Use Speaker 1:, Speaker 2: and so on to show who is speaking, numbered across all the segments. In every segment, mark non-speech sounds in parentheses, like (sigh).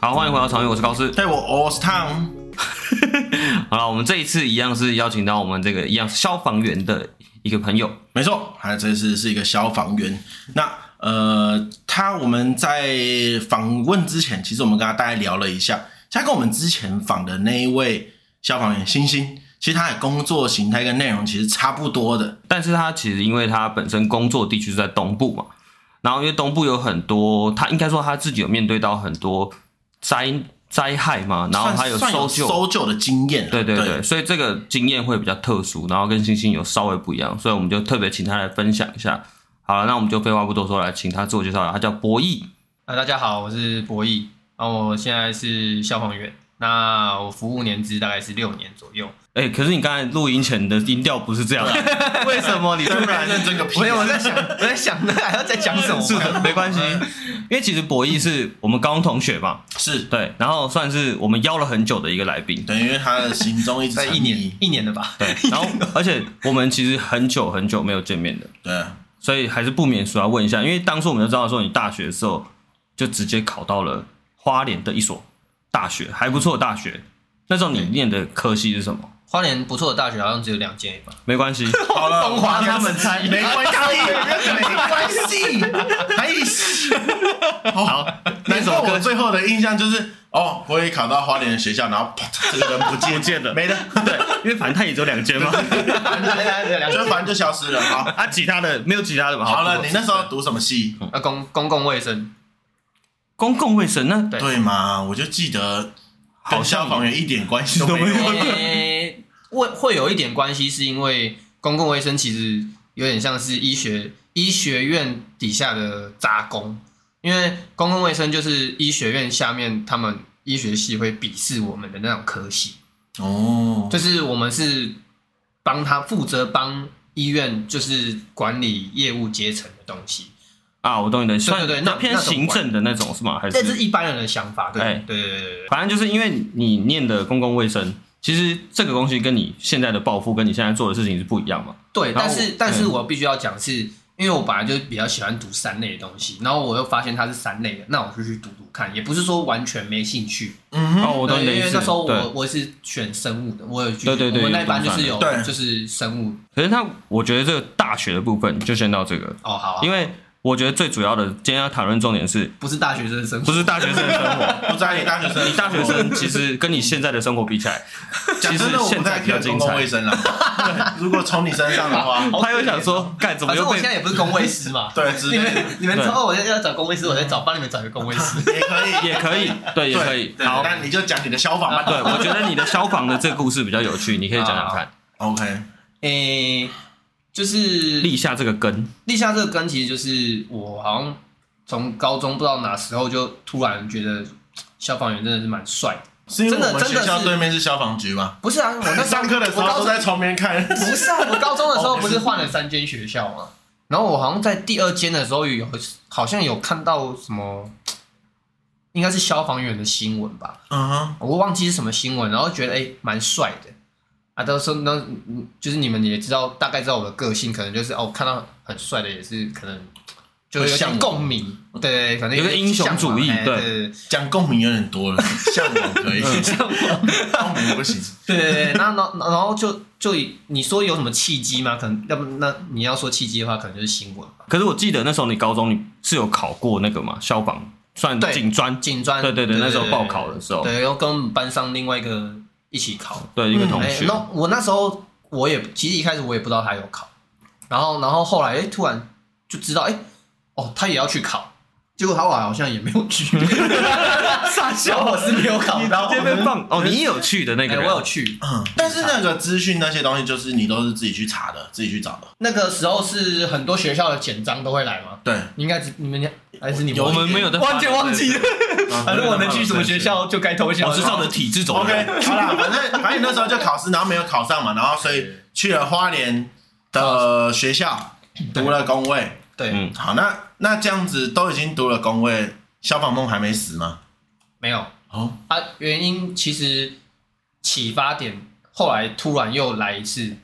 Speaker 1: 好，欢迎回到常宇，我是高斯。
Speaker 2: 对我我是 Tom，
Speaker 1: 好了，我们这一次一样是邀请到我们这个一样是消防员的一个朋友，
Speaker 2: 没错，他这次是一个消防员。那呃，他我们在访问之前，其实我们跟他大概聊了一下，他跟我们之前访的那一位消防员星星，其实他的工作形态跟内容其实差不多的。
Speaker 1: 但是他其实因为他本身工作地区是在东部嘛，然后因为东部有很多，他应该说他自己有面对到很多灾灾害嘛，然后
Speaker 2: 算
Speaker 1: 他有
Speaker 2: 算
Speaker 1: 搜
Speaker 2: 有
Speaker 1: 救，
Speaker 2: 搜救的经验啊，
Speaker 1: 对对
Speaker 2: 对
Speaker 1: 对，所以这个经验会比较特殊，然后跟星星有稍微不一样，所以我们就特别请他来分享一下。好了，那我们就废话不多说，来请他自我介绍了，他叫博弈，
Speaker 3: 啊，大家好，我是博弈，然后我现在是消防员，那我服务年资大概是六年左右。
Speaker 1: 哎、可是你刚才录音前的音调不是这样，
Speaker 2: 啊
Speaker 1: (laughs) 为什么你突
Speaker 2: 不
Speaker 1: 然
Speaker 2: 然认真个屁！
Speaker 3: 没有，我在想，我在想，那还要再讲什么？
Speaker 1: 是的，没关系，
Speaker 2: 嗯
Speaker 1: 因为其实博弈是我们高中同学嘛，
Speaker 2: 是
Speaker 1: 对，然后算是我们邀了很久的一个来宾，
Speaker 2: 对，因为他的行
Speaker 1: (laughs)
Speaker 2: 踪一直
Speaker 3: 在
Speaker 2: 沉
Speaker 3: 一
Speaker 2: 迷
Speaker 3: 年，一年的吧。
Speaker 1: 对，
Speaker 2: (laughs)
Speaker 1: 然后而且我们其实很久很久没有见面的，
Speaker 2: 对啊，
Speaker 1: 所以还是不免俗要问一下，因为当初我们就知道说你大学的时候就直接考到了花莲的一所大学，还不错的大学，那时候你念的科系是什么？
Speaker 3: 花莲不错的大学好像只有两间吧。 (laughs)
Speaker 1: 没关系，
Speaker 2: (laughs) 好了，
Speaker 3: 东华
Speaker 2: 我
Speaker 3: 他们猜
Speaker 2: 没关系，没关系，还系。好，那时候我最后的印象就是，哦，我也考到花莲的学校，然后 (laughs) 啪，这个人不见
Speaker 1: 见了
Speaker 2: 没了，
Speaker 1: 对， (laughs) 因为反正它也只有两间嘛，
Speaker 3: 啊
Speaker 2: 就反正就消失了。好，
Speaker 1: 啊，其他的没有其他的嘛。
Speaker 2: 好了，你那时候读什么系？
Speaker 3: 啊，公公共卫生，
Speaker 1: 公共卫生那
Speaker 3: 对
Speaker 2: 对嘛，我就记得
Speaker 1: 好
Speaker 2: 跟
Speaker 1: 像
Speaker 2: 消防员一点关系都
Speaker 1: 都
Speaker 2: 没 (laughs)
Speaker 1: 没有
Speaker 2: 有。
Speaker 3: 诶会会有一点关系，是因为公共卫生其实有点像是医学医学院底下的杂工，因为公共卫生就是医学院下面他们医学系会鄙视我们的那种科系，
Speaker 2: 哦，
Speaker 3: 就是我们是帮他负责帮医院就是管理业务阶层的东西，
Speaker 1: 啊，我懂你的意思，
Speaker 3: 对对对
Speaker 1: 算
Speaker 3: 那
Speaker 1: 偏
Speaker 3: 那种
Speaker 1: 行政的那种是吗？还
Speaker 3: 这是一般人的想法，对、
Speaker 1: 哎
Speaker 3: 对对对对对。
Speaker 1: 反正就是因为你念的公共卫生，其实这个东西跟你现在的抱负跟你现在做的事情是不一样嘛。
Speaker 3: 对，
Speaker 1: 然后
Speaker 3: 但是
Speaker 1: 我嗯
Speaker 3: 但是我必须要讲是，因为我本来就比较喜欢读三类的东西，然后我又发现它是三类的，那我就去读读看，也不是说完全没兴趣。
Speaker 2: 嗯哼，
Speaker 1: 哦，我懂你的
Speaker 3: 对
Speaker 1: 意
Speaker 3: 因
Speaker 1: 思。
Speaker 3: 为那时候我
Speaker 1: 对，
Speaker 3: 我是选生物的，我有去
Speaker 1: 对对对
Speaker 3: 我们那
Speaker 1: 有
Speaker 3: 一班
Speaker 1: 读
Speaker 3: 就
Speaker 1: 三
Speaker 3: 是有
Speaker 2: 对
Speaker 3: 就是生物
Speaker 1: 可是他，我觉得这个大学的部分就先到这个，
Speaker 3: 哦，好、啊，
Speaker 1: 因
Speaker 3: 为
Speaker 1: 为我觉得最主要的今天要讨论重点是
Speaker 3: 不是大学生生物，
Speaker 1: 不是大学生的生
Speaker 3: (laughs)
Speaker 1: 活？
Speaker 2: 不在意大学生，哦
Speaker 1: 你大学生其实跟你现在的生活比起来，
Speaker 2: 讲
Speaker 1: 其实
Speaker 2: 真的，我
Speaker 1: 现
Speaker 2: 不
Speaker 1: 在
Speaker 2: 太
Speaker 1: 比较
Speaker 2: care
Speaker 1: 精
Speaker 2: 公共卫
Speaker 1: 彩。
Speaker 2: 生了。啊对如果从你身上的话，。
Speaker 3: 好
Speaker 1: 他又
Speaker 3: 可怜
Speaker 1: 想说，干怎么
Speaker 3: 反正
Speaker 1: 又
Speaker 3: 我
Speaker 1: 被
Speaker 3: 现在也不是工位师嘛
Speaker 2: (laughs) 对，之
Speaker 3: 你
Speaker 2: 类的
Speaker 3: (laughs) 们你们
Speaker 1: 对
Speaker 3: 之后我要要找工位师，我再找帮你们找一个工
Speaker 1: (laughs)
Speaker 3: 位师。
Speaker 2: 也可以，
Speaker 1: (laughs) 也可以，对，也可以。
Speaker 2: 对
Speaker 1: 好，
Speaker 2: 那你就讲你的消防吧。
Speaker 1: 对，我觉得你的消防的这个故事比较有趣，你可以讲讲
Speaker 3: 啊
Speaker 1: 看，
Speaker 2: OK，
Speaker 3: 诶、就是
Speaker 1: 立下这个根。
Speaker 3: 立夏这个根，其实就是我好像从高中不知道哪时候就突然觉得消防员真的是蛮帅的。
Speaker 2: 是因为我们
Speaker 3: 真的
Speaker 2: 学校
Speaker 3: 是
Speaker 2: 对面是消防局嘛？
Speaker 3: 不是啊，我那时候
Speaker 2: 上课的时
Speaker 3: 我
Speaker 2: 候
Speaker 3: 高
Speaker 2: 都
Speaker 3: 中
Speaker 2: 在哦窗边看。
Speaker 3: 不是啊，我高中的时候不是换了三间学校嘛？然后我好像在第二间的时候有好像有看到什么，应该是消防员的新闻吧，
Speaker 2: 嗯哼，
Speaker 3: 我忘记是什么新闻，然后觉得哎蛮帅的。啊，到时候那嗯就是你们也知道，大概知道我的个性，可能就是哦，看到很帅的也是可能就有
Speaker 2: 向
Speaker 3: 点
Speaker 2: 往
Speaker 3: 共鸣，对，可能
Speaker 1: 有个
Speaker 3: 点
Speaker 1: 英雄主义
Speaker 3: 向往哎
Speaker 1: 对
Speaker 3: 对
Speaker 2: 讲共鸣有点多了，向往 (laughs) 可以，
Speaker 3: 向往
Speaker 2: 共鸣不行。
Speaker 3: 对对对，那然后然后就就以你说有什么契机吗？可能要不那你要说契机的话，可能就是新闻吧。
Speaker 1: 可是我记得那时候你高中你是有考过那个嘛，消防算
Speaker 3: 对
Speaker 1: 警专，
Speaker 3: 警专，
Speaker 1: 对对对那时候报考的时候
Speaker 3: 对，然后跟我们班上另外一个一起考，
Speaker 1: 对一个同
Speaker 3: 哎
Speaker 1: 学，
Speaker 3: 那我那时候我也其实一开始我也不知道他有考，然后然后后来哎突然就知道哎哦他也要去考，结果他好像也没有 (laughs) 去，傻笑我是没有考到，
Speaker 1: 直接被放哦，你有去的那
Speaker 3: 哎
Speaker 1: 个
Speaker 3: 我
Speaker 1: 人，
Speaker 3: 有去，
Speaker 2: 嗯，但是那个资讯那些东西，就是你都是自己去查的，自己去找的。
Speaker 3: 那个时候是很多学校的简章都会来吗？
Speaker 2: 对，
Speaker 3: 你应该只你们还是你
Speaker 1: 我们没有在发
Speaker 3: 完全忘记了， (laughs) 反正我能去什么
Speaker 1: (laughs)
Speaker 3: 学校就该投降。
Speaker 1: 我是照着体制走的
Speaker 2: OK，好 (laughs) 啦，反正反正那时候就考试，然后没有考上嘛，然后所以去了花莲的学校读了工位。
Speaker 3: 对、
Speaker 1: 嗯
Speaker 2: 好，那那这样子都已经读了工位，消防梦还没死吗？
Speaker 3: 没有
Speaker 2: 哦，
Speaker 3: 啊，原因其实启发点后来突然又来一次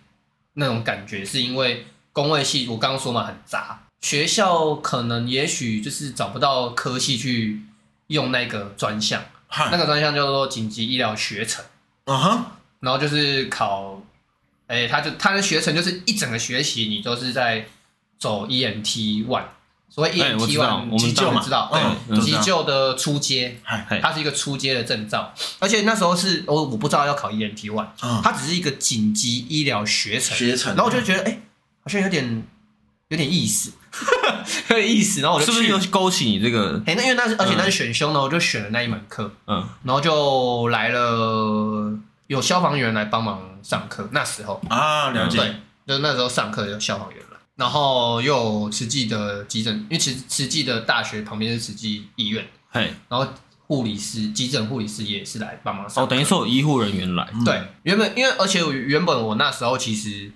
Speaker 3: 那种感觉，是因为工位系我刚刚说嘛很杂，学校可能也许就是找不到科系去用那个专项，
Speaker 2: 嗨
Speaker 3: 那个专项叫做紧急医疗学程，
Speaker 2: 啊哈，
Speaker 3: 然后就是考，哎、他就他的学程就是一整个学期你都是在走 EMT one，所谓
Speaker 1: 哎我
Speaker 3: EMT
Speaker 1: 知道
Speaker 3: one，、
Speaker 1: 我们
Speaker 3: 急救
Speaker 2: 当
Speaker 3: 嘛，
Speaker 2: 时
Speaker 3: 知道，
Speaker 1: 对
Speaker 3: 对，
Speaker 1: 都知
Speaker 3: 急
Speaker 1: 道
Speaker 3: 救的初阶，
Speaker 2: 嗨
Speaker 1: 嘿
Speaker 3: 它是一个初阶的证照，而且那时候是哦我我不知道要考 EMT one，
Speaker 2: 啊，
Speaker 3: 它只是一个紧急医疗学程，
Speaker 2: 学成，
Speaker 3: 嗯然后我就觉得哎、好像有点有点意思， (laughs) 有点意思，然后我就是
Speaker 1: 不是
Speaker 3: 去
Speaker 1: 又
Speaker 3: 了
Speaker 1: 勾起你这个？
Speaker 3: 哎、那因为那是而且那是选修呢，我就选了那一门课，
Speaker 1: 嗯，
Speaker 3: 然后就来了有消防员来帮忙上课。那时候，
Speaker 2: 啊，了解，
Speaker 3: 对，就那时候上课有消防员来，然后又有慈济的急诊，因为慈慈济的大学旁边是慈济医院，
Speaker 1: 嘿，
Speaker 3: 然后护理师、急诊护理师也是来帮忙上
Speaker 1: 哦，
Speaker 3: 课。
Speaker 1: 等于说有医护人员来，
Speaker 3: 对，原本因为而且我原本我那时候其实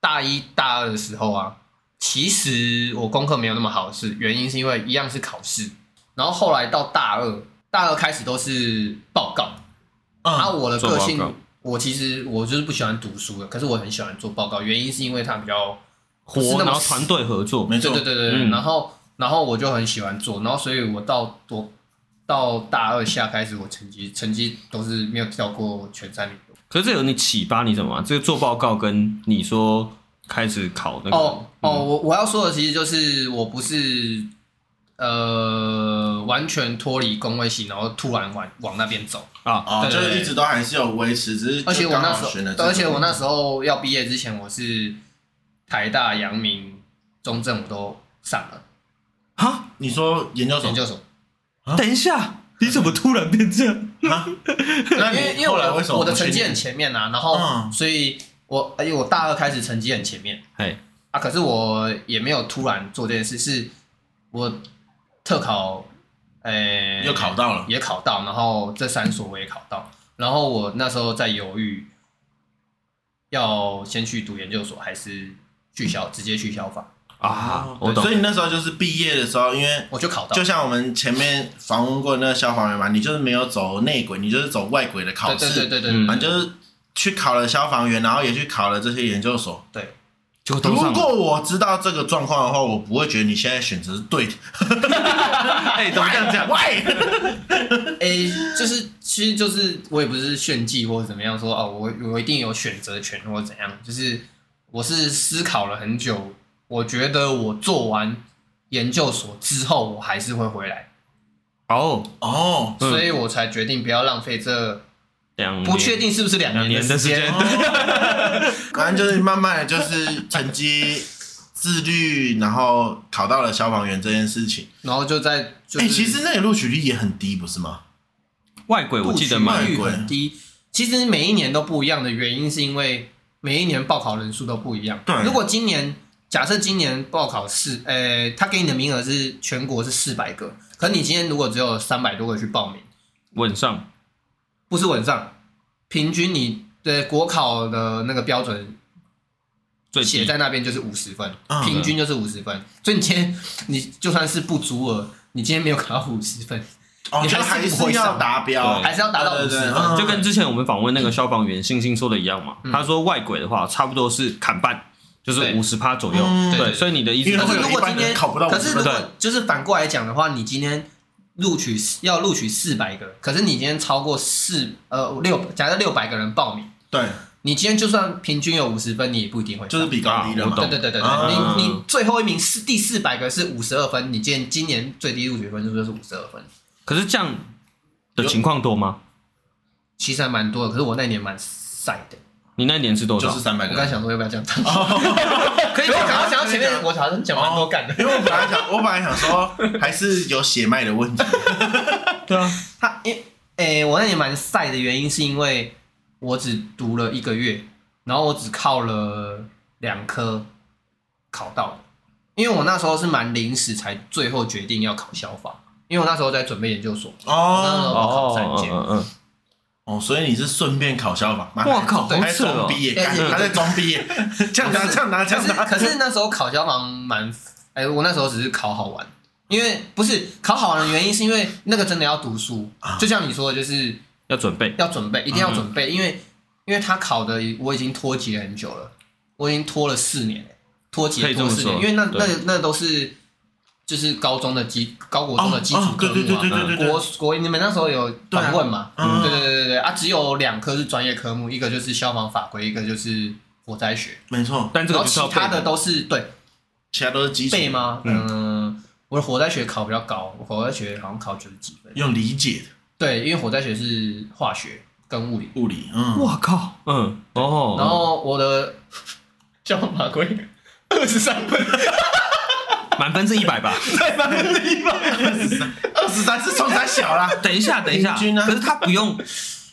Speaker 3: 大一大二的时候啊，其实我功课没有那么好是，原因是因为一样是考试，然后后来到大二，大二开始都是报告，然
Speaker 2: 啊
Speaker 3: 后我的
Speaker 1: 嗯做
Speaker 3: 个
Speaker 1: 报
Speaker 3: 性
Speaker 1: 告，
Speaker 3: 我其实我就是不喜欢读书的，可是我很喜欢做报告，原因是因为它比较不
Speaker 1: 活，
Speaker 3: 是那么
Speaker 1: 然后团队合作，
Speaker 2: 没
Speaker 3: 对
Speaker 2: 错
Speaker 3: 对，对对，对
Speaker 1: 嗯
Speaker 3: 然后然后我就很喜欢做，然后所以我到我到大二下开始，我成绩成绩都是没有跳过前三名的。
Speaker 1: 可是这有你启发你什么啊？这个做报告跟你说开始考
Speaker 2: 嗯
Speaker 1: 那个
Speaker 3: 哦哦，我我要说的其实就是我不是呃完全脱离工位系，然后突然往往那边走，
Speaker 1: 啊，
Speaker 2: 哦，
Speaker 3: 对对
Speaker 2: 就
Speaker 3: 对
Speaker 2: 是一直都还是有维持，只是就
Speaker 3: 而且我
Speaker 2: 刚
Speaker 3: 那
Speaker 2: 好
Speaker 3: 时
Speaker 2: 选
Speaker 3: 候
Speaker 2: 了，这
Speaker 3: 对
Speaker 2: 个，
Speaker 3: 而且我那时候要毕业之前，我是台大、阳明、中正我都上了
Speaker 1: 哈，
Speaker 2: 你说研究所
Speaker 3: 研究所，啊
Speaker 1: 等一下，你怎么突然变这样？
Speaker 3: (laughs)
Speaker 2: 啊，那
Speaker 3: 因为
Speaker 2: 你
Speaker 3: 因为
Speaker 2: 后来
Speaker 3: 我
Speaker 2: 为什么
Speaker 3: 我的
Speaker 2: 不去
Speaker 3: 成绩
Speaker 2: 念
Speaker 3: 很前面啊，然后
Speaker 2: 嗯
Speaker 3: 所以我而且我大二开始成绩很前面
Speaker 1: 嘿，
Speaker 3: 啊，可是我也没有突然做这件事，是我特考，呃，
Speaker 2: 又考到了，
Speaker 3: 也考到，然后这三所我也考到，然后我那时候在犹豫，要先去读研究所还是去消直接去消防，
Speaker 1: 啊，
Speaker 2: 对
Speaker 1: 我懂
Speaker 2: 所，以你那时候就是毕业的时候，因为
Speaker 3: 我就考到，
Speaker 2: 就像我们前面访问过的那个消防员嘛，你就是没有走内轨，你就是走外轨的考
Speaker 3: 对
Speaker 2: 试，
Speaker 3: 对对对对，
Speaker 1: 嗯
Speaker 2: 反正就是去考了消防员，然后也去考了这些研究所。
Speaker 3: 对，
Speaker 1: 结果
Speaker 2: 如
Speaker 1: 都上了。
Speaker 2: 果我知道这个状况的话，我不会觉得你现在选择是对
Speaker 3: (laughs)
Speaker 2: 的。
Speaker 1: 哎，怎么这样讲？
Speaker 2: 喂，
Speaker 3: 诶、就是其实就是我也不是炫技或者怎么样说哦，我我一定有选择权或者怎样，就是我是思考了很久，我觉得我做完研究所之后，我还是会回来，
Speaker 1: 哦，
Speaker 2: 哦，
Speaker 1: 嗯
Speaker 3: 所以我才决定不要浪费这
Speaker 1: 两年
Speaker 3: 不确定是不是两
Speaker 1: 两
Speaker 3: 年
Speaker 1: 年的时
Speaker 3: 间
Speaker 1: 间，
Speaker 2: 反正就是慢慢的就是成绩自律，然后考到了消防员这件事情。
Speaker 3: 然后就在就
Speaker 2: 哎、
Speaker 3: 是、
Speaker 2: 其实那个录取率也很低，不是吗？
Speaker 1: 外鬼我记得
Speaker 3: 录
Speaker 1: 蛮
Speaker 3: 取率很低。其实每一年都不一样的原因，是因为每一年报考人数都不一样。
Speaker 2: 对
Speaker 3: 如果今年假设今年报考四，呃，他给你的名额是全国是四百个，可你今天如果只有三百多个去报名，
Speaker 1: 稳上，
Speaker 3: 不是稳上，平均你的国考的那个标准
Speaker 1: 最
Speaker 3: 写
Speaker 1: 低啊
Speaker 3: 在那边就是五十分
Speaker 2: 嗯，
Speaker 3: 平均就是五十分。所以你今天你就算是不足额，你今天没有考到五十分，
Speaker 2: 哦，
Speaker 3: 你
Speaker 2: 就
Speaker 3: 还是
Speaker 2: 还
Speaker 3: 不
Speaker 2: 是
Speaker 3: 会
Speaker 2: 要
Speaker 3: 上
Speaker 2: 达标
Speaker 1: 哦对，
Speaker 3: 还是要达到五
Speaker 2: 对
Speaker 3: 十
Speaker 2: 对
Speaker 3: 分
Speaker 2: 对。嗯
Speaker 1: 就跟之前我们访问那个消防员星星说的一样嘛，他说外鬼的话差不多是砍半，就是
Speaker 3: 对
Speaker 1: 五十趴左右。
Speaker 2: 嗯
Speaker 3: 对
Speaker 1: 对，所以你的意思
Speaker 2: 因为
Speaker 1: 就
Speaker 2: 会
Speaker 1: 是
Speaker 2: 有
Speaker 3: 如
Speaker 2: 一
Speaker 3: 果
Speaker 2: 般
Speaker 3: 今天
Speaker 2: 人考不到
Speaker 3: 可是
Speaker 2: 50分。
Speaker 3: 如果
Speaker 1: 对
Speaker 3: 就是反过来讲的话，你今天录取要录取四百个，可是你今天超过四呃六，假设六百个人报名，
Speaker 2: 对，
Speaker 3: 你今天就算平均有五十分，你也不一定会上
Speaker 2: 就是比高低的嘛
Speaker 1: 啊我。懂
Speaker 3: 对对对对对，
Speaker 2: 啊
Speaker 3: 你你最后一名是第四百个是五十二分，你今天今年最低录取分数就是五十二分，
Speaker 1: 可是这样的情况多吗？
Speaker 3: 其实还蛮多的。可是我那一年蛮晒的，
Speaker 1: 你那一年是多
Speaker 2: 就
Speaker 1: 少
Speaker 2: 是？三百
Speaker 3: 我
Speaker 2: 个
Speaker 3: 刚
Speaker 2: 人。
Speaker 3: 想说要不
Speaker 2: (laughs)
Speaker 3: 要这样讲， (laughs)
Speaker 1: 可
Speaker 3: 因为我想
Speaker 2: 到
Speaker 3: 要
Speaker 2: 讲
Speaker 3: 想到前面我好像讲蛮多干的。
Speaker 2: 因为我本来想，我本来想说还是有血脉的问题。
Speaker 1: 对啊，
Speaker 3: 他因诶、我那年蛮晒的原因是因为我只读了一个月，然后我只靠了两科考到的，因为我那时候是蛮临时才最后决定要考消防，因为我那时候在准备研究所，
Speaker 2: 哦
Speaker 1: 哦，
Speaker 3: 三
Speaker 1: 嗯
Speaker 3: 届
Speaker 1: 嗯嗯，
Speaker 2: 哦，所以你是顺便考消防？妈
Speaker 1: 哇靠
Speaker 2: 还
Speaker 1: 好扯哦
Speaker 2: 装逼耶！
Speaker 3: 对
Speaker 2: 干
Speaker 3: 对
Speaker 2: 他在装逼耶！这样拿，这样拿，这
Speaker 3: 可
Speaker 2: 样
Speaker 3: 是
Speaker 2: 拿。
Speaker 3: 可是那时候考消防蛮哎、我那时候只是考好玩，因为不是考好玩的原因是因为那个真的要读书，
Speaker 2: 啊
Speaker 3: 就像你说的，就是
Speaker 1: 要准备。
Speaker 3: 要准备，一定要准备，因为因为他考的我已经脱节很久了，我已经拖了四年了，脱
Speaker 1: 可
Speaker 3: 节
Speaker 1: 以这
Speaker 3: 拖
Speaker 1: 么
Speaker 3: 四年，因
Speaker 1: 说
Speaker 3: 为那那
Speaker 1: 对
Speaker 3: 那都是就是高中的基高国中的基础
Speaker 2: 哦哦
Speaker 3: 科目啊，
Speaker 2: 对对对对对对对
Speaker 3: 国国你们那时候有
Speaker 2: 对啊
Speaker 3: 访问嘛？
Speaker 2: 嗯
Speaker 3: 对对对对对啊，只有两科是专业科目，一个就是消防法规，一个就是火灾学，
Speaker 2: 没错，
Speaker 1: 但这个
Speaker 3: 然后
Speaker 1: 就是
Speaker 3: 其
Speaker 1: 要
Speaker 3: 他的
Speaker 1: 背
Speaker 3: 都是对
Speaker 2: 其他都是基础
Speaker 3: 背吗？
Speaker 1: 嗯
Speaker 3: 嗯，我的火灾学考比较高，我火灾学好像考九十几分。
Speaker 2: 用理解的
Speaker 3: 对，因为火灾学是化学跟物理，
Speaker 2: 物理，嗯，
Speaker 1: 哇靠，嗯，哦，
Speaker 3: 然后我的消防法规
Speaker 1: (laughs)
Speaker 3: 二十三分，
Speaker 1: 哦满分是一百吧？
Speaker 2: 对吧？一百二十三，二十三是从三
Speaker 1: (laughs)
Speaker 2: 小啦，
Speaker 1: 等一下，等一下，
Speaker 2: 平均啊
Speaker 1: 可是他不用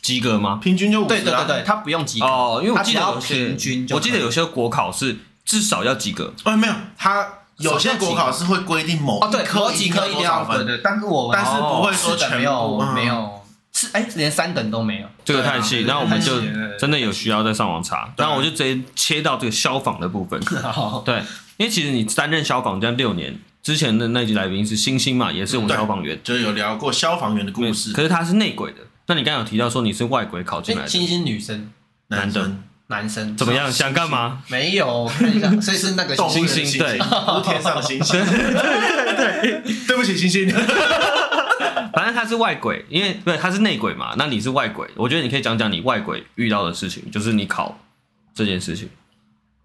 Speaker 1: 及格吗？
Speaker 2: 平均就五
Speaker 3: 对
Speaker 2: 十啊
Speaker 3: 对
Speaker 2: 啦
Speaker 3: 对对，，它不用及格，
Speaker 1: 哦，因为我记得
Speaker 3: 它只要
Speaker 1: 有些
Speaker 3: 平均就
Speaker 1: 我
Speaker 3: 可以
Speaker 1: 记得有些国考是至少要及格，
Speaker 2: 哦，没有，他有些国考是会规定某
Speaker 3: 哦，对，
Speaker 2: 科
Speaker 3: 某几
Speaker 2: 科
Speaker 3: 科一定
Speaker 2: 多
Speaker 3: 要
Speaker 2: 少
Speaker 3: 分
Speaker 2: 分，
Speaker 3: 对，但是我哦
Speaker 2: 但是不会说
Speaker 3: 四等
Speaker 2: 全
Speaker 3: 没有
Speaker 2: 部嗯
Speaker 3: 没有是哎，连三等都没有。
Speaker 1: 这个
Speaker 2: 对啊
Speaker 1: 太细，
Speaker 2: 这个
Speaker 1: 那、我们
Speaker 3: 太细
Speaker 1: 就
Speaker 3: 了对对
Speaker 1: 真的有需要再上网查。
Speaker 2: 对啊
Speaker 1: 那我就直接切到这个消防的部分，
Speaker 3: 好，
Speaker 1: 对，因为其实你担任消防这样六年，之前的那集来宾是星星嘛，也是我们
Speaker 2: 对
Speaker 1: 消防员，
Speaker 2: 就是有聊过消防员的故事
Speaker 1: 可，是他是内鬼的。那你刚刚有提到说你是外鬼考进来
Speaker 3: 哎，
Speaker 1: 的，
Speaker 3: 星星女生
Speaker 2: 男生
Speaker 3: 男生
Speaker 1: 怎么样？想干嘛？
Speaker 3: 没有，看一下，所以是那个
Speaker 2: 动物
Speaker 1: 星
Speaker 2: 的
Speaker 1: 星
Speaker 2: 星 (laughs)
Speaker 1: 对
Speaker 2: 不是天上的星星，
Speaker 3: (laughs)
Speaker 2: 对对对，对不起，星星，
Speaker 1: 反正他是外鬼，因为对他是内鬼嘛，那你是外鬼，我觉得你可以讲讲你外鬼遇到的事情，就是你考这件事情。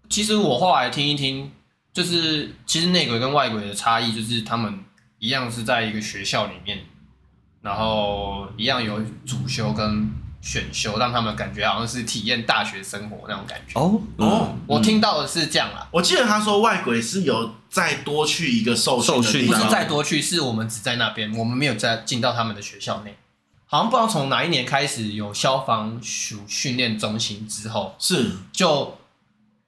Speaker 3: 其实我后来听一听，就是其实内鬼跟外鬼的差异，就是他们一样是在一个学校里面，然后一样有主修跟选修，让他们感觉好像是体验大学生活那种感觉。
Speaker 1: 哦
Speaker 2: 哦
Speaker 3: 我听到的是这样啦，
Speaker 2: 我记得他说外鬼是有再多去一个受
Speaker 1: 受训
Speaker 2: 训
Speaker 1: 不
Speaker 2: 的
Speaker 3: 不
Speaker 2: 地
Speaker 1: 是
Speaker 3: 是
Speaker 2: 方，
Speaker 3: 再多去，是我们只在那边，我们没有在进到他们的学校内。好像不知道从哪一年开始有消防署训练中心之后，
Speaker 2: 是
Speaker 3: 就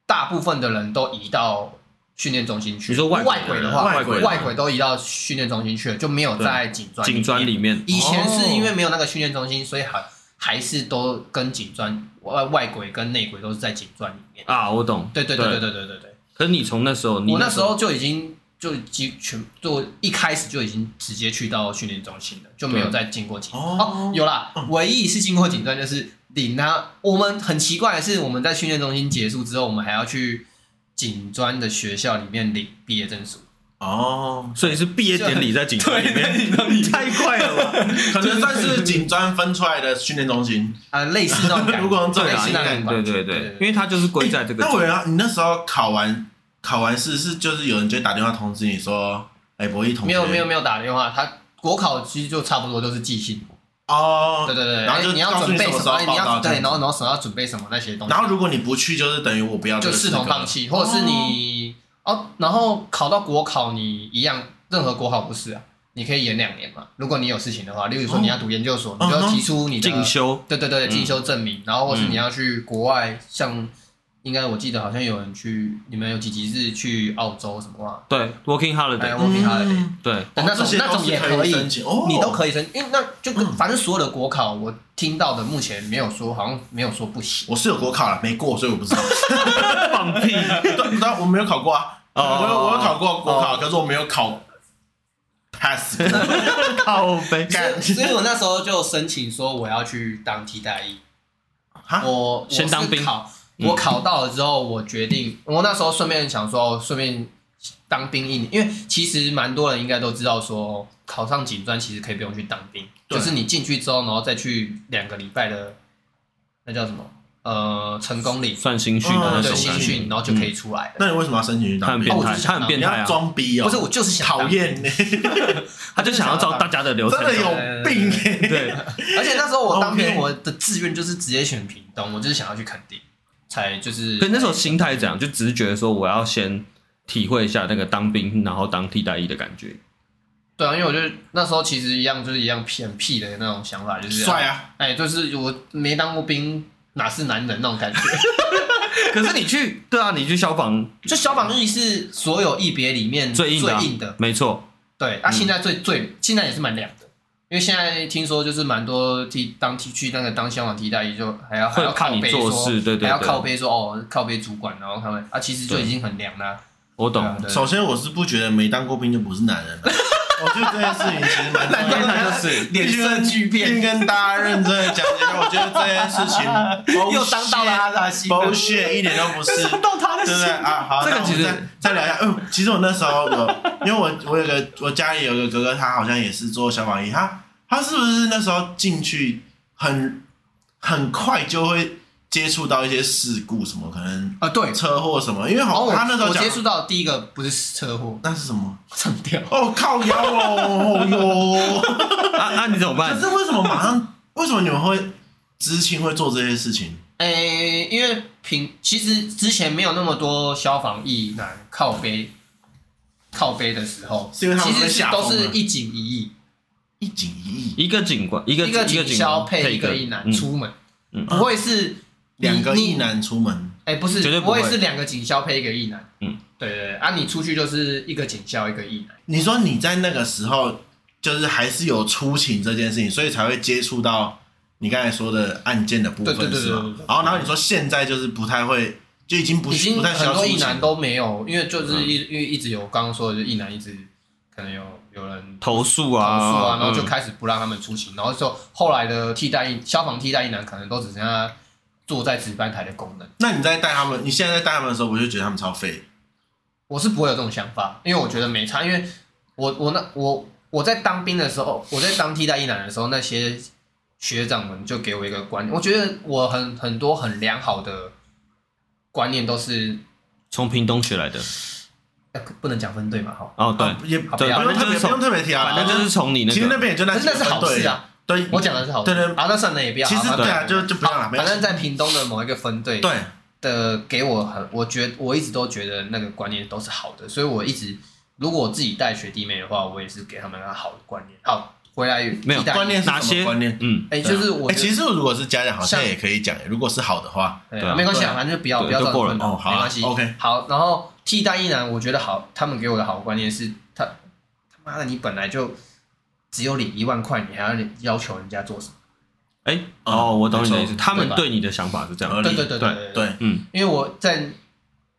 Speaker 3: 大部分的人都移到训练中心去。
Speaker 1: 你说外
Speaker 3: 外
Speaker 1: 国
Speaker 3: 鬼
Speaker 1: 人
Speaker 3: 的话，
Speaker 2: 外
Speaker 3: 外
Speaker 2: 国人
Speaker 3: 鬼都移到训练中心去了，就没有在警专
Speaker 1: 警专里
Speaker 3: 面。
Speaker 1: 面，
Speaker 3: 以前是因为
Speaker 1: 哦
Speaker 3: 没有那个训练中心，所以还还是都跟警专外外鬼跟内鬼都是在警专里面。
Speaker 1: 啊，我懂，
Speaker 3: 对对对对对对对对。
Speaker 1: 可是你从那时候，你
Speaker 3: 我那时候就已经就几全就一开始就已经直接去到训练中心了，就没有再经过警。
Speaker 2: 哦
Speaker 3: 哦，有啦，唯一一次经过警专就是领他。我们很奇怪的是，我们在训练中心结束之后，我们还要去警专的学校里面领毕业证书。
Speaker 2: 哦，
Speaker 1: 所以是毕业典礼在警专里面，
Speaker 3: 警专里
Speaker 1: 太快了吧？
Speaker 2: 可能算是警专分出来的训练中心。
Speaker 3: 啊，类似那种感觉，
Speaker 2: (laughs) 如果用这个
Speaker 3: 类似那
Speaker 2: 应
Speaker 3: 种
Speaker 1: 对
Speaker 3: 感觉，
Speaker 1: 对
Speaker 3: 对
Speaker 1: 对，因为它就是归在这个
Speaker 2: 那我要你那时候考完考完试是就是有人就会打电话通知你说，哎，博弈同学
Speaker 3: 没有没有没有打电话，他国考其实就差不多都是寄信，
Speaker 2: 哦，
Speaker 3: 对对对，
Speaker 2: 然后就
Speaker 3: 哎你要
Speaker 2: 告诉
Speaker 3: 准备
Speaker 2: 什么
Speaker 3: 什
Speaker 2: 时
Speaker 3: 么，
Speaker 2: 候
Speaker 3: 哎你
Speaker 2: 报
Speaker 3: 要
Speaker 2: 道这
Speaker 3: 对，
Speaker 2: 样
Speaker 3: 然
Speaker 2: 子
Speaker 3: 后然后什么要准备什么那些东西，
Speaker 2: 然后如果你不去，就是等于我不要这
Speaker 3: 就
Speaker 2: 个
Speaker 3: 视
Speaker 2: 资
Speaker 3: 同
Speaker 2: 格
Speaker 3: 放弃，或者是你哦，然后考到国考，你一样，任何国考不是啊，你可以延两年嘛。如果你有事情的话，例如说
Speaker 2: 哦
Speaker 3: 你要读研究所，
Speaker 2: 嗯
Speaker 3: 你就
Speaker 2: 哼嗯
Speaker 3: 要提出你的
Speaker 1: 进，修，
Speaker 3: 对对对，进修证明，然后或是你要去国外，像应该我记得好像有人去，你们有几集是去澳洲什么啊？
Speaker 1: 对，working
Speaker 3: 还有
Speaker 1: holiday，
Speaker 3: 我平常的。
Speaker 2: 嗯
Speaker 1: 对，
Speaker 3: 但那种
Speaker 2: 这些
Speaker 3: 那
Speaker 2: 都
Speaker 3: 种
Speaker 2: 是
Speaker 3: 也
Speaker 2: 可
Speaker 3: 可以
Speaker 2: 申请哦，嗯
Speaker 3: 你都可以申，因为那就跟反正所有的国考，我听到的目前没有说，好像没有说不行。
Speaker 2: 我是有国考了，没过，所以我不知道。
Speaker 1: (laughs) 放屁，
Speaker 2: 对，但我没有考过啊，我
Speaker 1: 哦
Speaker 2: 有我有考过国考，可是我没有考 pass 过。
Speaker 1: 靠背，
Speaker 2: (laughs) 干
Speaker 3: 所以我那时候就申请说我要去当替代役，
Speaker 2: 哈，
Speaker 3: 我我
Speaker 1: 先当兵
Speaker 3: 是考
Speaker 1: 嗯
Speaker 3: 我考到了之后，我决定，我那时候顺便想说，哦顺便当兵一年，因为其实蛮多人应该都知道说，考上警专其实可以不用去当兵，
Speaker 2: 对
Speaker 3: 就是你进去之后，然后再去两个礼拜的那叫什么呃成功礼，
Speaker 1: 算新训的那种
Speaker 2: 嗯
Speaker 3: 对，
Speaker 1: 感
Speaker 3: 新
Speaker 1: 觉，
Speaker 3: 训，然后就可以出来了。
Speaker 2: 那你为什么要申请去
Speaker 1: 他
Speaker 2: 当
Speaker 1: 很
Speaker 2: 兵
Speaker 1: 变？态，
Speaker 3: 哦我就
Speaker 1: 他
Speaker 3: 想
Speaker 1: 很
Speaker 3: 当
Speaker 1: 变
Speaker 2: 你
Speaker 1: 态
Speaker 2: 要
Speaker 1: 啊，
Speaker 2: 装逼哦，
Speaker 3: 不是，我就是想当
Speaker 2: 讨厌呢，
Speaker 1: 他就想要照大家的流程
Speaker 2: (laughs) 真
Speaker 1: 走，
Speaker 2: 的有病哎。
Speaker 1: 对，
Speaker 3: 而且那时候我当兵，
Speaker 2: OK
Speaker 3: 我的志愿就是直接选屏东，我就是想要去垦丁，才就是。
Speaker 1: 可那时候心态怎样？就只是觉得说我要先体会一下那个当兵，然后当替代役的感觉。
Speaker 3: 对啊，因为我觉得那时候其实一样，就是一样屁很屁的那种想法， (laughs) 就是
Speaker 2: 帅啊！
Speaker 3: 哎、就是我没当过兵，哪是男人那种感觉。 (laughs)
Speaker 1: 可是你去，对啊，你去消防
Speaker 3: 就消防役是所有役别里面
Speaker 1: 最硬的啊，嗯
Speaker 3: 最硬的，
Speaker 1: 没错，
Speaker 3: 对。啊，现在最最现在也是蛮凉的，因为现在听说就是蛮多替当替去那个当消防替代役，就还要还
Speaker 1: 会
Speaker 3: 要靠
Speaker 1: 看你
Speaker 3: 背
Speaker 1: 做
Speaker 3: 说，
Speaker 1: 事，对对
Speaker 3: 还要
Speaker 1: 对
Speaker 3: 靠，背说哦，靠背主管，然后他们啊，其实就已经很凉啦、
Speaker 1: 我
Speaker 3: 对
Speaker 1: 懂
Speaker 3: 啊。对 (laughs)
Speaker 2: 首先，我是不觉得没当过兵就不是男人了。我觉得这件事情其实蛮重要
Speaker 3: 难怪
Speaker 2: 的
Speaker 3: 他就是脸色巨变
Speaker 2: 必须跟大家认真的讲一下，我觉得这件事情
Speaker 3: (laughs) 又伤到了阿扎西， (laughs)
Speaker 2: bullshit，一点都不是，
Speaker 3: 伤到他的
Speaker 2: 对不
Speaker 3: 心
Speaker 2: 对。啊？好，
Speaker 1: 这个
Speaker 2: 那我们
Speaker 1: 其实
Speaker 2: 再再聊一下。嗯，其实我那时候
Speaker 3: (laughs)
Speaker 2: 有，因为我我有个我家里有个哥哥，他好像也是做消防员，他他是不是那时候进去很很快就会接触到一些事故，什么可能
Speaker 3: 啊，对。
Speaker 2: 车祸什么？因为
Speaker 3: 然后
Speaker 2: 好
Speaker 3: 我
Speaker 2: 他那时候
Speaker 3: 哦我
Speaker 2: 讲
Speaker 3: 接触到的第一个不是车祸，
Speaker 2: 那是什么？ (laughs)
Speaker 3: 上吊。
Speaker 2: 哦靠腰哦哟。
Speaker 1: 啊啊，你怎么
Speaker 2: (laughs) 可
Speaker 1: 办？
Speaker 2: 是为什么马上？为什么你们会知青会做这些事情？
Speaker 3: 诶、因为平其实之前没有那么多消防役男靠背靠背的时候，
Speaker 2: 是因为他们
Speaker 3: 其实
Speaker 2: 被
Speaker 3: 是
Speaker 2: 吓疯
Speaker 3: 都
Speaker 2: 了
Speaker 3: 是一警一役，
Speaker 2: 一警一役，
Speaker 1: 一个警官，一个
Speaker 3: 一个
Speaker 1: 警
Speaker 3: 消
Speaker 1: 官
Speaker 3: 配一个役男
Speaker 1: 嗯
Speaker 3: 出门，
Speaker 1: 嗯
Speaker 3: 不会是你
Speaker 2: 两个
Speaker 3: 你
Speaker 2: 一男出门，
Speaker 3: 哎、不是，
Speaker 1: 绝对不
Speaker 3: 不
Speaker 1: 会
Speaker 3: 会是两个警消配一个役男。
Speaker 1: 嗯，
Speaker 3: 对对对啊，你出去就是一个警消一个役男。
Speaker 2: 你说你在那个时候就是还是有出勤这件事情，所以才会接触到你刚才说的案件的部分
Speaker 3: 对对对
Speaker 2: 是
Speaker 3: 对
Speaker 2: 吗
Speaker 3: 对？对
Speaker 2: 然后，然后你说现在就是不太会，就已经不
Speaker 3: 已经
Speaker 2: 不太嗯需
Speaker 3: 很
Speaker 2: 要出
Speaker 3: 多
Speaker 2: 勤
Speaker 3: 役男都没有，因为就是一、因为一直有刚刚说的，就役男一直可能有有人
Speaker 1: 投诉
Speaker 3: 投诉
Speaker 1: 啊，
Speaker 3: 啊，然后就
Speaker 1: 嗯
Speaker 3: 开始不让他们出勤，然后就后来的替代役消防替代役男可能都只剩下坐在值班台的功能。
Speaker 2: 那你在带他们，你现在在带他们的时候，我就觉得他们超废。
Speaker 3: 我是不会有这种想法，因为我觉得没差，因为我我那我我在当兵的时候，我在当替代役男的时候，那些学长们就给我一个观念，我觉得我很很多很良好的观念都是、
Speaker 1: 从屏东学来的。
Speaker 3: 呃不能讲分队嘛，哈，
Speaker 1: 哦，对，
Speaker 2: 也
Speaker 3: 好
Speaker 2: 不
Speaker 3: 不要
Speaker 2: 用
Speaker 1: 反正
Speaker 2: 特
Speaker 1: 就是
Speaker 2: 别不
Speaker 1: 从
Speaker 2: 用特别提啊，
Speaker 1: 反正就是从你那
Speaker 2: 其实那
Speaker 1: 个，
Speaker 2: 边也就那
Speaker 3: 可是那是
Speaker 2: 几个
Speaker 3: 好
Speaker 2: 队
Speaker 3: 事，啊，
Speaker 2: 对，
Speaker 3: 我讲的是好事，
Speaker 2: 对对
Speaker 3: 啊，那算了也不要，
Speaker 2: 其实
Speaker 3: 啊
Speaker 2: 对啊，
Speaker 1: 对
Speaker 2: 就就不要了，没
Speaker 3: 反正
Speaker 2: 有
Speaker 3: 在屏东的某一个分队，
Speaker 2: 对。
Speaker 3: 的给我很，我觉我一直都觉得那个观念都是好的，所以我一直如果我自己带学弟妹的话，我也是给他们好的观念。好，回来
Speaker 1: 没有
Speaker 3: 替代役
Speaker 2: 观念是什么
Speaker 1: 哪些
Speaker 2: 观念
Speaker 1: 嗯，
Speaker 3: 哎、就是我
Speaker 2: 哎、
Speaker 3: 觉得、
Speaker 2: 其实如果是家长，好像
Speaker 3: 像
Speaker 2: 也可以讲、如果是好的话，
Speaker 3: 对
Speaker 1: 对啊
Speaker 3: 没关系
Speaker 2: 对
Speaker 3: 啊，反正就不要
Speaker 1: 对
Speaker 3: 不要
Speaker 1: 就
Speaker 3: 造成
Speaker 1: 过了
Speaker 3: 困扰
Speaker 2: 哦好啊
Speaker 3: 没关系。
Speaker 2: OK
Speaker 3: 好，然后替代役男，我觉得好，他们给我的好观念是他他妈的，你本来就只有领一万块，你还要要求人家做什么？
Speaker 1: 哎，哦，我懂你的意思，
Speaker 2: 没错
Speaker 1: 他们
Speaker 3: 对吧
Speaker 1: 对你的想法是这样
Speaker 2: 合理
Speaker 1: 的，
Speaker 3: 对对对对
Speaker 2: 对，
Speaker 1: 嗯，
Speaker 3: 因为我在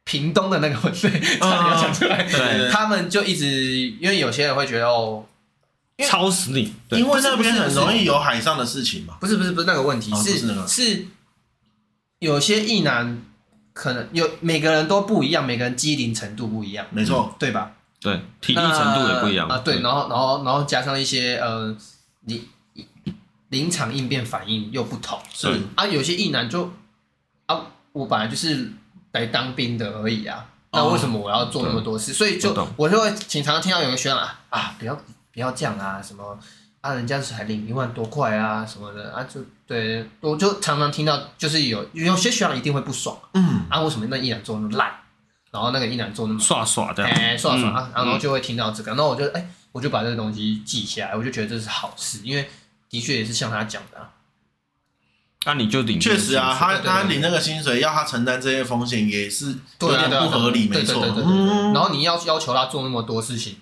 Speaker 3: 屏东的那个分
Speaker 2: 哦
Speaker 3: 队，差点要讲出来，
Speaker 1: 对
Speaker 3: 他们就一直因为有些人会觉得哦。因为
Speaker 1: 超死你，对
Speaker 2: 因为那边
Speaker 3: 不是
Speaker 2: 很容易有海上的事情嘛。
Speaker 3: 不是不是不是那个问题，
Speaker 2: 哦不
Speaker 3: 是
Speaker 2: 是那个
Speaker 3: 是有些异男可能有每个人都不一样，每个人机灵程度不一样，
Speaker 2: 没错，
Speaker 3: 对吧？
Speaker 1: 对，体力程度也不一样
Speaker 3: 那啊。对，然后然后然后加上一些呃，你临场应变反应又不同
Speaker 2: 是
Speaker 1: 对
Speaker 3: 啊，有些异男就啊，我本来就是来当兵的而已啊，
Speaker 2: 哦
Speaker 3: 那为什么我要做那么多事？所以
Speaker 1: 我
Speaker 3: 就
Speaker 1: 懂
Speaker 3: 我就会经常听到有个学长啊啊，不要不要这样啊，什么啊，人家才领一万多块啊什么的啊，就对我就常常听到，就是有有些学长一定会不爽
Speaker 2: 嗯，
Speaker 3: 啊，为什么那异男做那么烂，然后那个异男做那么
Speaker 1: 耍耍这样，
Speaker 3: 哎，算了算了，啊
Speaker 1: 嗯
Speaker 3: 然后就会听到这个，然后我就哎，我就把这个东西记下来，我就觉得这是好事，因为的确也是像他讲的啊，
Speaker 1: 那你就领
Speaker 2: 确实啊，他
Speaker 3: 嗯对对对
Speaker 2: 他领那个薪水，要他承担这些风险，也是有
Speaker 3: 对啊
Speaker 2: 点
Speaker 3: 对啊
Speaker 2: 不合理，
Speaker 3: 对
Speaker 2: 没
Speaker 3: 对
Speaker 2: 错
Speaker 3: 对对。对对
Speaker 2: 嗯
Speaker 3: 然后你要要求他做那么多事情，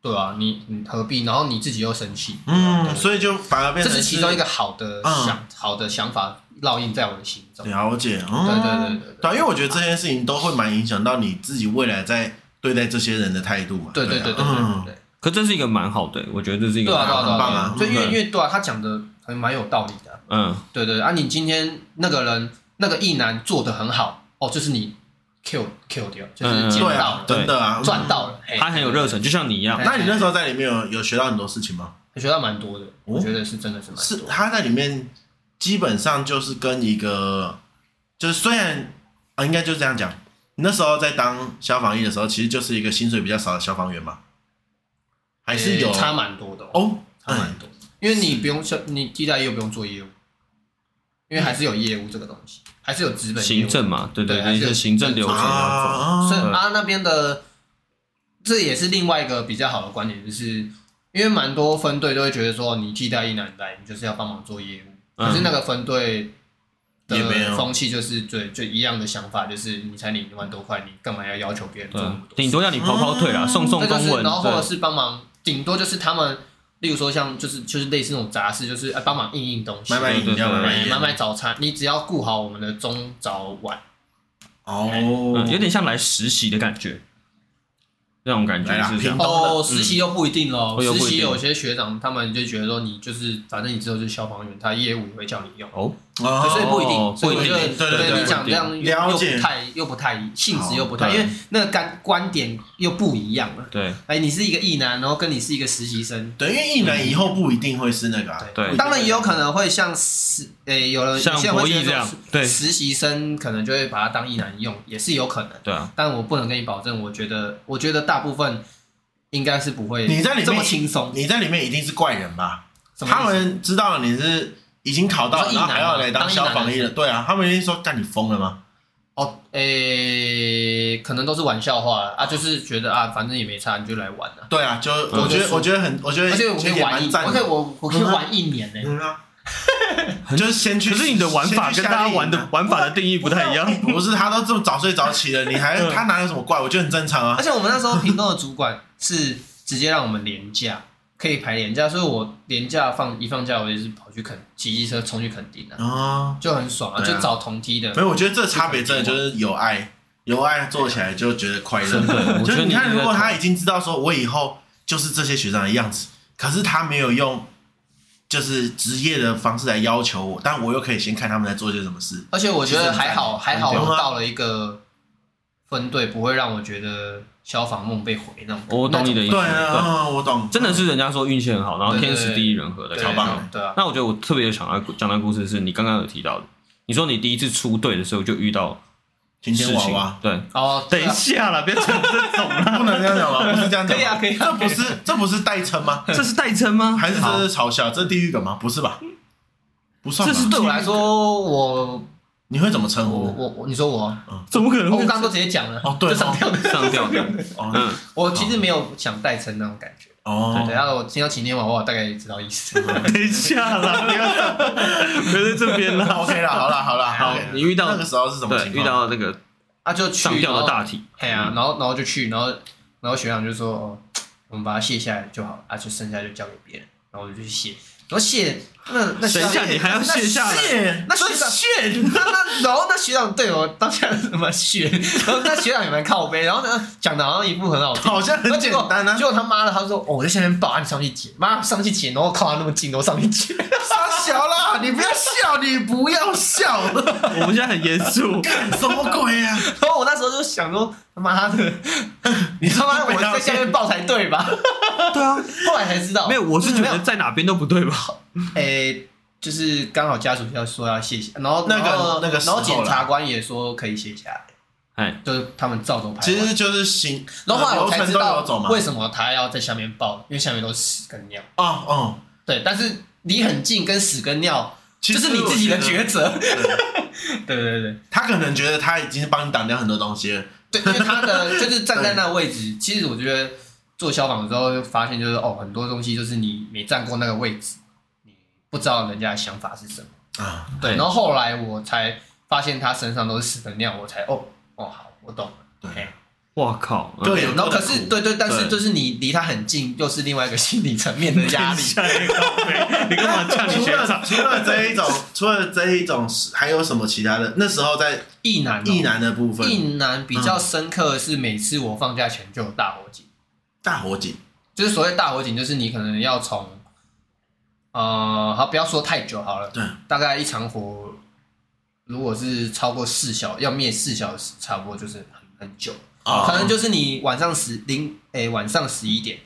Speaker 3: 对啊，你你何必？然后你自己又生气，
Speaker 2: 嗯，所以就反而变
Speaker 3: 这
Speaker 2: 成
Speaker 3: 是其中一
Speaker 2: 个
Speaker 3: 个好的
Speaker 2: 嗯
Speaker 3: 想好的想法烙印在我的心中。
Speaker 2: 了解。嗯，
Speaker 3: 对对对对
Speaker 2: 对啊，因为我觉得这件事情都会蛮影响到你自己未来在对待这些人的态度嘛。
Speaker 3: 对对
Speaker 2: 啊
Speaker 3: 对对对对
Speaker 2: 嗯，
Speaker 3: 对，
Speaker 1: 可这是一个蛮好的，我觉得这是一
Speaker 3: 对
Speaker 1: 个
Speaker 3: 啊对啊
Speaker 1: 蛮
Speaker 2: 很
Speaker 3: 对啊
Speaker 2: 棒
Speaker 3: 对
Speaker 2: 啊
Speaker 3: 啊，就因为
Speaker 1: 嗯
Speaker 3: 因为对啊，他讲的还蛮有道理的啊，
Speaker 1: 嗯，
Speaker 3: 对对对啊，你今天那个人那个意男做的很好哦，就是你 Q Q 掉，就是捡
Speaker 2: 对
Speaker 3: 到
Speaker 2: 啊
Speaker 3: 了，，
Speaker 1: 嗯对
Speaker 2: 真的啊，嗯
Speaker 3: 赚。到了，嘿
Speaker 1: 他很有热忱，就像你一样，
Speaker 3: 哎
Speaker 2: 那你那时候在里面有有学到很多事情吗？
Speaker 3: 学到蛮多的，
Speaker 1: 哦
Speaker 3: 我觉得是真的是蛮
Speaker 2: 是
Speaker 3: 多的。
Speaker 2: 他在里面基本上就是跟一个，就是虽然啊，应该就这样讲。你那时候在当消防员的时候，其实就是一个薪水比较少的消防员嘛，还是有
Speaker 3: 欸差蛮多的哦，
Speaker 2: 哦，
Speaker 1: 哎
Speaker 3: 差蛮多的，因为你不用你替代又不用做业务，因为还是有业务这个东西，还是有资本业务
Speaker 1: 行政嘛，对
Speaker 3: 对
Speaker 1: 对，
Speaker 3: 还
Speaker 1: 一
Speaker 3: 是有
Speaker 1: 些行政流
Speaker 2: 啊
Speaker 1: 程要走，
Speaker 2: 啊
Speaker 3: 所以
Speaker 1: 嗯
Speaker 3: 啊那边的，这也是另外一个比较好的观点，就是因为蛮多分队都会觉得说，你替代一男来，你就是要帮忙做业务，
Speaker 1: 嗯
Speaker 3: 可是那个分队
Speaker 2: 也没有
Speaker 3: 的风气就是最最一样的想法，就是你才领一万多块，你干嘛要要求别人做
Speaker 1: 对
Speaker 3: 那么
Speaker 1: 啊，
Speaker 3: 多事？
Speaker 1: 顶多让你跑跑腿啊，
Speaker 2: 嗯
Speaker 1: 送送
Speaker 3: 这就
Speaker 1: 公
Speaker 3: 是，
Speaker 1: 文，
Speaker 3: 然后或者
Speaker 1: 对，
Speaker 3: 是帮忙，顶多就是他们，例如说像就是就是类似那种杂事，就是呃帮忙印印东西，
Speaker 2: 买买饮
Speaker 1: 对对对
Speaker 2: 料，买买
Speaker 3: 哎
Speaker 2: 饮
Speaker 3: 买
Speaker 2: 料，
Speaker 3: 买早餐，你只要顾好我们的中早晚，
Speaker 2: 哦
Speaker 3: 嗯
Speaker 1: 嗯，有点像来实习的感觉，那种感觉
Speaker 2: 来啦
Speaker 1: 是这样
Speaker 2: 平。
Speaker 3: 哦，实习又不一定喽。
Speaker 1: 嗯
Speaker 3: 实
Speaker 1: 不一
Speaker 3: 习
Speaker 1: 定
Speaker 3: 有些学长他们就觉得说，你就是反正你之后就是消防员，他业务也会叫你用，
Speaker 1: 哦，
Speaker 2: 哦
Speaker 3: 所以不一
Speaker 1: 哦
Speaker 3: 定。所以我觉
Speaker 2: 不
Speaker 3: 得
Speaker 2: 一定对对对
Speaker 3: 你讲这样又
Speaker 2: 了
Speaker 3: 又
Speaker 2: 解
Speaker 3: 不太又不太性质又不太，
Speaker 1: 好
Speaker 3: 因
Speaker 1: 对
Speaker 3: 为那个干观点又不一样了。
Speaker 1: 对
Speaker 3: 哎，你是一个异男，然后跟你是一个实习生，
Speaker 2: 对，因为艺人以后不一定会是那个啊，
Speaker 1: 对
Speaker 2: 不一定
Speaker 3: 当然也有可能会像实，诶、有人
Speaker 1: 像
Speaker 3: 有些人会觉
Speaker 1: 博
Speaker 3: 得
Speaker 1: 弈这样
Speaker 3: 说
Speaker 1: 对
Speaker 3: 实习生可能就会把它当一男用，也是有可能。
Speaker 1: 对啊，
Speaker 3: 但我不能跟你保证，我觉得，我觉得大部分应该是不会
Speaker 2: 你在里面
Speaker 3: 这么轻松。
Speaker 2: 你在里面一定是怪人吧？
Speaker 3: 什么意思
Speaker 2: 他们知道你是已经考到，
Speaker 3: 你说
Speaker 2: 然后
Speaker 3: 艺男
Speaker 2: 还要来
Speaker 3: 吗
Speaker 2: 当
Speaker 3: 当艺
Speaker 2: 消
Speaker 3: 男
Speaker 2: 防
Speaker 3: 的
Speaker 2: 艺人，对啊，他们一定说干你疯了吗？
Speaker 3: 哦，诶、可能都是玩笑话啊，就是觉得啊，反正也没差，你就来玩啊。
Speaker 2: 对啊，就我觉
Speaker 3: 就
Speaker 2: 得
Speaker 3: 是
Speaker 2: 我觉得很，我觉得
Speaker 3: 而且我
Speaker 2: 其
Speaker 3: 可
Speaker 2: 实
Speaker 3: 以
Speaker 2: 也
Speaker 3: 玩
Speaker 2: 蛮
Speaker 3: 一，
Speaker 2: 赞
Speaker 3: 我可以
Speaker 2: 的，
Speaker 3: 我我可以玩一年呢、
Speaker 2: 嗯啊，就是先去，
Speaker 1: 可是你的玩法
Speaker 2: 先去
Speaker 1: 跟
Speaker 2: 夏
Speaker 1: 大家
Speaker 2: 令营
Speaker 1: 玩
Speaker 2: 啊
Speaker 1: 的玩法的定义不太一
Speaker 2: (laughs)
Speaker 1: 样。
Speaker 2: 不是他都这么早睡早起了，你还
Speaker 1: 嗯
Speaker 2: 他哪有什么怪？我觉得很正常啊
Speaker 3: 而。且我们那时候屏东的主管是直接让我们连假，可以排连假，所以我连假放一放假，我也是跑去垦骑机车冲去垦丁啊，
Speaker 2: 哦，
Speaker 3: 就很爽啊，
Speaker 2: 对啊
Speaker 3: 就找同梯的
Speaker 2: 没。有，我觉得这差别真的就是有爱，有爱做起来就觉得快乐
Speaker 1: 真的。我
Speaker 2: 就
Speaker 1: 觉
Speaker 2: 是
Speaker 1: 得
Speaker 2: 你
Speaker 1: 你
Speaker 2: 看，
Speaker 1: 这个
Speaker 2: 如果他已经知道说我以后就是这些学长的样子，可是他没有用就是职业的方式来要求我，但我又可以先看他们在做些什么事。
Speaker 3: 而且我觉得还好，
Speaker 2: 其实
Speaker 3: 还
Speaker 2: 很
Speaker 3: 好
Speaker 2: 赞
Speaker 3: 我到了一个分队，不会让我觉得消防梦被毁那种。
Speaker 1: 我懂你的意思，
Speaker 2: 对啊，嗯我懂，
Speaker 1: 真的是人家说运气很好，然后天时地利人和的
Speaker 3: 那
Speaker 1: 感
Speaker 3: 种，对
Speaker 1: 觉
Speaker 2: 超棒的
Speaker 3: 对啊，
Speaker 1: 那我觉得我特别想要讲的故事是你刚刚有提到的，你说你第一次出队的时候就遇到
Speaker 2: 晴
Speaker 1: 事
Speaker 2: 天娃
Speaker 1: 情
Speaker 2: 娃，， (laughs)
Speaker 1: 对，
Speaker 3: 哦，
Speaker 1: 等
Speaker 3: 对
Speaker 1: 一
Speaker 3: 啊
Speaker 1: 下啦，别讲这种啦，
Speaker 2: 不能这样讲吧？不是这样讲吧，
Speaker 3: 可以啊，可以
Speaker 2: 这
Speaker 3: 啊，
Speaker 2: 不是这不是代称吗？
Speaker 1: (laughs) 这是代称吗？
Speaker 2: 还是
Speaker 1: 好
Speaker 2: 这是嘲笑？这是地狱梗吗？不是吧？不算吧。
Speaker 1: 这是
Speaker 3: 对我来说，我
Speaker 2: 你会怎么称
Speaker 3: 我
Speaker 2: 呼？
Speaker 3: 我我，你说我，
Speaker 1: 怎么可能
Speaker 3: 我
Speaker 1: 会
Speaker 3: 刚刚都直接讲了，
Speaker 2: 哦对哦
Speaker 3: 就上吊的，
Speaker 1: 上 (laughs) 吊的？
Speaker 2: 哦
Speaker 1: 嗯，
Speaker 3: 我其实没有想代称那种感觉。对，
Speaker 1: 啊
Speaker 2: 哦，
Speaker 3: 然后我听到晴天娃娃，我大概也知道意思。
Speaker 1: (laughs) 等一下啦，不要讲，不要在这边
Speaker 2: 那
Speaker 1: 啦。
Speaker 2: (laughs) OK 了，好了好了，
Speaker 1: (laughs) 好
Speaker 2: OK 啦
Speaker 1: 你遇到
Speaker 2: 那个时候是什么
Speaker 1: 对，
Speaker 2: 情
Speaker 1: 遇
Speaker 2: 况？
Speaker 1: 到那个
Speaker 3: 啊，就去
Speaker 1: 上吊的，大体，
Speaker 3: 哎呀，然后然后就去，然后然后学长就说，哦，我们把它卸下来就好了，啊，就剩下就交给别人，然后我就去卸，然后卸那那学
Speaker 1: 等一
Speaker 3: 长
Speaker 1: 下你还要卸下来，
Speaker 2: 谢
Speaker 3: 那学长
Speaker 2: 谢
Speaker 3: 那那然后那学长对我当下什么血，然后那学长也蛮靠背，然后呢讲的好像一副很好听，
Speaker 2: 好像很简单啊
Speaker 3: 结，果他妈的他说、哦、我在下面抱，啊你上去捡，妈上去捡，然后靠他那么近，然后上去捡，
Speaker 2: 傻小啦，你不要笑，你不要笑，
Speaker 1: (laughs) 我们现在很严肃，
Speaker 2: 什么鬼啊？
Speaker 3: 然后我那时候就想说他妈的，你他妈我在下面抱才对吧？
Speaker 1: 对啊，
Speaker 3: 后来才知道
Speaker 1: 没有，我是觉
Speaker 3: 没有
Speaker 1: 得在哪边都不对吧？
Speaker 3: 诶、就是刚好家属要说要卸下，然后
Speaker 2: 那个
Speaker 3: 然后
Speaker 2: 那个时
Speaker 3: 然
Speaker 2: 候
Speaker 3: 后检察官也说可以卸下来，
Speaker 1: 哎，
Speaker 3: 就是他们照着排完。
Speaker 2: (laughs) 其实就是行，
Speaker 3: 然后后来我
Speaker 2: 流
Speaker 3: 才
Speaker 2: 程
Speaker 3: 知
Speaker 2: 都有
Speaker 3: 道
Speaker 2: 走嘛。
Speaker 3: 为什么他要在下面抱，因为下面都是屎跟尿。
Speaker 2: 哦哦，
Speaker 3: 对，但是离很近跟屎跟尿，
Speaker 2: 其
Speaker 3: 这
Speaker 2: 实
Speaker 3: 是你自己的抉
Speaker 2: (laughs)
Speaker 3: 择。
Speaker 2: 我觉得。
Speaker 3: 对对对
Speaker 2: 他可能觉得他已经帮你挡掉很多东西了，
Speaker 3: 对，因为
Speaker 2: (laughs)
Speaker 3: 他的就是站在那位置，其实我觉得做消防的时候就发现，就是哦，很多东西就是你没站过那个位置，你不知道人家的想法是什么。
Speaker 2: 啊，
Speaker 3: 对，
Speaker 1: 哎
Speaker 3: 然后后来我才发现他身上都是屎跟尿，我才哦哦好，我懂了。
Speaker 2: 对，
Speaker 1: 哇靠，嗯
Speaker 2: 各有
Speaker 3: 然后
Speaker 2: 各的
Speaker 3: 可是
Speaker 2: 苦
Speaker 3: 对对，但是
Speaker 1: 对
Speaker 3: 就是你离他很近，又是另外一个心理层面的压 (laughs) 力。
Speaker 1: 下一个靠背你干嘛呛你
Speaker 2: 除
Speaker 1: 学
Speaker 2: 了
Speaker 1: 长？
Speaker 2: 除了这一种，
Speaker 3: (laughs)
Speaker 2: 除了这一种，还有什么其他的？那时候在
Speaker 3: 意男哦
Speaker 2: 意男的部
Speaker 3: 意
Speaker 2: 分，嗯
Speaker 3: 男比较深刻的是，每次我放假前就有大火警，
Speaker 2: 大火警，
Speaker 3: 就是所谓大火警，就是你可能要从，呃，好不要说太久好了，
Speaker 2: 对，
Speaker 3: 大概一场火，如果是超过四小要灭四小时，差不多就是很很久，
Speaker 2: 哦
Speaker 3: 可能就是你晚上十零诶、晚上十一点，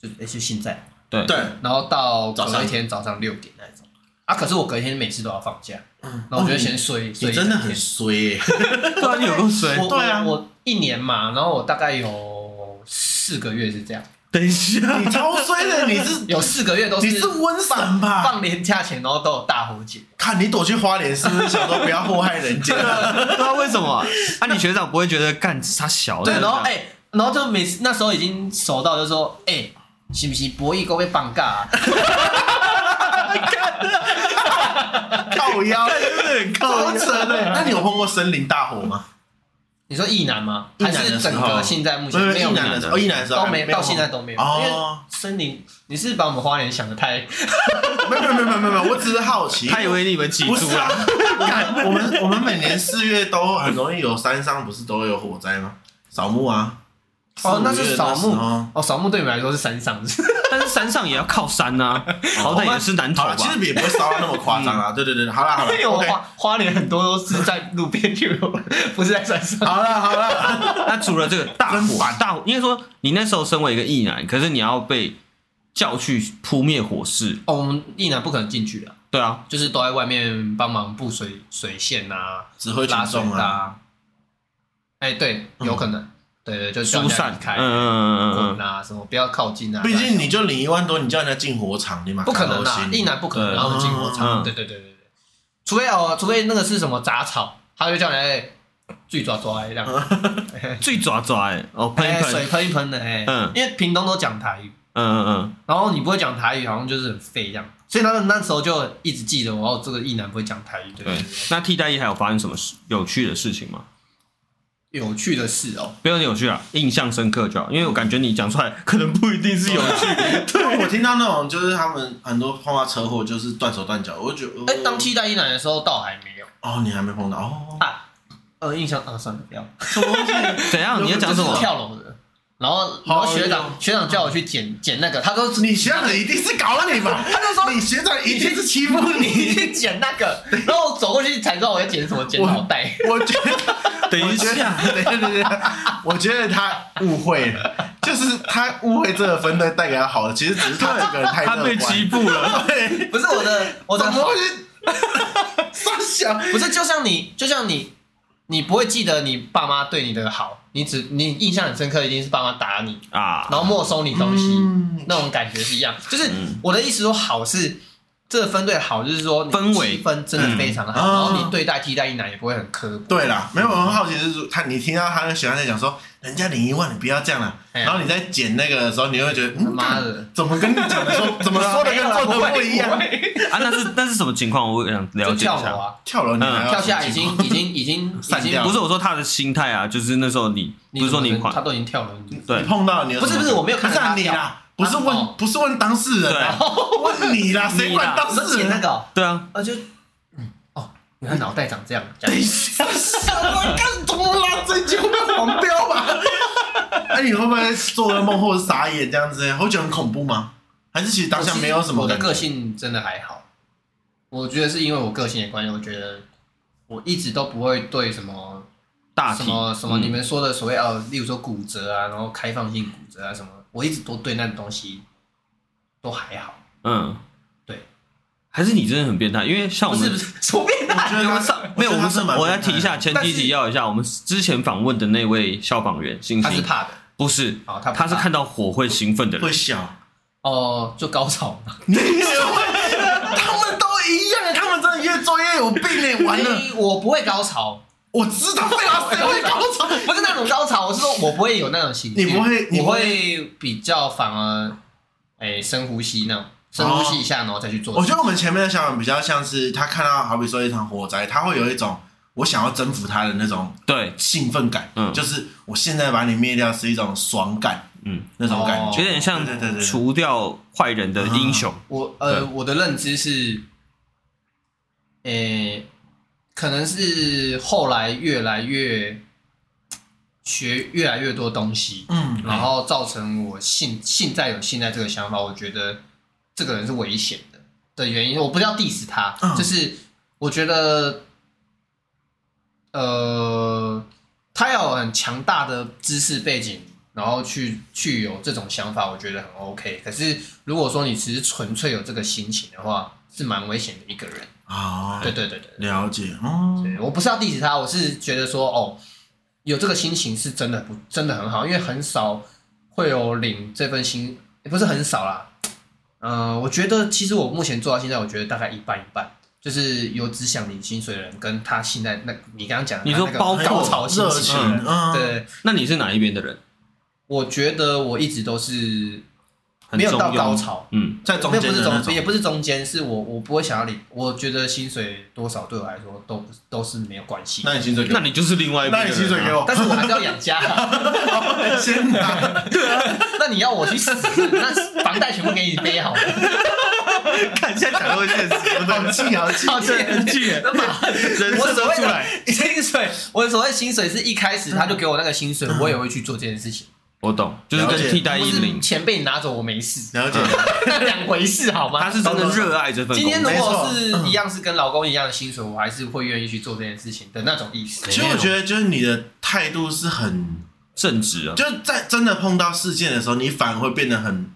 Speaker 3: 就是、诶就现在，
Speaker 1: 对
Speaker 2: 对，
Speaker 3: 然后到
Speaker 2: 早上
Speaker 3: 隔一天早上六点那一种啊，可是我隔一天每次都要放假，
Speaker 2: 嗯
Speaker 3: 然后我就
Speaker 2: 哦
Speaker 3: 先睡，
Speaker 2: 你
Speaker 3: 睡
Speaker 2: 你
Speaker 3: 一
Speaker 2: 真的
Speaker 3: 整
Speaker 2: 很
Speaker 3: 天
Speaker 2: 衰耶，
Speaker 1: (laughs) 对啊，你有够水。
Speaker 3: 我
Speaker 2: 对啊
Speaker 3: 我我一年嘛，然后我大概有四个月是这样，
Speaker 1: 等一下
Speaker 2: 你，超衰的，你是
Speaker 3: 有四个月都
Speaker 2: 你是瘟神吧？
Speaker 3: 放年假前，然后都有大火警。
Speaker 2: 看你躲去花莲是不是想说不要祸害人
Speaker 3: (laughs)
Speaker 2: 家？
Speaker 1: 不知道为什么 (laughs) 啊？你学长不会觉得干他小的？
Speaker 3: 对，然后哎、然后就每次那时候已经熟到就说，哎、是不是博弈够被绑架、啊？ (laughs)
Speaker 2: 靠腰，
Speaker 1: 对，
Speaker 2: 超扯的。那你有碰过森林大火吗？
Speaker 3: 你说意男吗？
Speaker 2: 意
Speaker 3: 还
Speaker 2: 男的时
Speaker 3: 是
Speaker 2: 候
Speaker 3: 整个现在目前
Speaker 2: 没
Speaker 3: 没
Speaker 2: 有
Speaker 3: 有
Speaker 2: 一男的时候，哦一男的时候
Speaker 3: 都
Speaker 2: 还
Speaker 3: 没
Speaker 2: 有
Speaker 3: 到现在都没有，因为
Speaker 2: 哦，
Speaker 3: 森林，你是把我们花莲想的太
Speaker 2: 没有没有没有没有没有，我只是好奇，
Speaker 1: 他以为你们记
Speaker 2: 不
Speaker 1: 住
Speaker 2: 是啊
Speaker 3: (laughs)
Speaker 1: 了，，
Speaker 2: 干我们我们每年四月都很容易有山上不是都有火灾吗？扫墓啊，
Speaker 3: 哦，那
Speaker 2: 四五
Speaker 3: 是
Speaker 2: 月
Speaker 3: 扫墓
Speaker 2: 时候
Speaker 3: 哦，扫墓对你们来说是山上，是不是
Speaker 1: 但是山上也要靠山 (laughs) 呐、好歹也是南头
Speaker 2: 好
Speaker 1: 吧
Speaker 3: 啊
Speaker 2: 了，。啊其实也不会烧到那么夸张啊
Speaker 3: 嗯
Speaker 2: 啦。对对对，好了好了
Speaker 3: (laughs) 因为我
Speaker 2: ，OK，
Speaker 3: 花花莲很多都是在路边就有， (laughs) 不是在山上。
Speaker 2: 好了好了，
Speaker 3: (laughs)
Speaker 1: 那除了这个大
Speaker 2: 真
Speaker 1: 火，大火应该说你那时候身为一个异男，可是你要被叫去扑灭火势，
Speaker 3: 哦，我们一男不可能进去啊，
Speaker 1: 对啊，
Speaker 3: 就是都在外面帮忙布水水线啊，
Speaker 2: 指挥群
Speaker 3: 拉水
Speaker 2: 众
Speaker 3: 的
Speaker 2: 啊，
Speaker 3: 啊。哎，对，有可能，对对，就
Speaker 1: 嗯疏
Speaker 3: 叫人家
Speaker 1: 散
Speaker 3: 离，开
Speaker 1: 嗯嗯嗯嗯
Speaker 3: 滚
Speaker 1: 嗯，
Speaker 3: 啊，什么不要靠近啊。
Speaker 2: 毕竟你就领一万多，你叫人家进火场，你嘛
Speaker 3: 不可能
Speaker 2: 开
Speaker 3: 啊，
Speaker 2: 心
Speaker 3: 一男不可能
Speaker 1: 对
Speaker 3: 让我们进火
Speaker 1: 嗯
Speaker 3: 场。对对对对对，除非哦，除非那个是什么杂草，他就叫你哎，自己抓抓哎这样，
Speaker 1: 最抓抓哎、欸，哦嗯喷
Speaker 3: 哎
Speaker 1: 一喷，
Speaker 3: 水喷一喷的哎
Speaker 1: 嗯，
Speaker 3: 因为屏东都讲台语，
Speaker 1: 嗯嗯嗯，
Speaker 3: 然后你不会讲台语，好像就是很废这样。所以他们那时候就一直记得我，哦，这个一男不会讲台语，对对
Speaker 1: 对
Speaker 3: 对。。
Speaker 1: 那替代役还有发生什么事有趣的事情吗？
Speaker 3: 有趣的事哦，
Speaker 1: 不要有趣啊，印象深刻就好，因为我感觉你讲出来可能不一定是有趣。 (laughs)
Speaker 2: 因为我听到那种就是他们很多碰到车祸就是断手断脚，我就觉得
Speaker 3: 哎，当替代一男的时候倒还没有
Speaker 2: 哦，你还没碰到哦，
Speaker 3: 啊，呃，印象啊，算了，不要。
Speaker 2: 什么东西？
Speaker 1: 怎样？你要讲什
Speaker 3: 就是
Speaker 1: 么？
Speaker 3: 跳楼的，然后然后学
Speaker 2: 哦
Speaker 3: 长学长叫我去捡捡那个，他说
Speaker 2: 你学长一定是搞了你吧？他就说你学长一定是欺负
Speaker 3: 你
Speaker 1: (laughs)
Speaker 2: 你。
Speaker 3: (laughs) 去捡那个，然后我走过去才知道我要捡什么，捡脑袋。
Speaker 2: 我觉得，
Speaker 1: 等一下，
Speaker 2: 我觉得，等一下，等一下，我觉得他误会了，就是他误会这个分队带给他好的，其实只是他这个人太
Speaker 1: 他
Speaker 2: 乐
Speaker 1: 被
Speaker 2: 观。
Speaker 1: 欺负了。
Speaker 2: 对，
Speaker 3: 不是我 (laughs) 的，我
Speaker 2: 怎
Speaker 3: 的
Speaker 2: 么会是？三小，
Speaker 3: 不是就像你，就像你，你不会记得你爸妈对你的好，你只你印象很深刻，一定是爸妈打你，
Speaker 1: 啊，
Speaker 3: 然后没收你东西，
Speaker 2: 嗯
Speaker 3: 那种感觉是一样。就是
Speaker 1: 嗯
Speaker 3: 我的意思说，好是这个分队好，就是说你
Speaker 1: 氛围
Speaker 3: 气氛真的非常的好，
Speaker 2: 嗯
Speaker 3: 然
Speaker 2: 啊
Speaker 3: 后你对待替代一男也不会很刻薄。
Speaker 2: 对啦，没有，我很好奇就是他，你听到他跟学长在讲说，人家领一万，你不要这样啦。
Speaker 3: 哎呀
Speaker 2: 然后你在剪那个的时候，你会觉得，
Speaker 3: 他
Speaker 2: 嗯，
Speaker 3: 妈的，哎
Speaker 2: 怎么跟你讲的说，怎么
Speaker 3: 啊
Speaker 2: 说
Speaker 3: (laughs)
Speaker 2: 的跟做的不一样？
Speaker 1: 啊，那是那是什么情况？我想了解
Speaker 3: 就
Speaker 1: 一
Speaker 3: 跳楼
Speaker 1: 下。
Speaker 3: 啊，
Speaker 2: 跳楼你还要
Speaker 3: 跳下
Speaker 2: 申
Speaker 3: 已
Speaker 2: 请
Speaker 3: 经
Speaker 2: 吗
Speaker 3: 已经已经已
Speaker 2: 散
Speaker 3: 经
Speaker 2: 掉
Speaker 1: 不是我说他的心态啊，就是那时候你不是说你
Speaker 3: 他
Speaker 1: 还
Speaker 3: 都已经跳了，你
Speaker 1: 对
Speaker 2: 你碰到你有
Speaker 3: 不是
Speaker 2: 什么
Speaker 3: 不是我没有看
Speaker 2: 不是啊
Speaker 3: 他
Speaker 2: 你
Speaker 3: 跳
Speaker 2: 啦，不是
Speaker 3: 他
Speaker 2: 问
Speaker 3: 哦
Speaker 2: 不是问当事人啊，问你啦，谁管当
Speaker 3: 你说
Speaker 2: 事人
Speaker 3: 捡那
Speaker 2: 啊？
Speaker 3: 个哦
Speaker 1: 对啊，
Speaker 3: 啊就嗯哦，你看脑袋长 (laughs) 这样，这
Speaker 2: 等
Speaker 3: 样
Speaker 2: 一下，我干怎么啦？这就会黄标吧？那哎你会不会做噩梦或者傻眼这样子？会觉得很恐怖吗？还是其实当下没有什么
Speaker 3: 我的
Speaker 2: 感
Speaker 3: 个
Speaker 2: 觉？
Speaker 3: 性真的还好，我觉得是因为我个性的关系，我觉得我一直都不会对什么
Speaker 1: 大
Speaker 3: 什
Speaker 1: 体
Speaker 3: 么什么
Speaker 1: 嗯
Speaker 3: 你们说的所谓呃，例如说骨折啊，然后开放性骨折啊什么，我一直都对那种东西都还好，
Speaker 1: 嗯，
Speaker 3: 对，
Speaker 1: 还是你真的很变态，因为像我
Speaker 3: 不是不
Speaker 1: 们
Speaker 2: (laughs)
Speaker 3: 是，说变
Speaker 2: 我觉
Speaker 3: 态，
Speaker 1: 我
Speaker 2: 得他
Speaker 1: 们
Speaker 3: (laughs)
Speaker 1: 上没有，我
Speaker 2: 觉得他
Speaker 1: 们
Speaker 2: 是
Speaker 1: 上
Speaker 2: 蛮
Speaker 1: 我要
Speaker 2: 变态
Speaker 1: 提一下
Speaker 2: 的
Speaker 1: 前提
Speaker 3: 但是
Speaker 1: 提要一下，我们之前访问的那位消防员星
Speaker 3: 他是
Speaker 1: 星，
Speaker 3: 怕的，
Speaker 1: 不是
Speaker 3: 哦他不
Speaker 1: 他是
Speaker 3: 怕
Speaker 1: 看到火会兴奋的人
Speaker 2: 会，
Speaker 3: (laughs)
Speaker 2: 笑，
Speaker 3: 哦，就高潮嘛。
Speaker 2: 你也会， (laughs) 他们都一样，啊他们真的越做越有病
Speaker 3: (laughs)
Speaker 2: 嘞！完了，
Speaker 3: 哎我不会高潮，
Speaker 2: 我知道，废话，谁 (laughs) 会高潮？
Speaker 3: (laughs) 不是那种高潮，我是说我不会有那种情绪，
Speaker 2: 你不会你
Speaker 3: 我
Speaker 2: 不
Speaker 3: 会比较反而，哎、深呼吸那种，深呼吸一下，然后再去做。
Speaker 2: 我觉得我们前面的想法比较像是他看到好比说一场火灾，他会有一种我想要征服他的那种
Speaker 1: 对，
Speaker 2: 兴奋感，
Speaker 1: 嗯
Speaker 2: 就是我现在把你灭掉是一种爽感，
Speaker 1: 嗯，
Speaker 2: 那种感
Speaker 3: 哦
Speaker 2: 觉。
Speaker 1: 有点像
Speaker 2: 对对对对
Speaker 1: 除掉坏人的英雄，
Speaker 3: 我呃，
Speaker 1: 对
Speaker 3: 我的认知是，哎、可能是后来越来越学越来越多东西，
Speaker 2: 嗯，
Speaker 3: 然后造成我现现在有现在这个想法，我觉得这个人是危险的的原因，我不是要 diss 他，
Speaker 2: 嗯
Speaker 3: 就是我觉得，呃，他要有很强大的知识背景，然后去去有这种想法，我觉得很 OK。可是如果说你只是纯粹有这个心情的话，是蛮危险的一个人。
Speaker 2: 啊，
Speaker 3: 对对对对，
Speaker 2: 了解，哦，
Speaker 3: 对我不是要 diss 他，我是觉得说哦，有这个心情是真的不真的很好，因为很少会有领这份薪，也不是很少啦。呃，我觉得其实我目前做到现在，我觉得大概一半一半，就是有只想领薪水的人，跟他现在那你刚刚讲的
Speaker 1: 你说
Speaker 3: 他那个
Speaker 1: 包
Speaker 2: 哦
Speaker 1: 括
Speaker 3: 高潮心
Speaker 2: 热
Speaker 3: 情
Speaker 2: 情，，嗯，
Speaker 3: 对，
Speaker 1: 那你是哪一边的人？
Speaker 3: 我觉得我一直都是
Speaker 1: 很
Speaker 3: 没有到
Speaker 1: 中庸
Speaker 3: 高，潮，
Speaker 1: 嗯，
Speaker 2: 在中
Speaker 3: 没有
Speaker 2: 间
Speaker 3: 不是
Speaker 2: 的那
Speaker 3: 中，
Speaker 2: 种
Speaker 3: 也不是中间，是我我不会想要领，我觉得薪水多少对我来说都不都是没有关系的。
Speaker 2: 那你薪水给
Speaker 1: 那
Speaker 2: 我，
Speaker 1: 你就是另外一边
Speaker 2: 那
Speaker 1: 的人
Speaker 2: 你
Speaker 1: 啊，
Speaker 2: 薪水给我，
Speaker 3: 但是我还是要养
Speaker 1: (laughs)
Speaker 3: 家、
Speaker 2: 先拿，
Speaker 1: 啊
Speaker 3: 那你要我去死，那房贷全部给你背好了，
Speaker 2: (laughs) 看现在讲到现实，好气
Speaker 1: 啊
Speaker 2: 好气，
Speaker 3: 好气
Speaker 1: 很气耶
Speaker 3: 那马
Speaker 1: 人
Speaker 3: 我
Speaker 1: 设
Speaker 3: 所
Speaker 1: 都
Speaker 3: 谓
Speaker 1: 出来，嗯
Speaker 3: 的薪水，我所谓薪水是一开始他就给我那个薪水，我也会去做这件事情。
Speaker 1: 我懂，就是
Speaker 2: 了
Speaker 1: 跟
Speaker 2: 解
Speaker 1: 替代
Speaker 3: 不
Speaker 1: 医
Speaker 3: 是
Speaker 1: 龄，
Speaker 3: 钱被你拿走我没事， (laughs)
Speaker 2: 了解，
Speaker 3: 那两回事好
Speaker 1: 他
Speaker 3: 吗？
Speaker 1: 是真的热爱这份
Speaker 3: 今
Speaker 1: 工
Speaker 3: 天如
Speaker 1: 作。
Speaker 2: 没
Speaker 3: 果是
Speaker 2: 错
Speaker 3: 一样是跟老公一样的薪水，我还是会愿意去做这件事情的那种意思。
Speaker 2: 其实我觉得就是你的态度是很，
Speaker 1: 正直啊，
Speaker 2: 就是在真的碰到事件的时候，你反而会变得很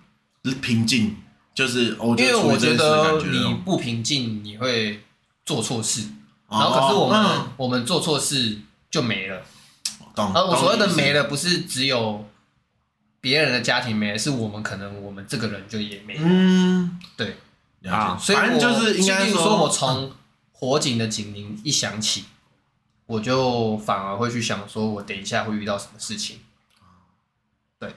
Speaker 2: 平静。就是哦我觉
Speaker 3: 因为
Speaker 2: 得处
Speaker 3: 我
Speaker 2: 理这
Speaker 3: 觉
Speaker 2: 件事的
Speaker 3: 得
Speaker 2: 感觉
Speaker 3: 你
Speaker 2: 哦，
Speaker 3: 不平静，你会做错事，然后可是我们、
Speaker 2: 哦
Speaker 3: 我们做错事就没了。
Speaker 2: 嗯懂，
Speaker 3: 而呃我所谓的
Speaker 2: 懂你意思
Speaker 3: 没了，不是只有别人的家庭没了，是我们可能我们这个人就也没了。
Speaker 2: 嗯，
Speaker 3: 对，
Speaker 2: 了解
Speaker 3: 啊所以
Speaker 2: 反
Speaker 3: 我
Speaker 2: 正就是应该
Speaker 3: 例如说，我从火警的警铃一响起，我就反而会去想，说我等一下会遇到什么事情。对，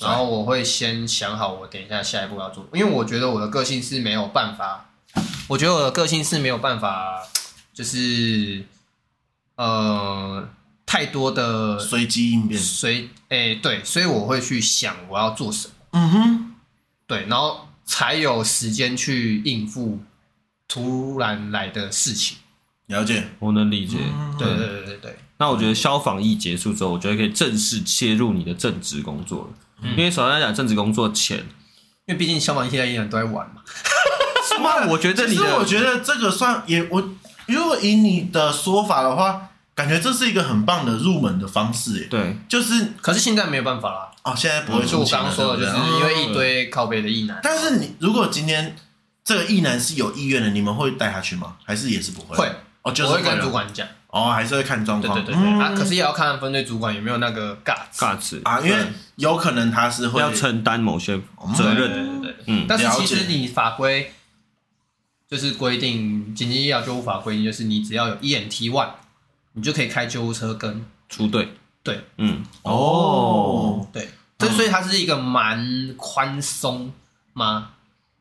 Speaker 3: 然后我会先想好我等一下下一步要做，因为我觉得我的个性是没有办法，我觉得我的个性是没有办法，就是呃太多的
Speaker 2: 随机应变。
Speaker 3: 随诶、对，所以我会去想我要做什么。
Speaker 2: 嗯哼，
Speaker 3: 对，然后才有时间去应付突然来的事情。
Speaker 2: 了解。
Speaker 1: 我能理解。
Speaker 3: 嗯对对对对对，
Speaker 1: 那我觉得消防役结束之后，我觉得可以正式切入你的正职工作了。
Speaker 3: 嗯
Speaker 1: 因为首先来讲，正职工作前，
Speaker 3: 因为毕竟消防现在依然都在玩嘛。
Speaker 1: 那我觉得
Speaker 2: 其
Speaker 1: 你
Speaker 2: 实我
Speaker 1: 的
Speaker 2: 觉得这个算也我，如果以你的说法的话，感觉这是一个很棒的入门的方式耶。
Speaker 1: 对
Speaker 2: 就是
Speaker 3: 可是现在没有办法啦，
Speaker 2: 哦，现在不会
Speaker 3: 就
Speaker 2: 出
Speaker 3: 我
Speaker 2: 勤
Speaker 3: 刚
Speaker 2: 了
Speaker 3: 刚说的，就
Speaker 2: 对
Speaker 3: 是
Speaker 2: 不对
Speaker 3: 因为一堆靠背的异男，
Speaker 2: 但是你如果今天这个意男是有意愿的，你们会带他去吗？还是也是不会？
Speaker 3: 会，
Speaker 2: 哦，就是
Speaker 3: 我会跟
Speaker 2: 了
Speaker 3: 主管讲。
Speaker 2: 哦，还是会看状
Speaker 3: 对
Speaker 2: 况。
Speaker 3: 对对对，
Speaker 2: 嗯
Speaker 3: 啊，可是也要看分队主管有没有那个 guts。
Speaker 1: 尬词
Speaker 2: 啊，因为有可能他是会
Speaker 1: 要承担某些责
Speaker 3: 对对
Speaker 1: 任。
Speaker 3: 对对对。
Speaker 1: 嗯，
Speaker 3: 但是其
Speaker 2: 了解
Speaker 3: 实你法规就是规定，紧急医疗救护法规定，就是你只要有 EMT one，你就可以开救护车跟
Speaker 1: 出队。
Speaker 3: 对，
Speaker 1: 嗯，
Speaker 3: (laughs)
Speaker 2: 哦，
Speaker 3: 对，这所以它是一个蛮宽松吗？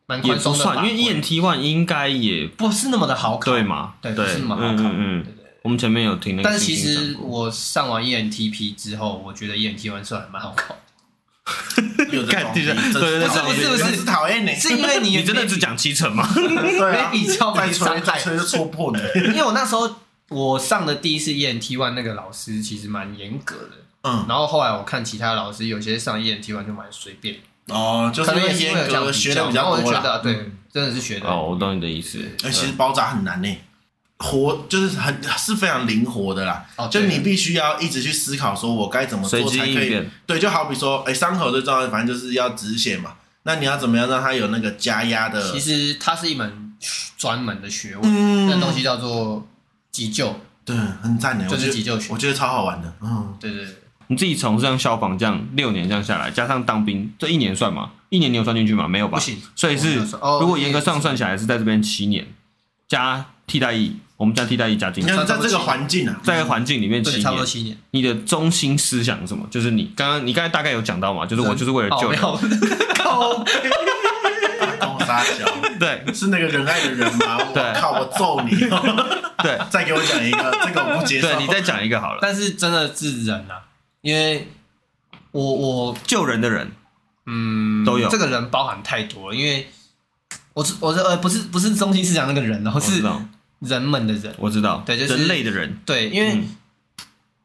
Speaker 3: 蛮
Speaker 1: 也
Speaker 3: 宽
Speaker 1: 不
Speaker 3: 松的法
Speaker 1: 算，
Speaker 3: 规，
Speaker 1: 因为 E EMT one 应该也
Speaker 3: 不是那么的好考。
Speaker 1: 对嘛？
Speaker 3: 对
Speaker 1: 对，
Speaker 3: 不是那
Speaker 1: 嗯
Speaker 3: 么好
Speaker 1: 嗯
Speaker 3: 考
Speaker 1: 嗯
Speaker 3: 对对
Speaker 1: 嗯，我们前面有听那个
Speaker 3: 但是
Speaker 1: 星
Speaker 3: 其
Speaker 1: 星讲过，
Speaker 3: 实我上完 E ENTP 之后，我觉得 E ENT 完算还蛮好 (laughs) 考的，
Speaker 2: 有这种
Speaker 1: 干地下对对对
Speaker 2: 真
Speaker 3: 是不是
Speaker 2: 真讨厌你？
Speaker 3: 是因为你
Speaker 1: 你真的只
Speaker 3: 没
Speaker 1: 讲七成吗？
Speaker 2: 对啊
Speaker 3: 没比较
Speaker 2: 再
Speaker 3: 没
Speaker 2: 吹
Speaker 3: 伤
Speaker 2: 再
Speaker 3: 害，
Speaker 2: 吹就戳
Speaker 3: (laughs)
Speaker 2: 破你。
Speaker 3: 因为我那时候我上的第一次 ENT one 那个老师其实蛮严格的，
Speaker 2: 嗯，
Speaker 3: 然后后来我看其他老师有些上 ENT one 就蛮随便，
Speaker 2: 哦，就
Speaker 3: 可
Speaker 2: 是
Speaker 3: 能
Speaker 2: 因
Speaker 3: 也
Speaker 2: 为
Speaker 3: 是因
Speaker 2: 严
Speaker 3: 为有这样
Speaker 2: 格
Speaker 3: 比
Speaker 2: 学的
Speaker 3: 较，
Speaker 2: 比
Speaker 3: 然
Speaker 2: 较
Speaker 3: 后我就
Speaker 2: 多
Speaker 3: 觉
Speaker 2: 啦。嗯
Speaker 3: 得对，真的是学的
Speaker 1: 哦，我懂你的意思。
Speaker 2: 哎、其实包扎很难呢、活就是很是非常灵活的啦，
Speaker 3: 哦对
Speaker 2: 就你必须要一直去思考，说我该怎么做
Speaker 1: 随机
Speaker 2: 才可
Speaker 1: 应
Speaker 2: 以
Speaker 1: 变。
Speaker 2: 对，就好比说，哎、伤口最重要的，反正就是要止血嘛。那你要怎么样让它有那个加压的？
Speaker 3: 其实它是一门专门的学问，
Speaker 2: 嗯
Speaker 3: 那东西叫做急救。
Speaker 2: 对，很赞欸的、我
Speaker 3: 就是
Speaker 2: 觉得
Speaker 3: 急救学
Speaker 2: 我觉得超好玩的。嗯，
Speaker 3: 对对对，
Speaker 1: 你自己从像消防这样六年这样下来，加上当兵这一年算吗？一年你有算进去吗？没有吧？
Speaker 3: 不行
Speaker 1: 所以是
Speaker 3: 我没有算哦
Speaker 1: 如果严格上算下来是在这边七年，加替代役，我们加替代役加进
Speaker 2: 你
Speaker 1: 去，
Speaker 2: 看在
Speaker 3: 差不多
Speaker 2: 这个
Speaker 3: 七
Speaker 2: 环境啊，
Speaker 1: 在环境里面七
Speaker 3: 对，差不多
Speaker 1: 年，
Speaker 3: 七年。
Speaker 1: 你的中心思想是什么？就是你刚刚你刚才大概有讲到嘛，就是我就是为了救人，
Speaker 3: 哦没有 (laughs) 靠
Speaker 2: 打工撒娇，
Speaker 1: 对
Speaker 2: 是那个仁爱的人
Speaker 3: (laughs)
Speaker 2: 吗？我
Speaker 1: 对
Speaker 2: 靠，我揍你！
Speaker 1: 对
Speaker 2: 再给我讲一个，这个我不接受。
Speaker 1: 对，你再讲一个
Speaker 3: (laughs)
Speaker 1: 好了，
Speaker 3: 但是真的是人啊，因为我我
Speaker 1: 救人的人
Speaker 3: 嗯
Speaker 1: 都有
Speaker 3: 这个人包含太多了，因为我是我是呃不是不是中心思想那个人哦，
Speaker 1: 我知
Speaker 3: 是
Speaker 1: 道，
Speaker 3: 人们的人。
Speaker 1: 我知道，
Speaker 3: 对就是
Speaker 1: 人类的人，
Speaker 3: 对，因为
Speaker 1: 嗯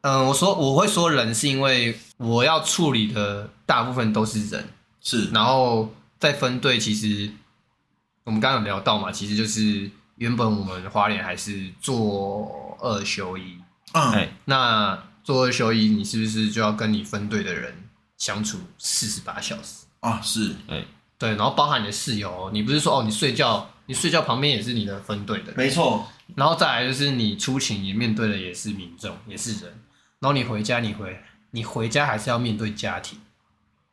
Speaker 3: 嗯、呃我说我会说人是因为我要处理的大部分都是人，
Speaker 2: 是
Speaker 3: 然后再分队，其实我们刚刚有聊到嘛，其实就是原本我们花莲还是做二休一，
Speaker 2: 嗯，
Speaker 1: 哎
Speaker 3: 那做二休一，你是不是就要跟你分队的人相处四十八小时？
Speaker 2: 哦，是
Speaker 3: 对，然后包含你的室友，你不是说哦，你睡觉，你睡觉旁边也是你的分队的人，
Speaker 2: 没错。
Speaker 3: 然后再来就是你出勤，你面对的也是民众，也是人，然后你回家，你回你回家还是要面对家庭，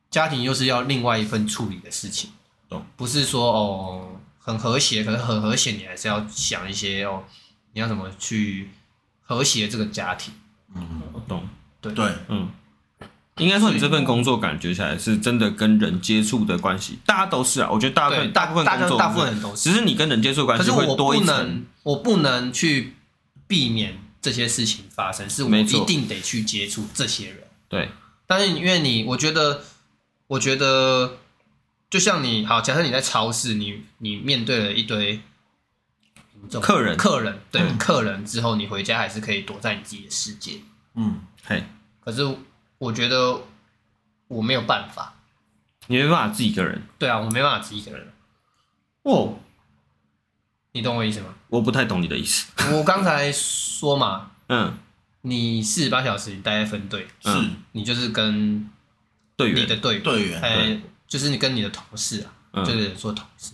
Speaker 3: 家庭又是要另外一份处理的事情，
Speaker 1: 懂
Speaker 3: 不是说哦很和谐，可是很和谐，你还是要想一些哦，你要怎么去和谐这个家庭，
Speaker 1: 我懂，
Speaker 2: 嗯对，
Speaker 1: 嗯。应该说，你这份工作感觉起来是真的跟人接触的关系，大家都是啊。我觉得大部
Speaker 3: 对，
Speaker 1: 分大部分
Speaker 3: 大
Speaker 1: 工
Speaker 3: 家
Speaker 1: 作
Speaker 3: 大部分人都是
Speaker 1: 只，是你跟人接触的关
Speaker 3: 可
Speaker 1: 系
Speaker 3: 是
Speaker 1: 会
Speaker 3: 我
Speaker 1: 多
Speaker 3: 不
Speaker 1: 一层
Speaker 3: 能，我不能去避免这些事情发生，是我
Speaker 1: 没
Speaker 3: 一
Speaker 1: 错
Speaker 3: 定得去接触这些人。
Speaker 1: 对，
Speaker 3: 但是因为你，我觉得，我觉得，就像你好，假设你在超市，你你面对了一堆民众
Speaker 1: 客人
Speaker 3: 客人对、
Speaker 1: 嗯
Speaker 3: 客人之后，你回家还是可以躲在你自己的世界。
Speaker 2: 嗯，
Speaker 1: 嘿，
Speaker 3: 可是我觉得我没有办法。
Speaker 1: 你没办法自己一个人。
Speaker 3: 对啊，我没办法自己一个人，
Speaker 1: 哦，
Speaker 3: 你懂我意思吗？
Speaker 1: 我不太懂你的意思。
Speaker 3: 我刚才说嘛，
Speaker 1: 嗯，
Speaker 3: 你四十八小时你待在分队，
Speaker 2: 是
Speaker 1: 嗯
Speaker 3: 你就是跟
Speaker 1: 队
Speaker 3: 你的
Speaker 1: 员，
Speaker 3: 队员，
Speaker 2: 队员，
Speaker 3: 哎、就是你跟你的同事啊，
Speaker 1: 嗯，
Speaker 3: 就
Speaker 1: 对
Speaker 3: 是说同事，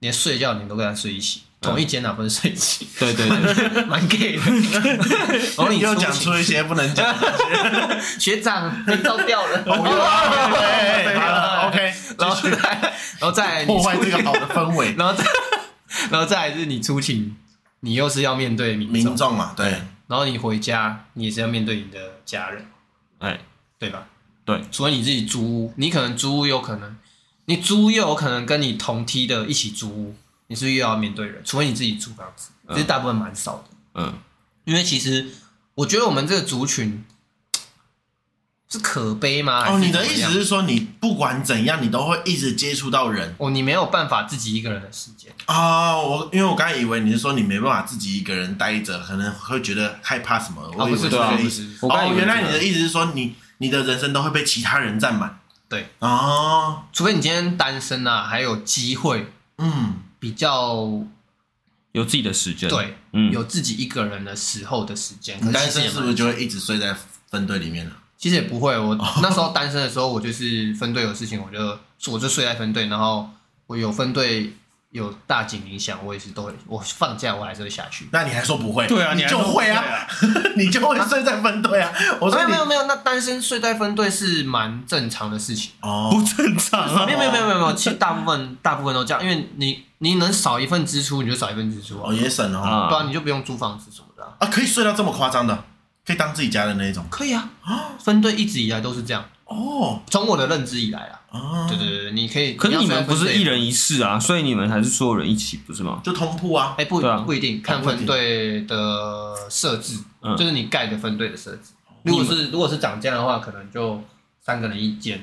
Speaker 3: 连睡觉你都跟他睡一起，同一
Speaker 2: 嗯
Speaker 3: 间啊，不是睡一起， (laughs)
Speaker 1: 对对，
Speaker 3: 蛮
Speaker 2: (laughs)
Speaker 3: gay 的。
Speaker 2: 然后你就
Speaker 3: 出
Speaker 2: 讲
Speaker 3: 勤
Speaker 2: 出一些不能讲。
Speaker 3: 学长被招掉了，
Speaker 2: 哦
Speaker 3: 好
Speaker 2: 哎好了，OK，
Speaker 3: 然后再来，然后再来你
Speaker 2: 破坏
Speaker 3: 出
Speaker 2: 这个好的氛围。
Speaker 3: 然后再然后再来是你出勤，你又是要面对 (laughs) 民众啊
Speaker 2: 民，众嘛，对，
Speaker 3: 然后你回家，你也是要面对你的家人，
Speaker 1: 哎，
Speaker 3: 对吧？
Speaker 1: 对，
Speaker 3: 除了你自己租屋，你可能租屋有可能，你租屋又有可能跟你同梯的一起租屋，你是不是又要面对人，除非你自己租房子，
Speaker 1: 嗯
Speaker 3: 其实大部分蛮少的。
Speaker 1: 嗯，
Speaker 3: 因为其实我觉得我们这个族群是可悲吗？还
Speaker 2: 哦，
Speaker 3: 是
Speaker 2: 你的
Speaker 3: 怎么
Speaker 2: 意思
Speaker 3: 样
Speaker 2: 是说，你不管怎样，你都会一直接触到人
Speaker 3: 哦，你没有办法自己一个人的时间。
Speaker 2: 啊、我因为我刚才以为你是说你没办法自己一个人待着，可能会觉得害怕什么。
Speaker 3: 哦，
Speaker 2: 我以为
Speaker 3: 不是，
Speaker 2: 这
Speaker 1: 对啊
Speaker 2: 个
Speaker 3: 不是
Speaker 2: 意
Speaker 3: 不
Speaker 2: 思。
Speaker 3: 是，
Speaker 1: 我刚
Speaker 2: 哦
Speaker 1: 以，为
Speaker 2: 原来
Speaker 1: 这
Speaker 2: 你
Speaker 1: 个
Speaker 2: 的意思是说你你的人生都会被其他人占满。
Speaker 3: 对。
Speaker 2: 哦，
Speaker 3: 除非你今天单身啊，还有机会
Speaker 2: 嗯，
Speaker 3: 比较
Speaker 1: 有自己的时间，，
Speaker 3: 对，
Speaker 1: 嗯，
Speaker 3: 有自己一个人的时候的时间。
Speaker 2: 你
Speaker 3: 可
Speaker 2: 单
Speaker 3: 其实
Speaker 2: 身
Speaker 3: 也
Speaker 2: 是
Speaker 3: 蛮
Speaker 2: 不是就会一直睡在分队里面了？
Speaker 3: 其实也不会，我那时候单身的时候，我就是分队有事情，我就我就睡在分队，然后我有分队有大景影响，我也是都会，我放假我还是会下去。
Speaker 2: 那你还说不会？
Speaker 1: 对啊
Speaker 2: 你
Speaker 1: 你还
Speaker 2: 就
Speaker 1: 说
Speaker 2: 会
Speaker 1: 不会
Speaker 2: 啊 (laughs)
Speaker 1: 啊，
Speaker 2: 你就会睡在分队啊。我
Speaker 3: 没
Speaker 2: 说
Speaker 3: 有
Speaker 2: 你
Speaker 3: 没有没有，那单身睡在分队是蛮正常的事情。
Speaker 2: 哦，
Speaker 1: 不正常啊
Speaker 3: 没。有没有没有没有没有，其实大部分大部分都这样，因为你你能少一份支出，你就少一份支出啊
Speaker 2: 哦，，也省哦。
Speaker 3: 对啊，
Speaker 1: 啊，
Speaker 3: 你就不用租房子什么的啊、
Speaker 2: 啊，可以睡到这么夸张的，可以当自己家的那一种。
Speaker 3: 可以啊，分队一直以来都是这样，
Speaker 2: 哦，
Speaker 3: 从我的认知以来啊，
Speaker 2: 啊，
Speaker 3: 对对对对，你可以。
Speaker 1: 可是
Speaker 3: 要
Speaker 1: 你
Speaker 3: 睡
Speaker 1: 们
Speaker 3: 在
Speaker 1: 不
Speaker 3: 分队
Speaker 1: 是一人一室啊，所以你们还是所有人一起，不是吗？
Speaker 2: 就通铺啊。
Speaker 3: 哎、不、
Speaker 1: 对啊
Speaker 3: 不一定，看分队的设置，
Speaker 1: 嗯
Speaker 3: 就是你盖的分队的设置。如果是如果是长这样的话，可能就三个人一间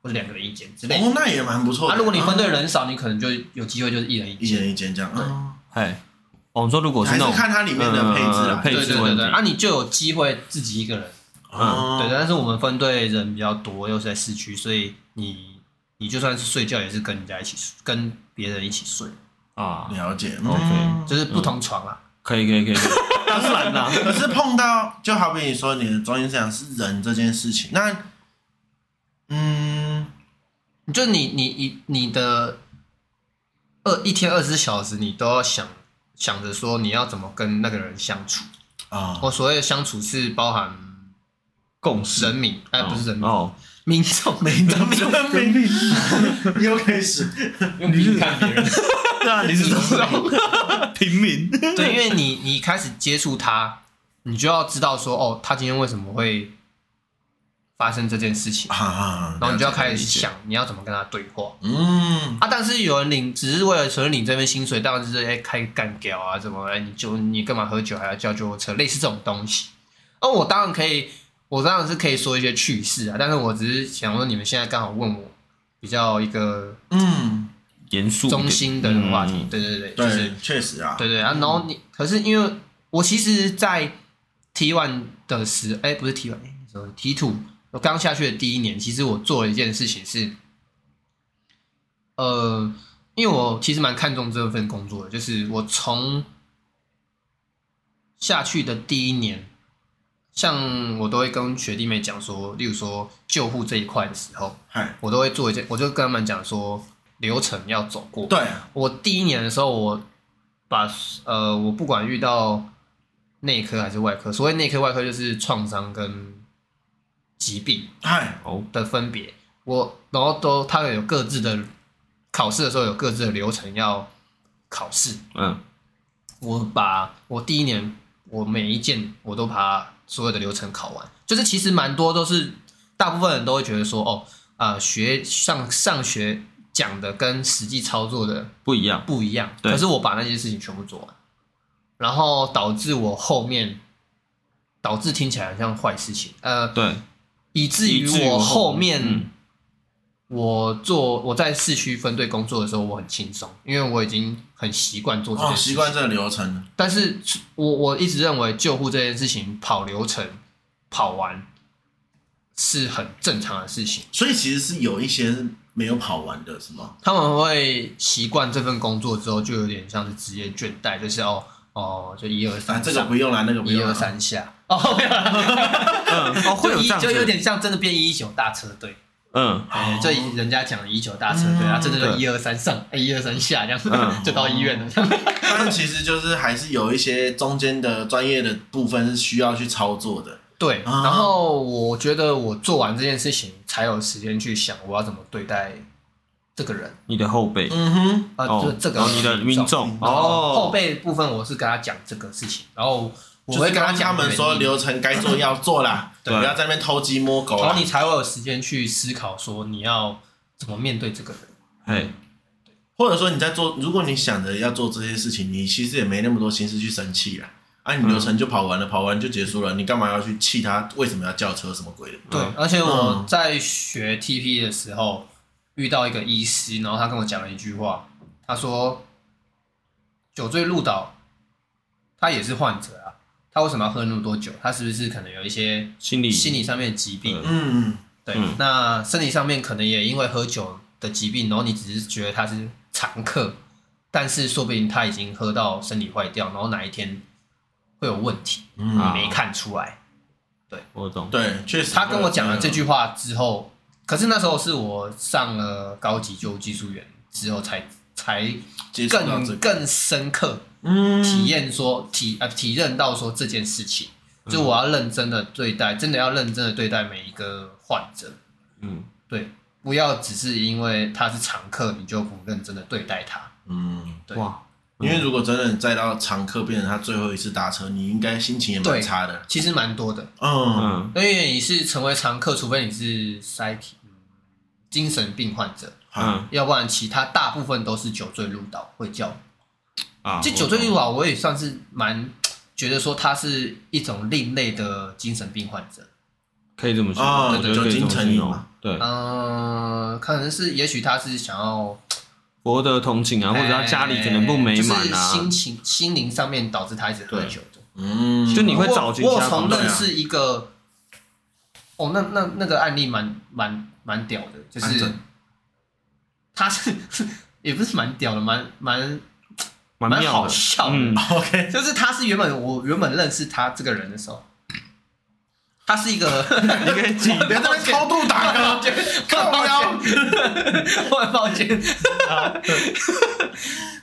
Speaker 3: 或者两个人一间之类的。
Speaker 2: 哦，那也蛮不错的。
Speaker 3: 啊，如果你分队人少，你可能就有机会就是一人一
Speaker 2: 一
Speaker 3: 间。
Speaker 2: 间一间这样，嗯
Speaker 1: 哎，哦，你说如果
Speaker 2: 还
Speaker 1: 那
Speaker 2: 是
Speaker 1: 种
Speaker 2: 看它里面的配置
Speaker 1: 嗯
Speaker 2: 啦。
Speaker 1: 配
Speaker 3: 对对
Speaker 1: 置
Speaker 3: 对
Speaker 1: 问题
Speaker 3: 对，，啊，你就有机会自己一个人。
Speaker 2: 哦
Speaker 3: 对，但是我们分队人比较多，又是在市区，所以你你就算是睡觉也是跟人家一起睡，跟别人一起睡，
Speaker 1: 啊，
Speaker 2: 了解。
Speaker 1: OK
Speaker 2: 嗯
Speaker 3: 就是不同床啊。
Speaker 1: 可以可以可以，可以当然
Speaker 3: (laughs)
Speaker 1: 啦，
Speaker 2: 可是碰到，就好比你说你的中心思想是人这件事情，那嗯，
Speaker 3: 就你你你你的二一天二十四小时，你都要想想着说你要怎么跟那个人相处。
Speaker 2: 啊，
Speaker 3: 我所谓的相处是包含
Speaker 1: 共识
Speaker 3: 人民，哎、不是人民，
Speaker 1: 哦，
Speaker 3: 民众，民 (laughs) 众，民众，
Speaker 2: 命令又开始，
Speaker 3: 用鼻看别人。
Speaker 1: 对啊，你是什么平民？
Speaker 3: (laughs) 对，因为你你开始接触他，你就要知道说哦，他今天为什么会发生这件事情，
Speaker 2: 啊啊，
Speaker 3: 然后你就要开
Speaker 2: 了
Speaker 3: 始
Speaker 2: 解，
Speaker 3: 想你要怎么跟他对话。
Speaker 2: 嗯，
Speaker 3: 啊，但是有人领，只是为了纯领这份薪水，当然是哎开干掉啊，怎么哎你就你干嘛喝酒还要叫救护车，类似这种东西。那、我当然可以，我当然是可以说一些趣事啊，但是我只是想说，你们现在刚好问我比较一个
Speaker 2: 嗯，
Speaker 1: 严肃一点
Speaker 3: (laughs) 中心的话题，
Speaker 1: 嗯
Speaker 3: 对对对，就是
Speaker 2: 对，确实啊，
Speaker 3: 对对啊，然后你可是因为我其实，在 T one 的时，哎，不是 T one，那时候 T two，我刚下去的第一年，其实我做了一件事情是，呃，因为我其实蛮看重这份工作的，就是我从下去的第一年，像我都会跟学弟妹讲说，例如说救护这一块的时候，
Speaker 2: 嗨，
Speaker 3: 我都会做一件，我就跟他们讲说流程要走过，
Speaker 2: 对，
Speaker 3: 我第一年的时候，我把呃，我不管遇到内科还是外科，所谓内科外科就是创伤跟疾病
Speaker 2: 嗨，
Speaker 1: 哦，
Speaker 3: 的分别。我然后都他们有各自的考试的时候有各自的流程要考试。
Speaker 1: 嗯，
Speaker 3: 我把我第一年我每一件我都把所有的流程考完，就是其实蛮多都是大部分人都会觉得说哦啊、学上上学讲的跟实际操作的
Speaker 1: 不一样，
Speaker 3: 不一样。
Speaker 1: 对
Speaker 3: 可是我把那些事情全部做完，然后导致我后面导致听起来很像坏事情，呃，
Speaker 1: 对，
Speaker 3: 以至于
Speaker 1: 以至于
Speaker 3: 我
Speaker 1: 我后
Speaker 3: 后面
Speaker 1: 嗯
Speaker 3: 我做我在市区分队工作的时候，我很轻松，因为我已经很习惯做这
Speaker 2: 哦，
Speaker 3: 件事
Speaker 2: 习
Speaker 3: 情。
Speaker 2: 惯这个流程了，
Speaker 3: 但是我我一直认为救护这件事情跑流程跑完是很正常的事情。
Speaker 2: 所以其实是有一些是没有跑完的，是吗？
Speaker 3: 他们会习惯这份工作之后，就有点像是职业倦怠，就是哦哦，就一二
Speaker 2: 啊，
Speaker 3: 三
Speaker 2: 这
Speaker 3: 上，
Speaker 2: 个不用啦，那个不
Speaker 3: 一
Speaker 2: 用啦
Speaker 3: 二，三下，哦，没有啦 (laughs)
Speaker 1: 嗯，哦，会有这
Speaker 3: 就一
Speaker 1: 样
Speaker 3: 就有
Speaker 1: 子，
Speaker 3: 点像真的变一一九大车队，
Speaker 1: 嗯，
Speaker 3: 哎
Speaker 2: 哦
Speaker 3: 就以人家讲的一九大车队，
Speaker 2: 嗯
Speaker 3: 啊，真的就
Speaker 1: 对
Speaker 3: 一二三上，哎一二三下这
Speaker 1: 嗯
Speaker 3: 样，就到医院了。 (laughs) 这样
Speaker 2: 但其实就是还是有一些中间的专业的部分是需要去操作的。
Speaker 3: 对，
Speaker 2: 啊
Speaker 3: 然后我觉得我做完这件事情，才有时间去想我要怎么对待这个人
Speaker 1: 你的后辈，
Speaker 2: 嗯哼，
Speaker 3: 啊，就
Speaker 1: 哦
Speaker 3: 是，这个
Speaker 1: 然后你的民众，
Speaker 3: 然后
Speaker 1: 哦，
Speaker 3: 后辈部分我是跟他讲这个事情，然后我
Speaker 2: 就是
Speaker 3: 会跟
Speaker 2: 跟他
Speaker 3: 讲
Speaker 2: 们
Speaker 3: 原
Speaker 2: 说
Speaker 3: 因
Speaker 2: 流程该做要做
Speaker 3: (laughs)
Speaker 2: 啦，不
Speaker 1: 对
Speaker 2: 要在那边偷鸡摸狗
Speaker 3: 然
Speaker 2: 啦
Speaker 3: 哦后。你才会有时间去思考说你要怎么面对这个人。
Speaker 1: 哎，
Speaker 2: 或者说你在做，如果你想着要做这些事情，你其实也没那么多心思去生气啦。啊，你流
Speaker 3: 嗯
Speaker 2: 程就跑完了，跑完就结束了，你干嘛要去气他？为什么要叫车？什么鬼的？
Speaker 3: 对
Speaker 1: 嗯，
Speaker 3: 而且我在学 TP 的时候遇到一个医师，然后他跟我讲了一句话，他说：“酒醉入岛，他也是患者啊，他为什么要喝那么多酒？他是不是可能有一些
Speaker 1: 心理，
Speaker 3: 心理上面的疾病？
Speaker 1: 嗯
Speaker 2: 嗯，
Speaker 3: 对，
Speaker 1: 嗯
Speaker 3: 那身体上面可能也因为喝酒的疾病，然后你只是觉得他是常客，但是说不定他已经喝到身体坏掉，然后哪一天会有问题，
Speaker 2: 嗯
Speaker 1: 啊
Speaker 3: 没看出来。”
Speaker 1: 我懂，
Speaker 2: 对，确实。
Speaker 3: 他跟我讲了这句，话之后，可是那时候是我上了高级救护技术员之后才才
Speaker 2: 啊接触到这
Speaker 3: 更
Speaker 2: 个，
Speaker 3: 更深刻
Speaker 2: 嗯
Speaker 3: 体验说体啊体认到说这件事情，
Speaker 2: 嗯
Speaker 3: 就我要认真的对待，真的要认真的对待每一个患者，
Speaker 1: 嗯，
Speaker 3: 对，不要只是因为他是常客你就不认真的对待他，
Speaker 2: 嗯，
Speaker 3: 对
Speaker 1: 哇，
Speaker 2: 因为如果真的载到常客变成他最后一次搭车，你应该心情也蛮
Speaker 3: 对
Speaker 2: 差的。
Speaker 3: 其实蛮多的，
Speaker 2: 嗯，
Speaker 1: 嗯，
Speaker 3: 因为你是成为常客，除非你是 psyche 嗯精神病患者，
Speaker 2: 好，
Speaker 1: 嗯
Speaker 3: 要不然其他大部分都是酒醉入岛会叫。
Speaker 1: 啊，
Speaker 3: 这酒醉入岛，我也算是蛮觉得说它是一种另类的精神病患者。
Speaker 1: 可以这么形容，
Speaker 2: 啊
Speaker 1: 我觉得可以这
Speaker 2: 酒
Speaker 1: 么
Speaker 2: 精成
Speaker 1: 形
Speaker 2: 瘾
Speaker 1: 容
Speaker 2: 嘛，
Speaker 1: 对，
Speaker 3: 啊嗯、可能是也许他是想要，
Speaker 1: 博得同情啊，或者他家里可能不美满
Speaker 3: 哎就是
Speaker 1: 啊
Speaker 3: 心，情心灵上面导致他一直喝酒的。
Speaker 2: 嗯，
Speaker 1: 就你会
Speaker 3: 我
Speaker 1: 找寻
Speaker 3: 我
Speaker 1: 其他
Speaker 3: 从
Speaker 1: 方
Speaker 3: 认
Speaker 1: 面
Speaker 3: 识一个，哦，那那那个案例蛮蛮蛮屌的，就
Speaker 2: 蛮
Speaker 3: 是
Speaker 2: 准
Speaker 3: 他是 (laughs) 也不是蛮屌的，蛮蛮
Speaker 1: 蛮
Speaker 3: 蛮
Speaker 1: 妙
Speaker 3: 好
Speaker 1: 的，
Speaker 3: 笑的。
Speaker 1: 嗯，
Speaker 2: OK，
Speaker 3: 就是他是原本我原本认识他这个人的时候，他是
Speaker 2: (laughs)
Speaker 3: 一个，
Speaker 1: (laughs) 你可以记
Speaker 2: 你在这边超度
Speaker 1: (laughs)
Speaker 2: 打
Speaker 3: 我
Speaker 2: 嗝，
Speaker 3: 很抱歉，我 (laughs) 很抱歉，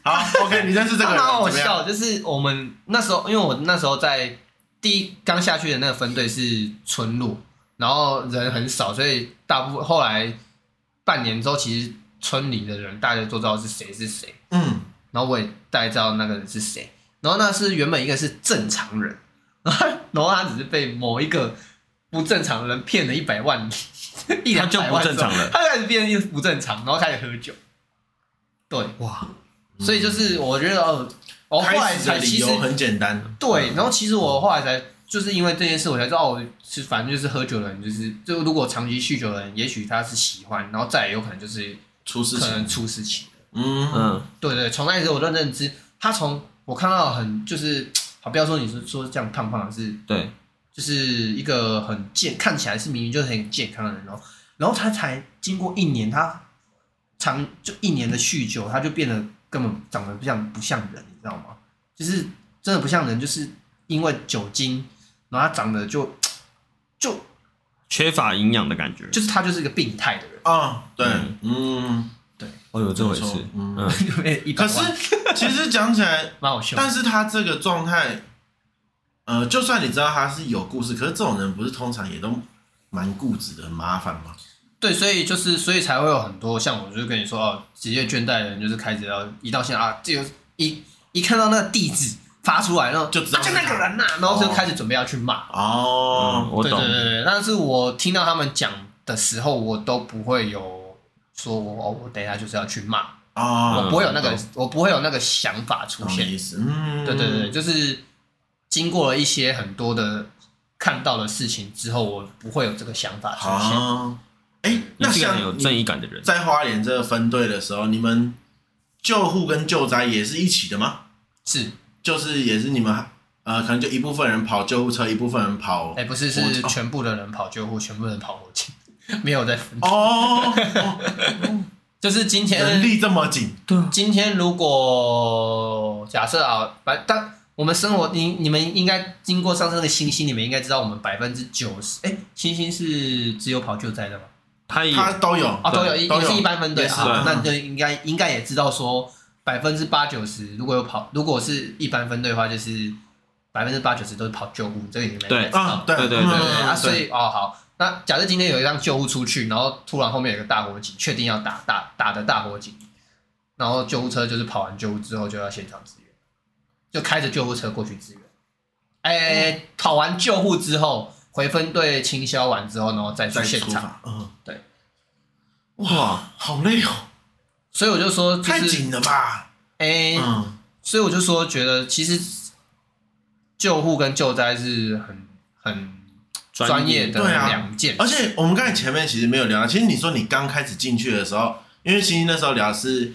Speaker 2: 好，OK，你认识这个
Speaker 3: 他
Speaker 2: 人
Speaker 3: 蛮好
Speaker 2: 怎么样？
Speaker 3: 笑。就是我们那时候，因为我那时候在第一刚下去的那个分队是村路，然后人很少，所以大部分后来半年之后，其实村里的人大家都知道是谁是谁，
Speaker 2: 嗯，
Speaker 3: 然后我也大概知道那个人是谁。然后那是原本一个是正常人， (laughs) 然后他然后他只是被某一个不正常的人骗了一百万， (laughs) 一两百万
Speaker 1: 他就不正常了
Speaker 3: 之后他开始变得不正常，然后开始喝酒。对，
Speaker 1: 哇，
Speaker 3: 所以就是我觉得，哦，我后来
Speaker 2: 开始的
Speaker 3: 才
Speaker 2: 理
Speaker 3: 其实
Speaker 2: 由很简单，
Speaker 3: 对，然后其实我后来才就是因为这件事，我才知道，哦，是反正就是喝酒的人，就是就如果长期酗酒的人，也许他是喜欢，然后再来有可能就是
Speaker 2: 出事
Speaker 3: 可能
Speaker 2: 情，
Speaker 3: 出事情。
Speaker 2: 嗯，
Speaker 1: 嗯，
Speaker 3: 对对，从那开始我的认知，他从我看到很就是，好不要说你是说这样胖胖的是，
Speaker 1: 对，
Speaker 3: 就是一个很健，看起来是明明就是很健康的人，然后然后他才经过一年，他长就一年的酗酒，他就变得根本长得不像不像人，你知道吗？就是真的不像人，就是因为酒精，然后他长得就就
Speaker 1: 缺乏营养的感觉，
Speaker 3: 就是他就是一个病态的人。
Speaker 2: 啊，对
Speaker 1: 嗯，
Speaker 2: 嗯，
Speaker 1: 哦，有这回
Speaker 2: 没
Speaker 1: 事
Speaker 2: 错，嗯
Speaker 1: 嗯，
Speaker 3: (laughs) 一百
Speaker 2: 可
Speaker 3: 万
Speaker 2: 是其实讲起
Speaker 3: (laughs)
Speaker 2: 来，
Speaker 3: 蛮好笑的，
Speaker 2: 但是他这个状态，呃，就算你知道他是有故事，可是这种人不是通常也都蛮固执的，很麻烦吗？
Speaker 3: 对，所以就是，所以才会有很多像我，就跟你说哦，职业倦怠的人就是开始要一到现在啊，这就一一看到那个地址发出来，然后
Speaker 2: 就知道
Speaker 3: 啊、
Speaker 2: 是
Speaker 3: 就
Speaker 2: 他
Speaker 3: 那个人呐、然后就开始准备要去骂。
Speaker 1: 嗯
Speaker 2: 哦，
Speaker 1: 我
Speaker 3: 对
Speaker 1: 懂
Speaker 3: 对，对对，但是我听到他们讲的时候，我都不会有说我哦，我等一下就是要去骂，
Speaker 2: 哦，
Speaker 3: 我不会有那个，我不会有那个想法出
Speaker 2: 懂你
Speaker 3: 现。
Speaker 2: 意思，嗯，
Speaker 3: 对对对，，就是经过了一些很多的看到的事情之后，我不会有这个想法出现。
Speaker 2: 好，哎，
Speaker 1: 你
Speaker 2: 那
Speaker 1: 是个很有
Speaker 2: 像
Speaker 1: 正
Speaker 2: 你
Speaker 1: 义感的人，
Speaker 2: 在花莲这个分队的时候，你们救护跟救灾也是一起的吗？
Speaker 3: 是，
Speaker 2: 就是也是你们呃，可能就一部分人跑救护车，一部分人跑
Speaker 3: 哎、不是，
Speaker 2: 火
Speaker 3: 是
Speaker 2: 警
Speaker 3: 全部的人跑救护，全部人跑火警， (laughs) 没有在分。
Speaker 2: 哦，
Speaker 3: (laughs)
Speaker 2: 哦
Speaker 3: 就是今
Speaker 2: 人
Speaker 3: 天，
Speaker 2: 力这么紧，
Speaker 1: 对啊，
Speaker 3: 今天如果假设啊，反当我们生活，你你们应该经过上次那个星星，你们应该知道我们百分之九十，哎，星星是只有跑救灾的吗？
Speaker 1: 他也
Speaker 2: 他都有
Speaker 3: 啊，都有，
Speaker 1: 对
Speaker 3: 也
Speaker 2: 都
Speaker 3: 也
Speaker 2: 有
Speaker 3: 是一般分队
Speaker 2: 也是对
Speaker 3: 啊，那你就应该应该也知道说百分之八九十，如果有跑，如果是一般分队的话，就是百分之八九十都是跑救护，这个你们应该知道
Speaker 2: 啊，对
Speaker 1: 对对
Speaker 2: 嗯
Speaker 1: 对
Speaker 3: 对对对啊，
Speaker 2: 嗯
Speaker 3: 所以哦好，那假设今天有一辆救护出去，然后突然后面有一个大火警，确定要打打打的大火警，然后救护车就是跑完救护之后就要现场支援，就开着救护车过去支援。哎、
Speaker 2: 嗯
Speaker 3: 跑完救护之后，回分队清消完之后，然后再去
Speaker 2: 再
Speaker 3: 现
Speaker 2: 出
Speaker 3: 场。
Speaker 2: 发，嗯，
Speaker 3: 对，
Speaker 2: 哇，好累哦，
Speaker 3: 所以我就说、就是，
Speaker 2: 太紧了吧，
Speaker 3: 哎、
Speaker 2: 嗯，
Speaker 3: 所以我就说，觉得其实救护跟救灾是很很专业的
Speaker 2: 对啊
Speaker 3: 两件事，
Speaker 2: 而且我们刚才前面其实没有聊到，啊其实你说你刚开始进去的时候，因为星星那时候聊的是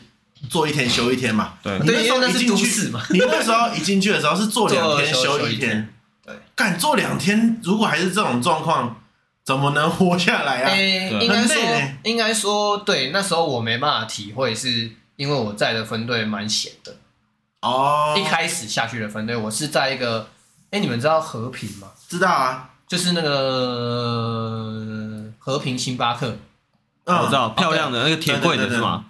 Speaker 2: 做一天休一天嘛，
Speaker 1: 对
Speaker 2: 你
Speaker 3: 对，因为
Speaker 2: 那时候一
Speaker 3: 那是
Speaker 2: 进
Speaker 3: 都
Speaker 2: 去
Speaker 3: 市嘛。
Speaker 2: 你那时候一进去的时候是做两天
Speaker 3: 做
Speaker 2: 休
Speaker 3: 休
Speaker 2: 一
Speaker 3: 一
Speaker 2: 天
Speaker 3: 天，对，
Speaker 2: 干做两天，如果还是这种状况，怎么能活下来啊？
Speaker 3: 诶、
Speaker 1: 对
Speaker 3: 哎应该
Speaker 2: 很累
Speaker 3: 说
Speaker 2: 呢，
Speaker 3: 应该说，对，那时候我没办法体会，是因为我在的分队蛮闲的。
Speaker 2: 哦，
Speaker 3: 一开始下去的分队，我是在一个，哎、你们知道和平吗？
Speaker 2: 知道啊，
Speaker 3: 就是那个和平星巴
Speaker 2: 哎
Speaker 3: 克，
Speaker 1: 哦我知
Speaker 2: 嗯，
Speaker 1: 道漂亮的那个铁柜的是吗？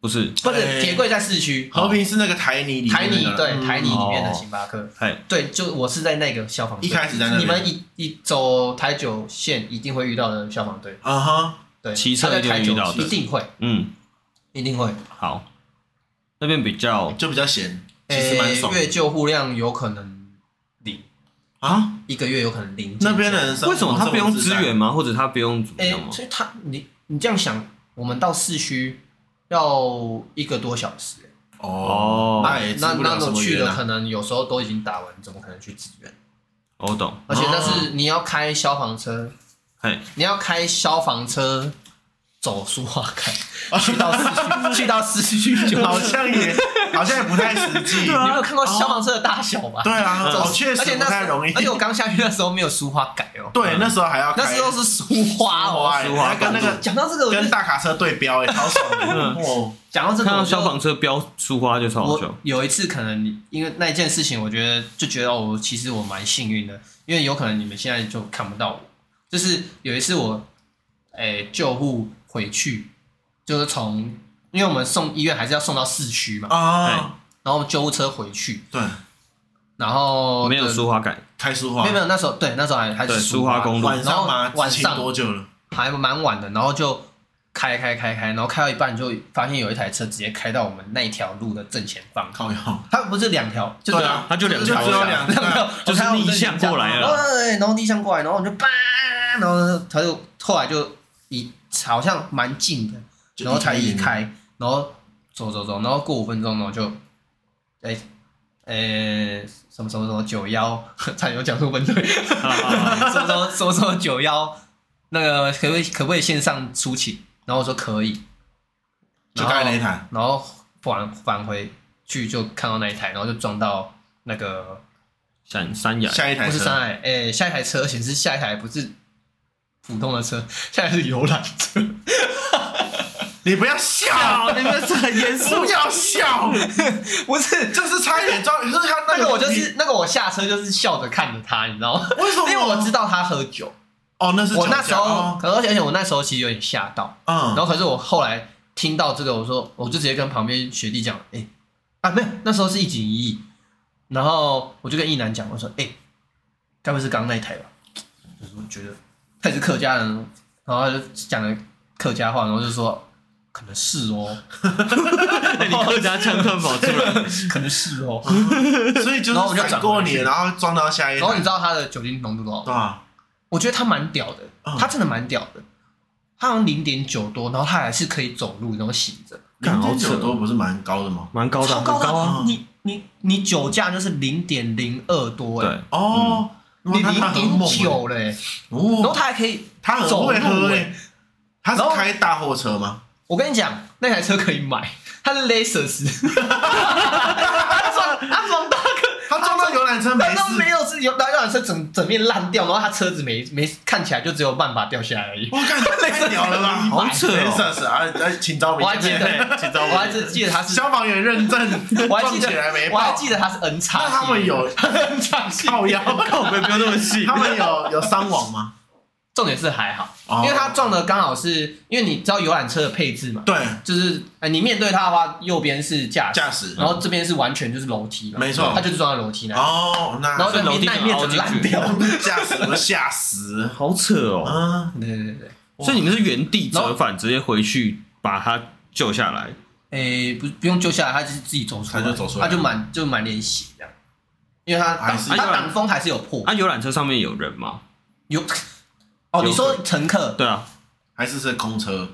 Speaker 1: 不是，
Speaker 3: 不
Speaker 2: 诶
Speaker 3: 是铁柜在市区，
Speaker 2: 和平是那个台泥里面
Speaker 3: 台
Speaker 2: 那
Speaker 3: 泥
Speaker 2: 个
Speaker 3: 对
Speaker 2: 嗯
Speaker 3: 台泥里面的
Speaker 1: 哦
Speaker 3: 星巴克，
Speaker 1: 哎，
Speaker 3: 对，就我是在那个消防队
Speaker 2: 一开始在那
Speaker 3: 你
Speaker 2: 边
Speaker 3: 们一一走台九线一定会遇到的消防队，
Speaker 2: 啊哈，
Speaker 3: 对，
Speaker 1: 骑车
Speaker 3: 他在
Speaker 1: 一定会
Speaker 3: 台九
Speaker 1: 遇到的
Speaker 3: 一定会，
Speaker 1: 嗯，
Speaker 3: 一定会。
Speaker 1: 好，那边比较
Speaker 2: 就比较闲，其实蛮爽
Speaker 3: 诶月哎救护量有可能零，
Speaker 2: 啊。
Speaker 3: 一个月有可能零。
Speaker 2: 那边的人生活
Speaker 1: 为什么他不用支
Speaker 2: 这么自在？
Speaker 1: 援吗？或者他不用怎么
Speaker 3: 诶，
Speaker 1: 样吗？
Speaker 3: 所以他你你这样想，我们到市区要一个多小时，
Speaker 2: 哦
Speaker 1: 哦，
Speaker 2: 那也吃
Speaker 3: 那
Speaker 2: 不
Speaker 3: 那
Speaker 2: 了什
Speaker 3: 种
Speaker 2: 么
Speaker 3: 去
Speaker 2: 圆
Speaker 3: 的
Speaker 2: 啊。
Speaker 3: 可能有时候都已经打完，怎么可能去支援？
Speaker 1: 哦我懂，
Speaker 3: 而且那是你要开消防
Speaker 2: 哦
Speaker 3: 车，
Speaker 1: 哎，
Speaker 3: 你要开消防车走苏花开，去
Speaker 2: (laughs)
Speaker 3: 到市区，去到市区就
Speaker 2: 好像 (laughs) 也好像也不太实际。
Speaker 3: 你没有看过消防车的大小吧？
Speaker 2: 对啊，
Speaker 3: 走
Speaker 2: 哦，确实
Speaker 3: 嗯而且
Speaker 2: 不
Speaker 3: 那时
Speaker 2: 太容易
Speaker 3: 而。且我刚下去那时候没有苏花改哦，
Speaker 2: 对，啊那时候还要开
Speaker 3: 那时候是苏
Speaker 2: 哇
Speaker 3: 花哦。
Speaker 2: 哎
Speaker 1: 苏花
Speaker 2: 那跟那个
Speaker 3: 讲到这个，我就嗯
Speaker 2: 跟大卡车对标，哎，好爽的。哦，
Speaker 3: 讲到这
Speaker 1: 看
Speaker 3: 个，
Speaker 1: 到
Speaker 3: 我就
Speaker 1: 消防车标出花就超好笑
Speaker 3: 我。有一次可能因为那件事情，我觉得就觉得哦我其实我蛮幸运的，因为有可能你们现在就看不到我。就是有一次我，诶、救护回去，就是从因为我们送医院还是要送到市区嘛，
Speaker 2: 啊，
Speaker 3: 然后救护车回去，
Speaker 2: 对，
Speaker 3: 然后
Speaker 1: 没有
Speaker 3: 对
Speaker 1: 苏花改，
Speaker 2: 开苏花
Speaker 3: 没有没，有，那时候对，那时候还还
Speaker 1: 对
Speaker 3: 是
Speaker 1: 苏花
Speaker 3: 花
Speaker 1: 公路
Speaker 2: 晚上嘛，
Speaker 3: 然后晚上
Speaker 2: 执勤多久了？
Speaker 3: 还蛮晚的，然后就开开开开，然后开到一半就发现有一台车直接开到我们那一条路的正前方，
Speaker 2: 靠腰，
Speaker 3: 它不是两条，就
Speaker 2: 对
Speaker 3: 是
Speaker 2: 啊，
Speaker 1: 他就两
Speaker 2: 就
Speaker 1: 条
Speaker 2: 只有两
Speaker 1: 啊，
Speaker 2: 条。
Speaker 1: 就是逆向过来
Speaker 3: 然后
Speaker 1: 了。
Speaker 3: 哎然后逆向过来，然后我就叭，然后他就后来就一好像蛮近的，
Speaker 2: 就
Speaker 3: 然后才
Speaker 2: 一
Speaker 3: 移
Speaker 2: 开
Speaker 3: 开，然后走走走，然后过五分钟，然后就，哎、哎、什么什么什么九幺，差点又讲出分队，
Speaker 2: 啊
Speaker 3: (laughs) 什么时候什么时候九幺，那个可不可以可不可以线上出勤？然后我说可以，
Speaker 2: 就开那一台，
Speaker 3: 然后返返回去就看到那一台，然后就撞到那个
Speaker 1: 山山崖，
Speaker 2: 下一台
Speaker 3: 不是
Speaker 2: 车
Speaker 3: 三台，哎、下一台车，而且是下一台不是普通的车， (laughs) 下一台是游览车。 (laughs)
Speaker 2: 你不要笑，
Speaker 1: 你们是很严
Speaker 2: 不要
Speaker 3: (laughs)
Speaker 2: 笑，
Speaker 3: 不是
Speaker 2: 就是差一点撞，就是他
Speaker 3: 那
Speaker 2: 那
Speaker 3: 个，我就是那个，我下车就是笑着看着他，你知道
Speaker 2: (laughs)
Speaker 3: 吗？
Speaker 2: 为什么？
Speaker 3: 因为我知道他喝酒，
Speaker 2: 哦，那是
Speaker 3: 我
Speaker 2: 酒驾
Speaker 3: 那时候，
Speaker 2: 哦
Speaker 3: 可而且而且我那时候其实有点吓到，然
Speaker 2: 嗯，
Speaker 3: 后可是我后来听到这个，我说我就直接跟旁边学弟讲，哎、啊没有，那时候是一警一役，然后我就跟一男讲，我说哎、该不会是刚那一台吧？我说觉得他也是客家人，然后他就讲了客家话，然后就说可能是哦，
Speaker 1: 你客家腔突然跑出
Speaker 3: (laughs)
Speaker 1: 来，
Speaker 3: 可能是哦，
Speaker 2: (laughs) 所以就
Speaker 3: 然后
Speaker 2: 是
Speaker 3: 我就
Speaker 2: 闪
Speaker 3: 转
Speaker 2: 过
Speaker 3: 回
Speaker 2: 你，
Speaker 3: 去
Speaker 2: 然后撞到下一
Speaker 3: 然后你
Speaker 2: 台，
Speaker 3: 知道他的酒精浓度多少吗？
Speaker 2: 对啊吧？
Speaker 3: 我觉得他蛮屌的
Speaker 2: 嗯，
Speaker 3: 他真的蛮屌的，他好像零点九多，然后他还是可以走路，然后醒着。
Speaker 2: 零
Speaker 1: 干
Speaker 2: 点
Speaker 1: 好扯
Speaker 2: 九多不是蛮高的吗？
Speaker 1: 蛮高的
Speaker 3: 超
Speaker 1: 啊，
Speaker 3: 高
Speaker 1: 很
Speaker 3: 的
Speaker 1: 高啊。
Speaker 2: 啊
Speaker 3: 你你你酒驾就是零点零二多哎、
Speaker 1: 对，
Speaker 2: 哦，
Speaker 3: 嗯你
Speaker 2: 哇那他
Speaker 3: 零
Speaker 2: 很猛
Speaker 3: 点
Speaker 2: 欸
Speaker 3: 九嘞，然后
Speaker 2: 哦，
Speaker 3: 他还可以，
Speaker 2: 他很
Speaker 3: 走
Speaker 2: 会喝
Speaker 3: 路
Speaker 2: 诶、
Speaker 3: 欸
Speaker 2: 他是
Speaker 3: 然后
Speaker 2: 开大货车吗？
Speaker 3: 我跟你讲，那台车 (laughs) 可以买，它是 Lexus，他装他装大哥，
Speaker 2: 他撞到道游览车没
Speaker 3: 难道没
Speaker 2: 事。
Speaker 3: 有是有那辆车整整面烂掉，然后他车子没没看起来就只有半把掉下来而已。
Speaker 2: 我感觉太屌了吧，
Speaker 1: 好扯
Speaker 2: 没事
Speaker 1: 哦！
Speaker 2: 没事啊！啊，请招
Speaker 3: 我
Speaker 2: 兵，
Speaker 3: 还记得，我还是记得他是，
Speaker 2: 消防员认 (laughs) 证，
Speaker 3: 我还记
Speaker 2: 撞起来没
Speaker 3: 得，我还
Speaker 2: 爆。
Speaker 3: 记得他是 N 叉
Speaker 2: 那
Speaker 3: 系，
Speaker 2: 他们有
Speaker 3: N 叉系，
Speaker 2: 靠腰，
Speaker 1: 我们不用那么细
Speaker 2: 他们有有伤亡吗？
Speaker 3: 重点是还好，
Speaker 2: 哦
Speaker 3: 因为他撞的刚好是因为你知道游览车的配置嘛，
Speaker 2: 对，
Speaker 3: 就是呃你面对它的话，右边是驾驶，
Speaker 2: 驾驶
Speaker 3: 然后这边是完全就是楼梯嘛，
Speaker 2: 没错
Speaker 3: 他就是撞在楼梯那里，
Speaker 2: 哦，那
Speaker 3: 然后在
Speaker 1: 是楼梯
Speaker 3: 那一面整个烂掉，
Speaker 2: 驾驶我 (laughs) 吓死了
Speaker 1: 好扯哦！
Speaker 2: 啊！
Speaker 3: 对对对对，
Speaker 1: 所以你们是原地折返，直接回去把他救下来。
Speaker 3: 诶，哎不不用救下来，他就是自己走出来，
Speaker 2: 他就走出来
Speaker 3: 他就满就满脸血这样，因为他
Speaker 2: 还
Speaker 3: 挡
Speaker 2: 是
Speaker 3: 他挡风还是有破，
Speaker 1: 啊，游览车上面有人吗？
Speaker 3: 有
Speaker 1: 有
Speaker 3: 哦，你说乘客，
Speaker 1: 对啊，
Speaker 2: 还是是空车，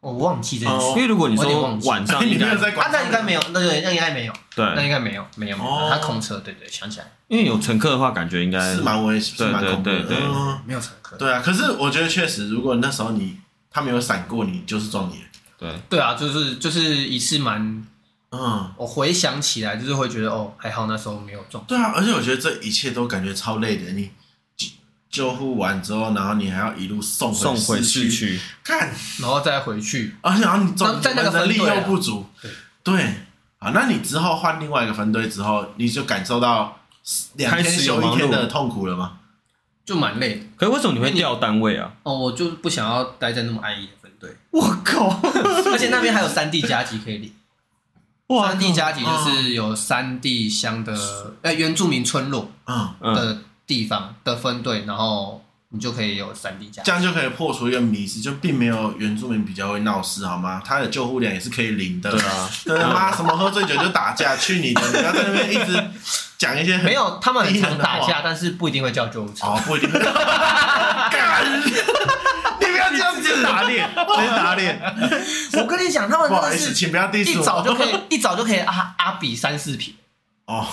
Speaker 3: 我忘记这件
Speaker 1: 因
Speaker 2: 哦
Speaker 3: 事，
Speaker 1: 为如果你
Speaker 3: 我有点
Speaker 1: 说
Speaker 3: 忘记
Speaker 1: 晚上
Speaker 2: (laughs) 你
Speaker 1: 应
Speaker 2: 没
Speaker 1: 该
Speaker 2: 有在
Speaker 3: 啊
Speaker 2: 管，，
Speaker 3: 那应该没有，那对，那应该没有，那
Speaker 1: 对，
Speaker 3: 应该没有，没有，没
Speaker 2: 哦
Speaker 3: 有，他空车，对对，想起来了
Speaker 1: 因为有乘客的话，感觉应该
Speaker 2: 是蛮危，是蛮恐怖的。
Speaker 1: 对对对对
Speaker 2: 嗯
Speaker 3: 没有乘客，
Speaker 2: 对啊，可是我觉得确实，如果那时候你他没有闪过你，就是撞你了。
Speaker 1: 对，
Speaker 3: 对啊，就是就是一次蛮，
Speaker 2: 嗯，
Speaker 3: 我回想起来就是会觉得哦，还好那时候没有撞。
Speaker 2: 对啊，而且我觉得这一切都感觉超累的，你救救护完之后，然后你还要一路送
Speaker 1: 送回市
Speaker 2: 市区，
Speaker 1: 区。
Speaker 2: 看，
Speaker 3: 然后再回去。
Speaker 2: 而且然后你
Speaker 3: 那
Speaker 2: 总
Speaker 3: 在那个
Speaker 2: 能力
Speaker 3: 分队
Speaker 2: 又
Speaker 3: 啊
Speaker 2: 不足，对啊，那你之后换另外一个分队之后，你就感受到两天
Speaker 1: 开始有
Speaker 2: 休一天
Speaker 1: 忙碌
Speaker 2: 的痛苦了吗？
Speaker 3: 就蛮累的
Speaker 1: 可是为什么你会调单位啊？
Speaker 3: 哦，我就不想要待在那么安逸的分队， (laughs)
Speaker 1: 我靠！
Speaker 3: 而且那边还有三 D 加级可以领。
Speaker 1: 哇
Speaker 3: 三 D 加级
Speaker 2: 嗯
Speaker 3: 就是有三地乡的呃原住民村落
Speaker 2: 嗯， (laughs)
Speaker 1: 嗯，
Speaker 3: 的地方的分队，然后你就可以有三 D 加级
Speaker 2: 这。样就可以破除一个迷思，就并没有原住民比较会闹事，好吗？他的救护量也是可以领的。
Speaker 1: 对啊，
Speaker 2: 对他妈什么喝醉酒就打架，去你的！你不要在那边一直讲一些很
Speaker 3: 没有，他们很
Speaker 2: 低
Speaker 3: 常
Speaker 2: 能啊的
Speaker 3: 打
Speaker 2: 话
Speaker 3: 架，但是不一定会叫救护车。
Speaker 2: 哦，不一定。干，你不要这样子打脸，直接打脸。
Speaker 3: 我跟你讲，他们
Speaker 2: 不
Speaker 3: 真
Speaker 2: 好
Speaker 3: 的
Speaker 2: 意思，
Speaker 3: 是
Speaker 2: 请不要 diss
Speaker 3: 一
Speaker 2: 我。
Speaker 3: 早就可以，一早就可以 (laughs) 阿阿比三四瓶，
Speaker 2: 哦，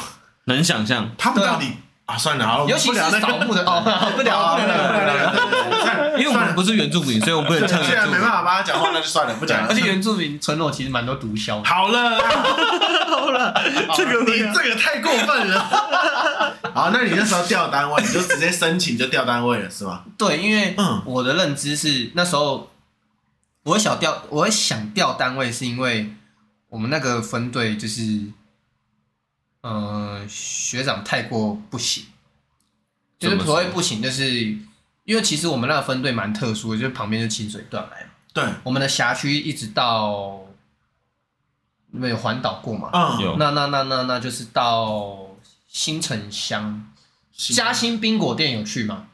Speaker 1: 能想象。
Speaker 2: 他们
Speaker 3: 对啊
Speaker 2: 到底啊？算了，好了，
Speaker 3: 尤其
Speaker 2: 不
Speaker 3: 是
Speaker 2: 聊那个
Speaker 3: 扫墓的哦，不
Speaker 2: 不聊
Speaker 3: 聊
Speaker 2: 不
Speaker 3: 了，
Speaker 2: 聊不聊
Speaker 3: 了。
Speaker 2: 不聊对对对
Speaker 1: 因为我们不是原住民，所以我们不能
Speaker 2: (laughs)
Speaker 1: 唱
Speaker 2: 算了，既
Speaker 1: 原
Speaker 2: 然
Speaker 1: 住
Speaker 2: 没
Speaker 1: 民
Speaker 2: 办。法帮他讲话，那就算了，不讲
Speaker 3: 而
Speaker 2: 了。
Speaker 3: 且原住民村落其实蛮多毒枭的。
Speaker 2: (laughs) 好了啦，
Speaker 1: 这个
Speaker 2: 你
Speaker 1: 不要
Speaker 2: 这个太过分了。 (laughs) 好，那你那时候调单位，你就直接申请就调单位了，是吗？
Speaker 3: 对，因为
Speaker 2: 嗯
Speaker 3: 我的认知是那时候我会想调，我会想调单位，是因为我们那个分队就是，呃，学长太过不行，就是
Speaker 1: 怎么
Speaker 3: 所谓
Speaker 1: 说
Speaker 3: 不行，就是因为其实我们那个分队蛮特殊的，就是旁边就清水断崖嘛，
Speaker 2: 对，
Speaker 3: 我们的辖区一直到你们有环岛过嘛，
Speaker 2: 嗯，
Speaker 1: 有
Speaker 3: 那那那那那就是到新城乡嘉兴冰果店有去吗？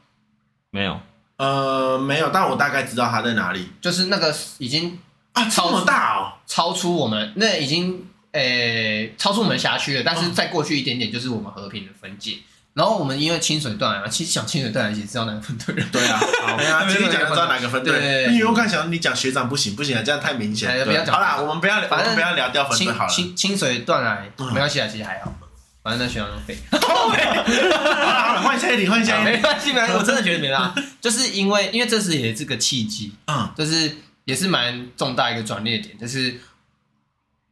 Speaker 1: 没有，
Speaker 2: 呃没有，但我大概知道他在哪里
Speaker 3: 就是那个已经
Speaker 2: 啊，这
Speaker 3: 超
Speaker 2: 么大哦，
Speaker 3: 超出我们那已经诶、超出我们辖区了，但是再过去一点点就是我们和平的分界。然后我们因为清水断崖，其实讲清水断崖也知道哪个分队
Speaker 2: (laughs)
Speaker 3: 人，
Speaker 2: 对啊，对啊，今天讲就知道哪个分
Speaker 3: 对对
Speaker 2: 队。
Speaker 3: 对
Speaker 2: 因为我刚想你讲学长不行不行啊，这样太明显
Speaker 3: 哎
Speaker 2: 了。
Speaker 3: 不要
Speaker 2: 对
Speaker 3: 讲
Speaker 2: 好啦，我们不要聊，
Speaker 3: 反正
Speaker 2: 我们不要聊掉分队
Speaker 3: 清
Speaker 2: 好了。
Speaker 3: 清清水断
Speaker 2: 嗯
Speaker 3: 崖没关系啊，其实还好，反正那学长都废，
Speaker 2: 好了好了，换下一题，换下一
Speaker 3: (laughs) 没
Speaker 2: 题。
Speaker 3: 关系没关系， (laughs) 我真的觉得没啦，就是因为因为这次也是个契机，
Speaker 2: 嗯
Speaker 3: 就是也是蛮重大一个转捩点，就是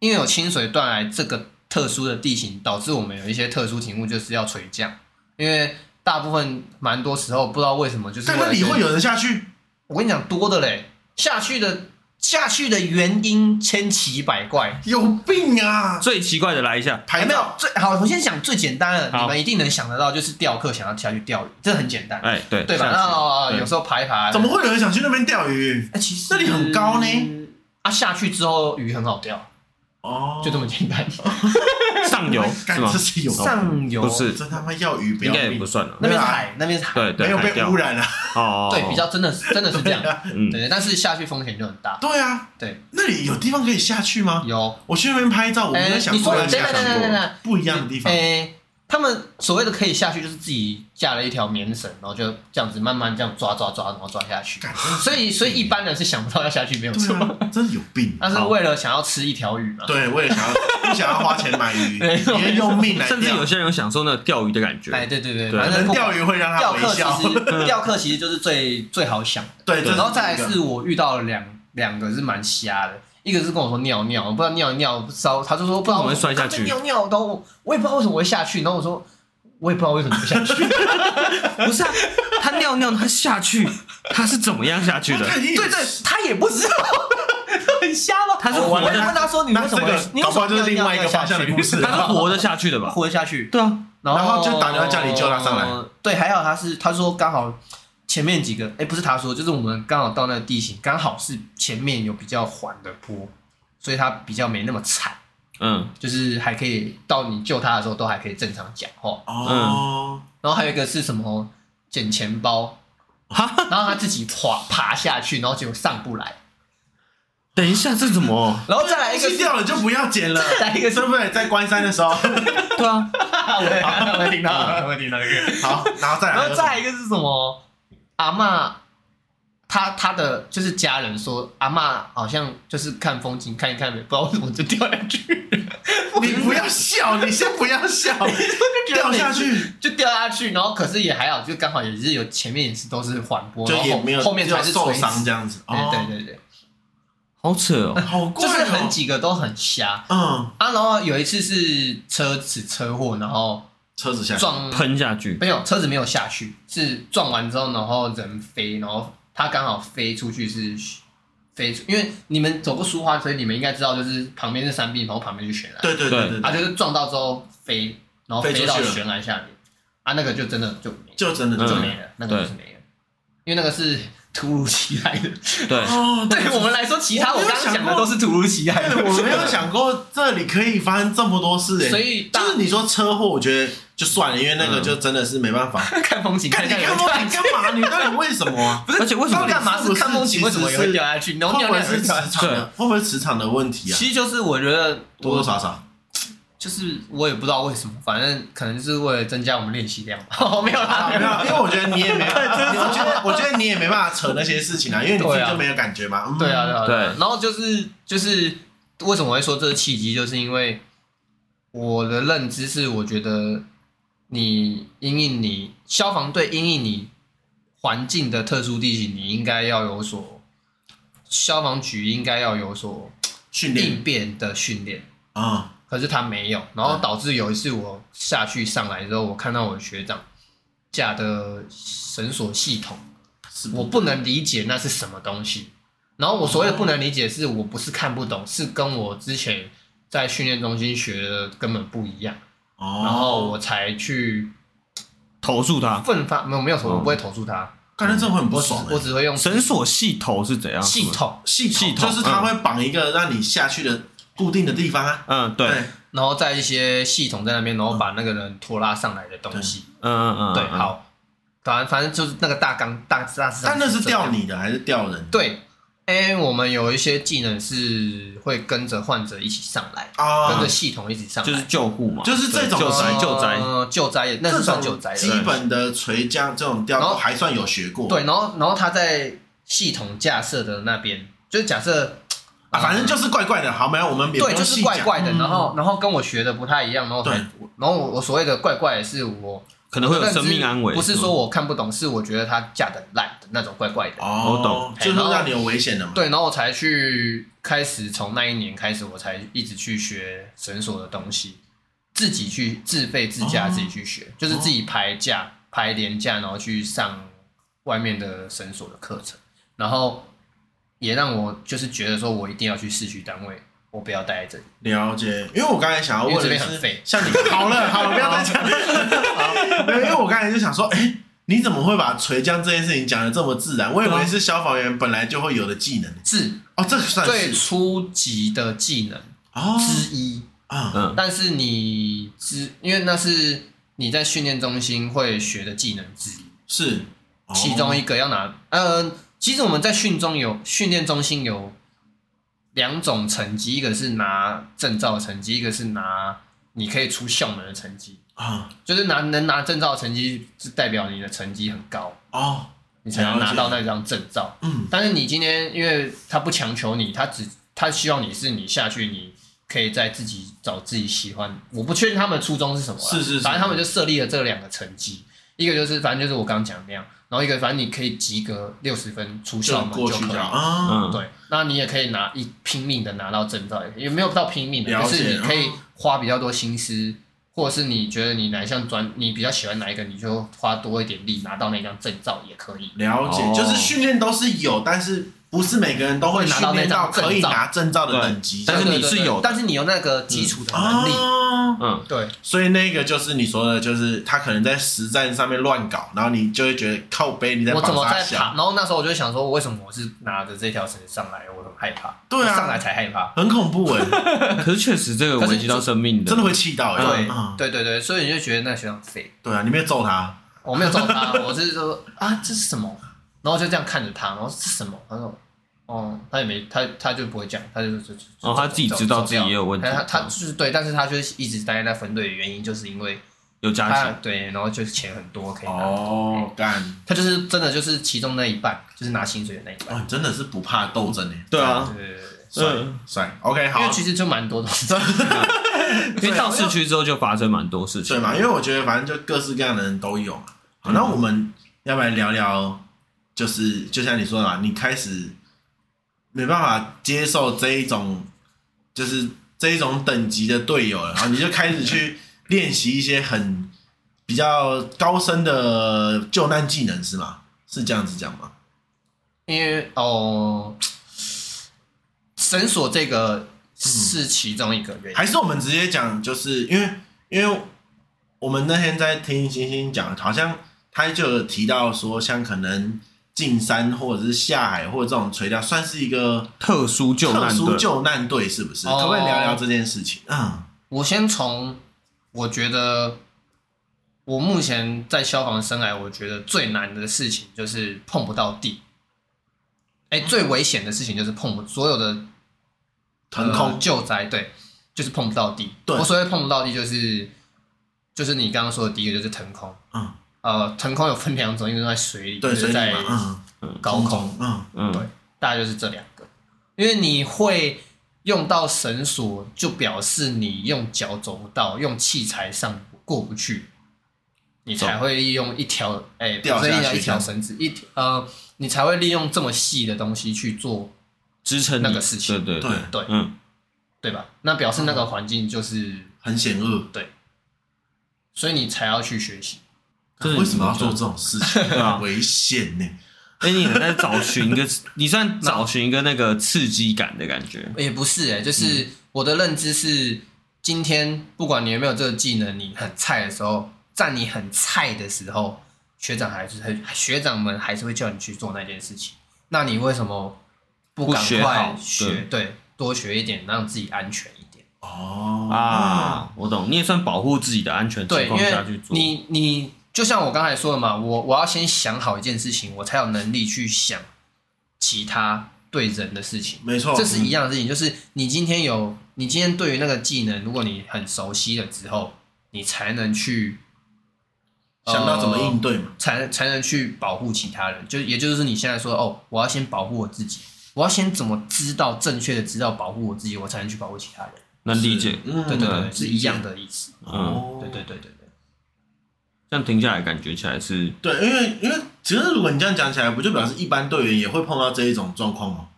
Speaker 3: 因为有清水断崖这个特殊的地形，导致我们有一些特殊题目就是要垂降，因为大部分蛮多时候不知道为什么就是
Speaker 2: 但那里会有人下去？
Speaker 3: 我跟你讲多的嘞，下去的下去的原因千奇百怪。
Speaker 2: 有病啊！
Speaker 1: 最奇怪的来一下，
Speaker 2: 排
Speaker 3: 哎没有
Speaker 2: 到
Speaker 3: 最好，我先讲最简单的，
Speaker 1: 好
Speaker 3: 你们一定能想得到，就是钓客想要下去钓鱼，这很简单，
Speaker 1: 哎，对，
Speaker 3: 对吧？
Speaker 1: 下去
Speaker 3: 那哦
Speaker 1: 对
Speaker 3: 有时候爬一爬，
Speaker 2: 怎么会有人想去那边钓鱼？
Speaker 3: 哎？其实
Speaker 2: 这里很高呢，
Speaker 3: 啊，下去之后鱼很好钓，
Speaker 2: 哦，
Speaker 3: 就这么哦简单。
Speaker 1: 上游
Speaker 2: (laughs) 干
Speaker 1: 是吗
Speaker 2: 这？是有，
Speaker 3: 上游
Speaker 1: 不是，
Speaker 2: 真他妈要鱼不
Speaker 1: 应
Speaker 2: 要
Speaker 1: 该也
Speaker 2: 命
Speaker 1: 不，算了。
Speaker 3: 那边是海，那边是海，
Speaker 1: 对对，
Speaker 2: 没有
Speaker 1: 海钓
Speaker 2: 被污染啊。
Speaker 1: 哦，
Speaker 3: 对，比较真的是真的是
Speaker 2: (laughs)
Speaker 3: 这样，
Speaker 1: 嗯，
Speaker 3: 对，但是下去风险就很大，
Speaker 2: 对啊，
Speaker 3: 对，
Speaker 2: 那里有地方可以下去吗？
Speaker 3: 有，
Speaker 2: 我去那边拍照，我没有
Speaker 3: 哎
Speaker 2: 想
Speaker 3: 你
Speaker 2: 过
Speaker 3: 说
Speaker 2: 要
Speaker 3: 等
Speaker 2: 下
Speaker 3: 等等等
Speaker 2: 去，
Speaker 3: 等，
Speaker 2: 不一样的地方。
Speaker 3: 哎，他们所谓的可以下去，就是自己架了一条棉绳，然后就这样子慢慢这样抓抓抓，然后抓下去，
Speaker 2: 干真的
Speaker 3: 所以所以一般人是想不到要下去，没
Speaker 2: (laughs)
Speaker 3: 有
Speaker 2: 对
Speaker 3: 错，
Speaker 2: 啊，真的有病。
Speaker 3: 但是
Speaker 2: 好
Speaker 3: 为了想要吃一条鱼嘛，
Speaker 2: 对，我也想要，不想要花钱买鱼，
Speaker 3: (laughs) 没错
Speaker 2: 也用命来
Speaker 1: 甚至
Speaker 2: 钓
Speaker 1: 有。些人有享受那个钓鱼的感觉。
Speaker 3: 哎，对对对，
Speaker 1: 对
Speaker 3: 反正
Speaker 2: 能
Speaker 3: 不
Speaker 2: 钓鱼会让他
Speaker 3: 钓
Speaker 2: 微
Speaker 3: 客
Speaker 2: 笑
Speaker 3: 其。实钓客其实就是最最好想的。
Speaker 2: 对，这
Speaker 3: 然后再来
Speaker 2: 一个
Speaker 3: 是我遇到了两两个是蛮瞎的，一个是跟我说尿尿，不知道尿一尿烧，他就说不知道
Speaker 1: 为什么会摔下去
Speaker 3: 他在尿尿，然后我我也不知道为什么会下去，然后我说我也不知道为什么不下
Speaker 2: (laughs)
Speaker 3: 去，
Speaker 1: 不是啊，他尿尿他下去，他是怎么样下去的？
Speaker 2: 对
Speaker 3: 对对，他也不知道， (laughs) 很瞎吗？
Speaker 1: 他是
Speaker 3: 我
Speaker 1: 活
Speaker 3: 还
Speaker 1: 的
Speaker 3: 问他说你为
Speaker 2: 那
Speaker 3: 什
Speaker 2: 这
Speaker 3: 么会
Speaker 2: 个，
Speaker 3: 你为
Speaker 2: 搞
Speaker 3: 什
Speaker 2: 不
Speaker 3: 么
Speaker 2: 好就是
Speaker 3: 尿
Speaker 2: 另
Speaker 3: 尿
Speaker 2: 外一个
Speaker 3: 要下
Speaker 2: 方向的
Speaker 3: 去
Speaker 2: 故事。啊
Speaker 1: 他是活着下去的吧？
Speaker 3: (laughs) 活下去，
Speaker 1: 对啊，
Speaker 3: 然
Speaker 2: 然后就打电话叫你救他上来。
Speaker 3: 哦对，还好他是他说刚好前面几个，哎，不是他说，就是我们刚好到那个地形，刚好是前面有比较缓的坡，所以他比较没那么惨，
Speaker 1: 嗯，
Speaker 3: 就是还可以到你救他的时候都还可以正常讲话。
Speaker 2: 哦，
Speaker 3: 然后还有一个是什么捡钱包，
Speaker 1: 哈，
Speaker 3: 然后他自己爬爬下去，然后结果上不来，
Speaker 1: 等一下，这怎么？
Speaker 3: 然后再来一个
Speaker 2: (laughs) 吃
Speaker 3: 是，
Speaker 2: 掉了就不要捡了，
Speaker 3: 再来一个是
Speaker 2: 对，不对？在关山的时候，
Speaker 1: 对啊，
Speaker 3: (laughs) 我我听到了，我听到这个。
Speaker 2: 好，然后再来，
Speaker 3: 然后再来一个是什么？阿嬷，她她的就是家人说，阿嬷好像就是看风景看一看，不知道为什么就掉下去， (laughs)
Speaker 2: 你不要笑， (laughs) 你先不要笑，掉下去
Speaker 3: 就掉下去，然后可是也还好，就刚好也是有前面也是都是缓坡，
Speaker 2: 就
Speaker 3: 然后
Speaker 2: 也没有
Speaker 3: 后面才是
Speaker 2: 受
Speaker 3: 垂直
Speaker 2: 伤这样子，哦，
Speaker 3: 对对对对，
Speaker 1: 好扯哦，
Speaker 2: 好怪
Speaker 3: 就
Speaker 2: 哦，
Speaker 3: 是很几个都很瞎
Speaker 2: 嗯，
Speaker 3: 啊。然后有一次是车子车祸，然后
Speaker 2: 车子下去，
Speaker 3: 撞
Speaker 1: 喷下去，
Speaker 3: 没有，车子没有下去，是撞完之后，然后人飞，然后他刚好飞出去是飞出，因为你们走过苏花，所以你们应该知道，就是旁边是山壁，然后旁边是悬崖，
Speaker 2: 对对对
Speaker 3: 啊，
Speaker 2: 对，
Speaker 3: 就是撞到之后飞，然后
Speaker 2: 飞出
Speaker 3: 飞
Speaker 2: 去
Speaker 3: 到
Speaker 2: 了
Speaker 3: 悬崖下面，啊，那个就真的就没了，
Speaker 2: 就真的
Speaker 3: 就
Speaker 2: 真
Speaker 1: 嗯
Speaker 2: 的
Speaker 3: 没了，那个就是没了，因为那个是突如其来的。 (laughs)
Speaker 1: 对，
Speaker 2: 哦，
Speaker 3: 对我们来说，其他
Speaker 2: 我
Speaker 3: 我
Speaker 2: 没有
Speaker 3: 刚刚
Speaker 2: 想
Speaker 3: 讲的
Speaker 2: 过
Speaker 3: 都是突如其来的，
Speaker 2: 对，我没 (laughs) 有想过这里可以发生这么多事、欸，
Speaker 3: 所以大
Speaker 2: 就是你说车祸，我觉得就算了，因为那个就真的是没办法。
Speaker 3: 看风景，
Speaker 2: 看你
Speaker 3: 看
Speaker 2: 干嘛？你干嘛？你到底为什么
Speaker 3: (laughs)
Speaker 2: 啊？
Speaker 1: 而且为什么
Speaker 2: 到底
Speaker 3: 干嘛
Speaker 2: 是不
Speaker 3: 是
Speaker 2: 是
Speaker 3: 看风景，为什么也
Speaker 2: 其实
Speaker 3: 会
Speaker 2: 是
Speaker 3: 掉下去？然后
Speaker 2: 会
Speaker 3: 尿
Speaker 2: 不会
Speaker 3: 尿也会
Speaker 2: 是磁 (laughs)
Speaker 3: 掉下去
Speaker 2: 场的？会不会磁场的问题啊？
Speaker 3: 其实就是我觉得
Speaker 2: 多
Speaker 3: 我
Speaker 2: 多少少，
Speaker 3: 就是我也不知道为什么，反正可能就是为了增加我们练习量 (laughs) 吧。没有啦，
Speaker 2: 啊没有，因为我觉得你也没，我觉得我觉得你也没办法扯那些事情啊，因为你自己就没有感觉嘛。嗯
Speaker 3: 对啊，对啊，
Speaker 1: 对
Speaker 3: 啊然后就是就是为什么会说这是契机，就是因为我的认知是，我觉得你因应你消防队因应你环境的特殊地形，你应该要有所消防局应该要有所
Speaker 2: 训练
Speaker 3: 应变的训练。
Speaker 2: 啊，
Speaker 3: 可是他没有，然后导致有一次我下去上来之后，我看到我学长架的绳索系统，
Speaker 2: 是
Speaker 3: 我不能理解那是什么东西。然后我所谓的不能理解，是我不是看不懂，是跟我之前在训练中心学的根本不一样，
Speaker 2: 哦，
Speaker 3: 然后我才去
Speaker 1: 投诉他
Speaker 3: 奋发，没有没有什么，
Speaker 1: 哦
Speaker 3: 我不会投诉他，
Speaker 2: 感觉这会很不
Speaker 3: 我只
Speaker 2: 爽欸。
Speaker 3: 我只会用
Speaker 1: 绳索啊系头是怎样？
Speaker 3: 系统，
Speaker 2: 系
Speaker 1: 系
Speaker 2: 统嗯
Speaker 1: 统
Speaker 2: 就是它会绑一个让你下去的固定的地方啊。
Speaker 1: 嗯，对，嗯
Speaker 3: 然后在一些系统在那边，然后把那个人拖拉上来的东西，
Speaker 1: 嗯嗯，
Speaker 3: 对，
Speaker 1: 嗯，
Speaker 3: 好，反正反正就是那个大纲大大致上
Speaker 2: 但那是
Speaker 3: 这
Speaker 2: 吊
Speaker 3: 样
Speaker 2: 你的还是吊人？
Speaker 3: 对，因为我们有一些技能是会跟着患者一起上来，跟
Speaker 2: 啊
Speaker 3: 着，系统一起上来，
Speaker 1: 就是救护嘛，
Speaker 2: 就是这
Speaker 1: 对
Speaker 2: 种
Speaker 1: 救
Speaker 2: 呃
Speaker 1: 灾救灾，
Speaker 3: 呃救灾也那
Speaker 2: 这
Speaker 3: 是算
Speaker 2: 种
Speaker 3: 救灾
Speaker 2: 基
Speaker 3: 的。
Speaker 2: 本的垂降这种吊
Speaker 3: 然后
Speaker 2: 都还算有学过。
Speaker 3: 对，然后然后他在系统架设的那边，就是假设
Speaker 2: 啊，反正就是怪怪的。好，没有，我们也不
Speaker 3: 对，
Speaker 2: 用
Speaker 3: 就是
Speaker 2: 细讲
Speaker 3: 怪怪的，
Speaker 2: 嗯
Speaker 3: 然后然后跟我学的不太一样，然后
Speaker 2: 对
Speaker 3: 然后我我所谓的怪怪的是我
Speaker 1: 可能会有
Speaker 3: 认知
Speaker 1: 生命安危，
Speaker 3: 不是
Speaker 1: 吗
Speaker 3: 说我看不懂，是我觉得他架的烂的那种怪怪的。
Speaker 1: 我
Speaker 2: 哦，
Speaker 1: 懂
Speaker 2: 就是让你有危险的嘛。
Speaker 3: 对，然后我才去开始，从那一年开始，我才一直去学绳索的东西，自己去自费自驾，
Speaker 2: 哦
Speaker 3: 自己去学，就是自己排假、排连假，然后去上外面的绳索的课程，然后也让我就是觉得说我一定要去市区单位，我不要待在这里。
Speaker 2: 了解，因为我刚才想要问
Speaker 3: 因
Speaker 2: 的
Speaker 3: 为这边很
Speaker 2: 是
Speaker 3: 废， (laughs)
Speaker 2: 像你好了，好了，不要再讲了。没有，因为我刚才就想说，哎、你怎么会把垂降这件事情讲的这么自然？我以为是消防员本来就会有的技能
Speaker 3: 是
Speaker 2: 哦，这个算
Speaker 3: 最
Speaker 2: 是
Speaker 3: 初级的技能
Speaker 2: 哦
Speaker 3: 之一，
Speaker 2: 啊
Speaker 1: 嗯
Speaker 3: 但是你之因为那是你在训练中心会学的技能之一。
Speaker 2: 是哦
Speaker 3: 其中一个要拿，嗯、其实我们在训中有训练中心有两种成绩，一个是拿证照的成绩，一个是拿你可以出校门的成绩。
Speaker 2: 啊
Speaker 3: 就是拿能拿证照的成绩，是代表你的成绩很高，
Speaker 2: 哦
Speaker 3: 你才
Speaker 2: 了
Speaker 3: 能
Speaker 2: 解
Speaker 3: 拿到那张证照。
Speaker 2: 嗯
Speaker 3: 但是你今天，因为他不强求你，他只他希望你是你下去，你可以在自己找自己喜欢。我不确定他们的初衷是什么啦，
Speaker 2: 是是是
Speaker 3: 反正他们就设立了这两个成绩，一个就是反正就是我刚刚讲的那样，然后一个反正你可以及格六十分出
Speaker 2: 就
Speaker 3: 校门
Speaker 2: 过
Speaker 3: 就
Speaker 2: 去
Speaker 3: 可以
Speaker 2: 这样
Speaker 3: 了。
Speaker 2: 啊，
Speaker 1: 嗯，
Speaker 3: 对，那你也可以拿一拼命的拿到证照，也没有到拼命的，
Speaker 2: 了
Speaker 3: 就
Speaker 2: 解
Speaker 3: 是你可以花比较多心思，或者是你觉得你哪一项专你比较喜欢哪一个，你就花多一点力拿到那张证照也可以。
Speaker 2: 了解，
Speaker 1: 哦
Speaker 2: 就是训练都是有，但是不是每个人都会
Speaker 3: 会拿
Speaker 2: 训
Speaker 3: 到
Speaker 2: 练
Speaker 3: 那
Speaker 2: 到
Speaker 3: 张
Speaker 2: 可以
Speaker 3: 证照
Speaker 2: 拿证照的等级
Speaker 1: 但是
Speaker 3: 对
Speaker 1: 你
Speaker 3: 对
Speaker 1: 是
Speaker 3: 对
Speaker 1: 有
Speaker 3: 但是你有那个基础的能力。
Speaker 2: 啊。
Speaker 3: (laughs)
Speaker 1: 嗯，
Speaker 3: 对，
Speaker 2: 所以那个就是你说的，就是他可能在实战上面乱搞，然后你就会觉得靠背你在
Speaker 3: 我怎
Speaker 2: 绑
Speaker 3: 么
Speaker 2: 沙
Speaker 3: 在爬？
Speaker 2: 小，
Speaker 3: 然后那时候我就想说，为什么我是拿着这条绳上来，我很害怕。
Speaker 2: 对啊
Speaker 3: 我上来才害怕。
Speaker 2: 很恐怖哎、
Speaker 1: 可是确实这个
Speaker 3: 可是
Speaker 1: 危及到生命的，
Speaker 2: 真的会气到哎、
Speaker 3: 对、
Speaker 2: 嗯，
Speaker 3: 对对对，所以你就觉得那个学长废。
Speaker 2: 对啊，你没有揍他，
Speaker 3: 我没有揍他，我是说啊，这是什么？然后就这样看着他，然后这是什么？他说，哦，他也没他他就不会讲，他就就就
Speaker 1: 哦他自己知道自己也有问题
Speaker 3: 他他就是对，但是他就是一直待在那分队的原因，就是因为
Speaker 1: 有加
Speaker 3: 他
Speaker 1: 强，
Speaker 3: 对，然后就是钱很多可以拿，
Speaker 2: 哦，干，
Speaker 3: 他就是真的就是其中那一半，就是拿薪水的那一半。
Speaker 2: 哇，你哦真的是不怕斗争哎、
Speaker 1: 对啊，
Speaker 3: 对对对对
Speaker 2: 帅
Speaker 1: 嗯
Speaker 2: 帅，OK，好
Speaker 3: 因为，其实就蛮多东西， (laughs)
Speaker 1: 因为到市区之后就发生蛮多事情
Speaker 2: 对，嘛，因为我觉得反正就各式各样的人都有嘛。好，
Speaker 1: 嗯
Speaker 2: 那我们要不然聊聊，就是就像你说的嘛，你开始没办法接受这一种，就是这一种等级的队友了，然后你就开
Speaker 1: (laughs)
Speaker 2: 始去练习一些很比较高深的救难技能，是吗？是这样子讲吗？
Speaker 3: 因为哦，绳索这个是其中一个原
Speaker 2: 嗯
Speaker 3: 因。
Speaker 2: 还是我们直接讲，就是因为因为我们那天在听星星讲，好像他就有提到说，像可能进山或者是下海或者这种垂钓，算是一个
Speaker 1: 特殊救
Speaker 2: 特
Speaker 1: 难
Speaker 2: 殊
Speaker 1: 队，
Speaker 2: 救难队，是不是？
Speaker 3: 哦
Speaker 2: 可不可以聊聊这件事情？嗯，
Speaker 3: 我先从我觉得我目前在消防生涯，我觉得最难的事情就是碰不到地。哎，
Speaker 2: 嗯
Speaker 3: 最危险的事情就是碰不所有的
Speaker 2: 腾
Speaker 3: 呃
Speaker 2: 空
Speaker 3: 救灾，对，就是碰不到地。
Speaker 2: 对
Speaker 3: 我所谓碰不到地，就是就是你刚刚说的第一个就是腾空，
Speaker 2: 嗯，
Speaker 3: 呃，腾空有分两种，一个是在水里，
Speaker 2: 对，
Speaker 3: 一个
Speaker 2: 所
Speaker 3: 是
Speaker 2: 以
Speaker 3: 在
Speaker 2: 嘛，嗯，
Speaker 3: 高空。
Speaker 2: 嗯，
Speaker 1: 嗯，
Speaker 3: 大概就是这两个，因为你会用到绳索，就表示你用脚走不到，用器材上过不去，你才会利用一条哎，
Speaker 2: 掉
Speaker 3: 不是
Speaker 2: 下
Speaker 3: 一条
Speaker 2: 去
Speaker 3: 一条绳子，一条呃，你才会利用这么细的东西去做，
Speaker 1: 支撑
Speaker 3: 那
Speaker 1: 你
Speaker 3: 个事情
Speaker 1: 对对
Speaker 2: 对
Speaker 3: 对
Speaker 1: 嗯，
Speaker 3: 对吧？那表示那
Speaker 2: 嗯
Speaker 3: 个环境就是，
Speaker 2: 很险恶。
Speaker 3: 所以你才要去学习。
Speaker 1: 这是
Speaker 2: 啊为什么要做这种事情？
Speaker 3: (laughs)
Speaker 1: 啊
Speaker 2: 很危险呢、
Speaker 1: 哎，你很在找寻一个，你算找寻一个那个刺激感的感觉，
Speaker 3: 也不是哎、就是我的认知
Speaker 1: 嗯
Speaker 3: 是，今天不管你有没有这个技能，你很菜的时候，在你很菜的时候，学长还是会学长们还是会叫你去做那件事情。那你为什么不赶
Speaker 1: 不学
Speaker 3: 快
Speaker 1: 好
Speaker 3: 学？对多学一点，让自己安全一点。
Speaker 2: 哦
Speaker 1: 啊，我懂，你也算保护自己的安全
Speaker 3: 对，
Speaker 1: 情
Speaker 3: 因
Speaker 1: 况
Speaker 3: 为
Speaker 1: 下去做，
Speaker 3: 你你就像我刚才说的嘛，我我要先想好一件事情，我才有能力去想其他对人的事情。
Speaker 2: 没错，
Speaker 3: 这是一样的事情，就是你今天有，你今天对于那个技能，如果你很熟悉了之后，你才能去
Speaker 2: 嗯想到怎么应，对嘛。
Speaker 3: 呃才才能去保护其他人。就也就是你现在说，哦，我要先保护我自己，我要先怎么知道正确的知道保护我自己，我才呃能去保护其他人。
Speaker 1: 能理解，
Speaker 2: 嗯，
Speaker 3: 对对对，
Speaker 2: 理解
Speaker 3: 是一样。的意思。
Speaker 1: 嗯，
Speaker 2: 哦
Speaker 3: 对对对对对，
Speaker 1: 这样停下来感觉起来是
Speaker 2: 对，因为因为其实如果你这样讲起来，不就表示一般队员也会碰到这一种状况吗？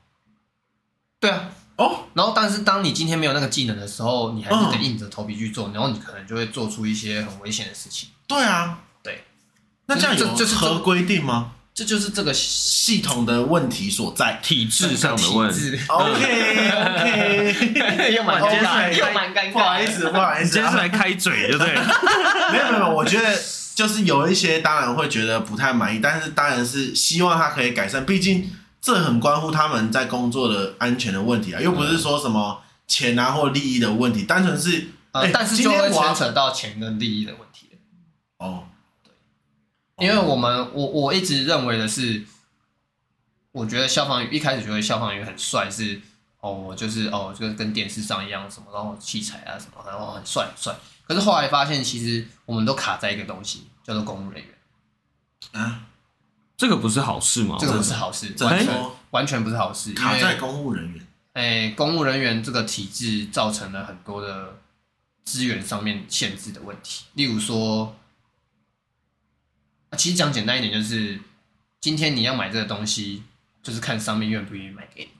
Speaker 3: 对啊。
Speaker 2: 哦，
Speaker 3: 然后，但是当你今天没有那个技能的时候，你还是得
Speaker 2: 嗯
Speaker 3: 硬着头皮去做，然后你可能就会做出一些很危险的事情。
Speaker 2: 对啊，
Speaker 3: 对，
Speaker 2: 那这样有
Speaker 3: 这这是
Speaker 2: 合规定吗？
Speaker 3: 这就是这个
Speaker 2: 系统的问题所在。
Speaker 1: 体制上的问
Speaker 3: 体
Speaker 1: 题。
Speaker 3: 制
Speaker 2: OK OK，
Speaker 3: (laughs) 又蛮尴尬，又蛮尴
Speaker 2: (laughs)
Speaker 3: 尬，
Speaker 2: 不好意，思，不好意
Speaker 1: 你
Speaker 2: 思
Speaker 1: 今天是
Speaker 2: 啊，
Speaker 1: 来开嘴，对不对？
Speaker 2: (laughs) 没有没有没有，我觉得就是有一些当然会觉得不太满意，但是当然是希望他可以改善，毕竟这很关乎他们在工作的安全的问题啊，又不
Speaker 3: 嗯
Speaker 2: 是说什么钱啊或利益的问题，单纯是
Speaker 3: 呃
Speaker 2: 哎，
Speaker 3: 但是
Speaker 2: 今
Speaker 3: 就
Speaker 2: 天
Speaker 3: 会
Speaker 2: 我要
Speaker 3: 牵扯到钱跟利益的问题了，
Speaker 2: 哦，
Speaker 3: 因为我们我我一直认为的是，我觉得消防员一开始觉得消防员很帅是。哦，我就是哦，就是跟电视上一样，什么然后器材啊什么，然后很帅很帅。可是后来发现，其实我们都卡在一个东西，叫做公务人员，
Speaker 2: 啊，
Speaker 1: 这个不是好事
Speaker 2: 哦
Speaker 1: 吗？
Speaker 3: 这个不是好事，
Speaker 2: 怎么
Speaker 3: 完全
Speaker 2: 说
Speaker 3: 完全不是好事。因
Speaker 2: 哦卡
Speaker 3: 为
Speaker 2: 在公务人员？
Speaker 3: 哎，公务人员这个体制造成了很多的资源上面限制的问题，例如说，啊其实讲简单一点，就是今天你要买这个东西，就是看上面愿不愿意买给你。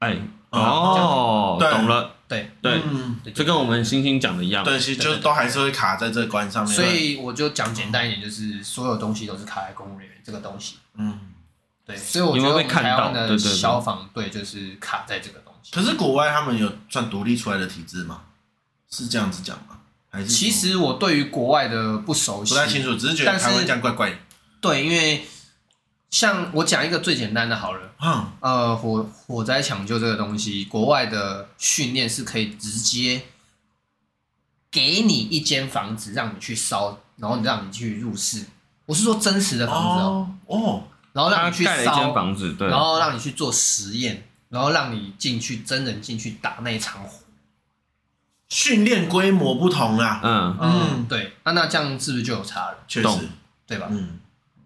Speaker 1: 哎，哦，
Speaker 2: 这样
Speaker 1: 懂了，
Speaker 3: 对，
Speaker 1: 对，
Speaker 2: 嗯，
Speaker 3: 对
Speaker 1: 这跟我们星星讲的一样，
Speaker 2: 对，其实就是都还是会卡在这个关上面。
Speaker 3: 所，以我就讲简单一点，就是所有东西都是卡在公务人员这个东西。
Speaker 2: 嗯，
Speaker 3: 对，所以我
Speaker 1: 你
Speaker 3: 觉
Speaker 1: 会
Speaker 3: 得
Speaker 1: 被
Speaker 3: 我们
Speaker 1: 看
Speaker 3: 台
Speaker 1: 到
Speaker 3: 湾的
Speaker 1: 对对对
Speaker 3: 消防队就是卡在这个东西。
Speaker 2: 可是国外他们有算独立出来的体制吗？是这样子讲吗？还是
Speaker 3: 其实我对于国外的不熟悉，
Speaker 2: 不太清楚，只是觉得
Speaker 3: 但是
Speaker 2: 台湾这样怪怪的。
Speaker 3: 对，因为像我讲一个最简单的好了，
Speaker 2: 嗯，
Speaker 3: 呃，火火灾抢救这个东西，国外的训练是可以直接给你一间房子让你去烧，然后你让你去入室。我是说真实的房子哦，
Speaker 2: 哦哦，
Speaker 3: 然后让
Speaker 1: 他
Speaker 3: 你去
Speaker 1: 盖了一间
Speaker 3: 烧，
Speaker 1: 房子，对，
Speaker 3: 然后让你去做实验，然后让你进去真人进去打那一场火。
Speaker 2: 训练规模不同啊，
Speaker 1: 嗯，
Speaker 2: 嗯
Speaker 3: 嗯，对，那、那这样是不是就有差了？
Speaker 2: 确
Speaker 1: 懂
Speaker 2: 实，
Speaker 3: 对吧？
Speaker 2: 嗯，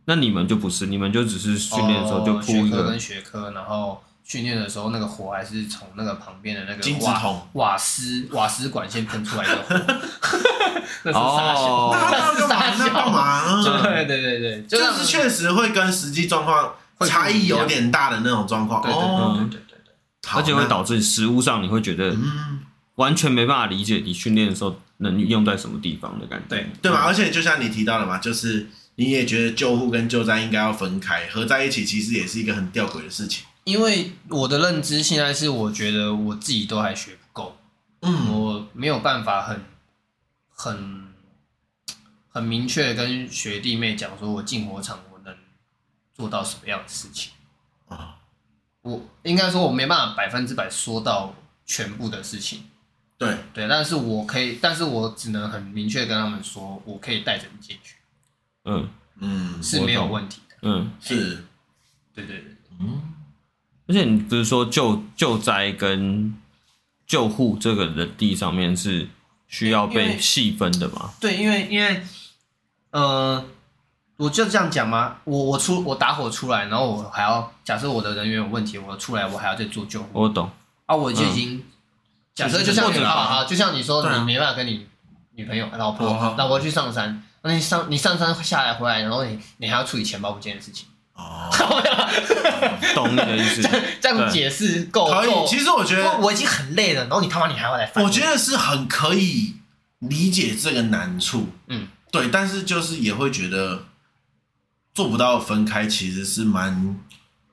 Speaker 1: 那你们就不是，你们就只是训练的时候就
Speaker 3: 哦
Speaker 1: 铺一
Speaker 3: 学科
Speaker 1: 个
Speaker 3: 跟学科，然后训练的时候那个火还是从那个旁边的那
Speaker 2: 金
Speaker 3: 个
Speaker 2: 字
Speaker 3: 瓦
Speaker 2: 筒
Speaker 3: 瓦斯瓦斯管线喷出来
Speaker 2: (laughs)
Speaker 3: 的火，那是傻笑，
Speaker 1: 哦
Speaker 2: 那
Speaker 3: 那
Speaker 2: 要干嘛？那干
Speaker 3: 是 (laughs) 傻笑。
Speaker 2: 嘛？嗯
Speaker 3: 对对对对，
Speaker 2: 就
Speaker 3: 让
Speaker 2: 是确实会跟实际状况
Speaker 3: 会不一样
Speaker 2: 差异有点大的那种状况，
Speaker 3: 对对
Speaker 2: 哦，
Speaker 3: 对对对对对，
Speaker 2: 好
Speaker 1: 而且会，导致食物上你会觉得
Speaker 2: 那嗯，
Speaker 1: 完全没办法理解你训练的时候能用在什么地方的感觉。
Speaker 3: 对
Speaker 2: 对嘛？而且就像你提到的嘛，就是你也觉得救护跟救灾应该要分开，合在一起其实也是一个很吊诡的事情。
Speaker 3: 因为我的认知现在是，我觉得我自己都还学不够，
Speaker 2: 嗯，
Speaker 3: 我没有办法很很很明确地跟学弟妹讲说，我进火场我能做到什么样的事情。
Speaker 2: 啊，
Speaker 3: 我应该说我没办法百分之百说到全部的事情，
Speaker 2: 对，
Speaker 3: 对，但是我可以，但是我只能很明确地跟他们说，我可以带着你进去
Speaker 1: 嗯
Speaker 2: 嗯，
Speaker 3: 是没有问题的，
Speaker 1: 嗯，
Speaker 2: 是，
Speaker 3: 对对对，
Speaker 2: 嗯，
Speaker 1: 而且你不是说救救灾跟救护这个人地上面是需要
Speaker 3: 因
Speaker 1: 被
Speaker 3: 为
Speaker 1: 细分的吗？
Speaker 3: 对，因为因为，呃，我就这样讲嘛，我我出我打火出来，然后我还要假设我的人员有问题，我出来我还要再做救护
Speaker 1: 我懂，
Speaker 3: 啊，我就
Speaker 2: 嗯
Speaker 3: 已经、假设就像你好好，就像你说
Speaker 2: 对啊
Speaker 3: 你没办法跟你女朋友、老婆、
Speaker 2: 哦好
Speaker 3: 老婆去上山，那你上你上山下来回来，然后你你还要处理钱包不见的事情。
Speaker 2: 哦，
Speaker 1: 懂你的意
Speaker 3: (laughs)
Speaker 1: 思。
Speaker 3: 这样解释够
Speaker 2: 可
Speaker 3: 够。
Speaker 2: 以。其实我觉
Speaker 3: 我
Speaker 2: 得，
Speaker 3: 我已经很累了，然后你他妈你还要来烦
Speaker 2: 我觉得是很可以理解这个难处，
Speaker 3: 嗯，
Speaker 2: 对，但是就是也会觉得做不到分开，其实是蛮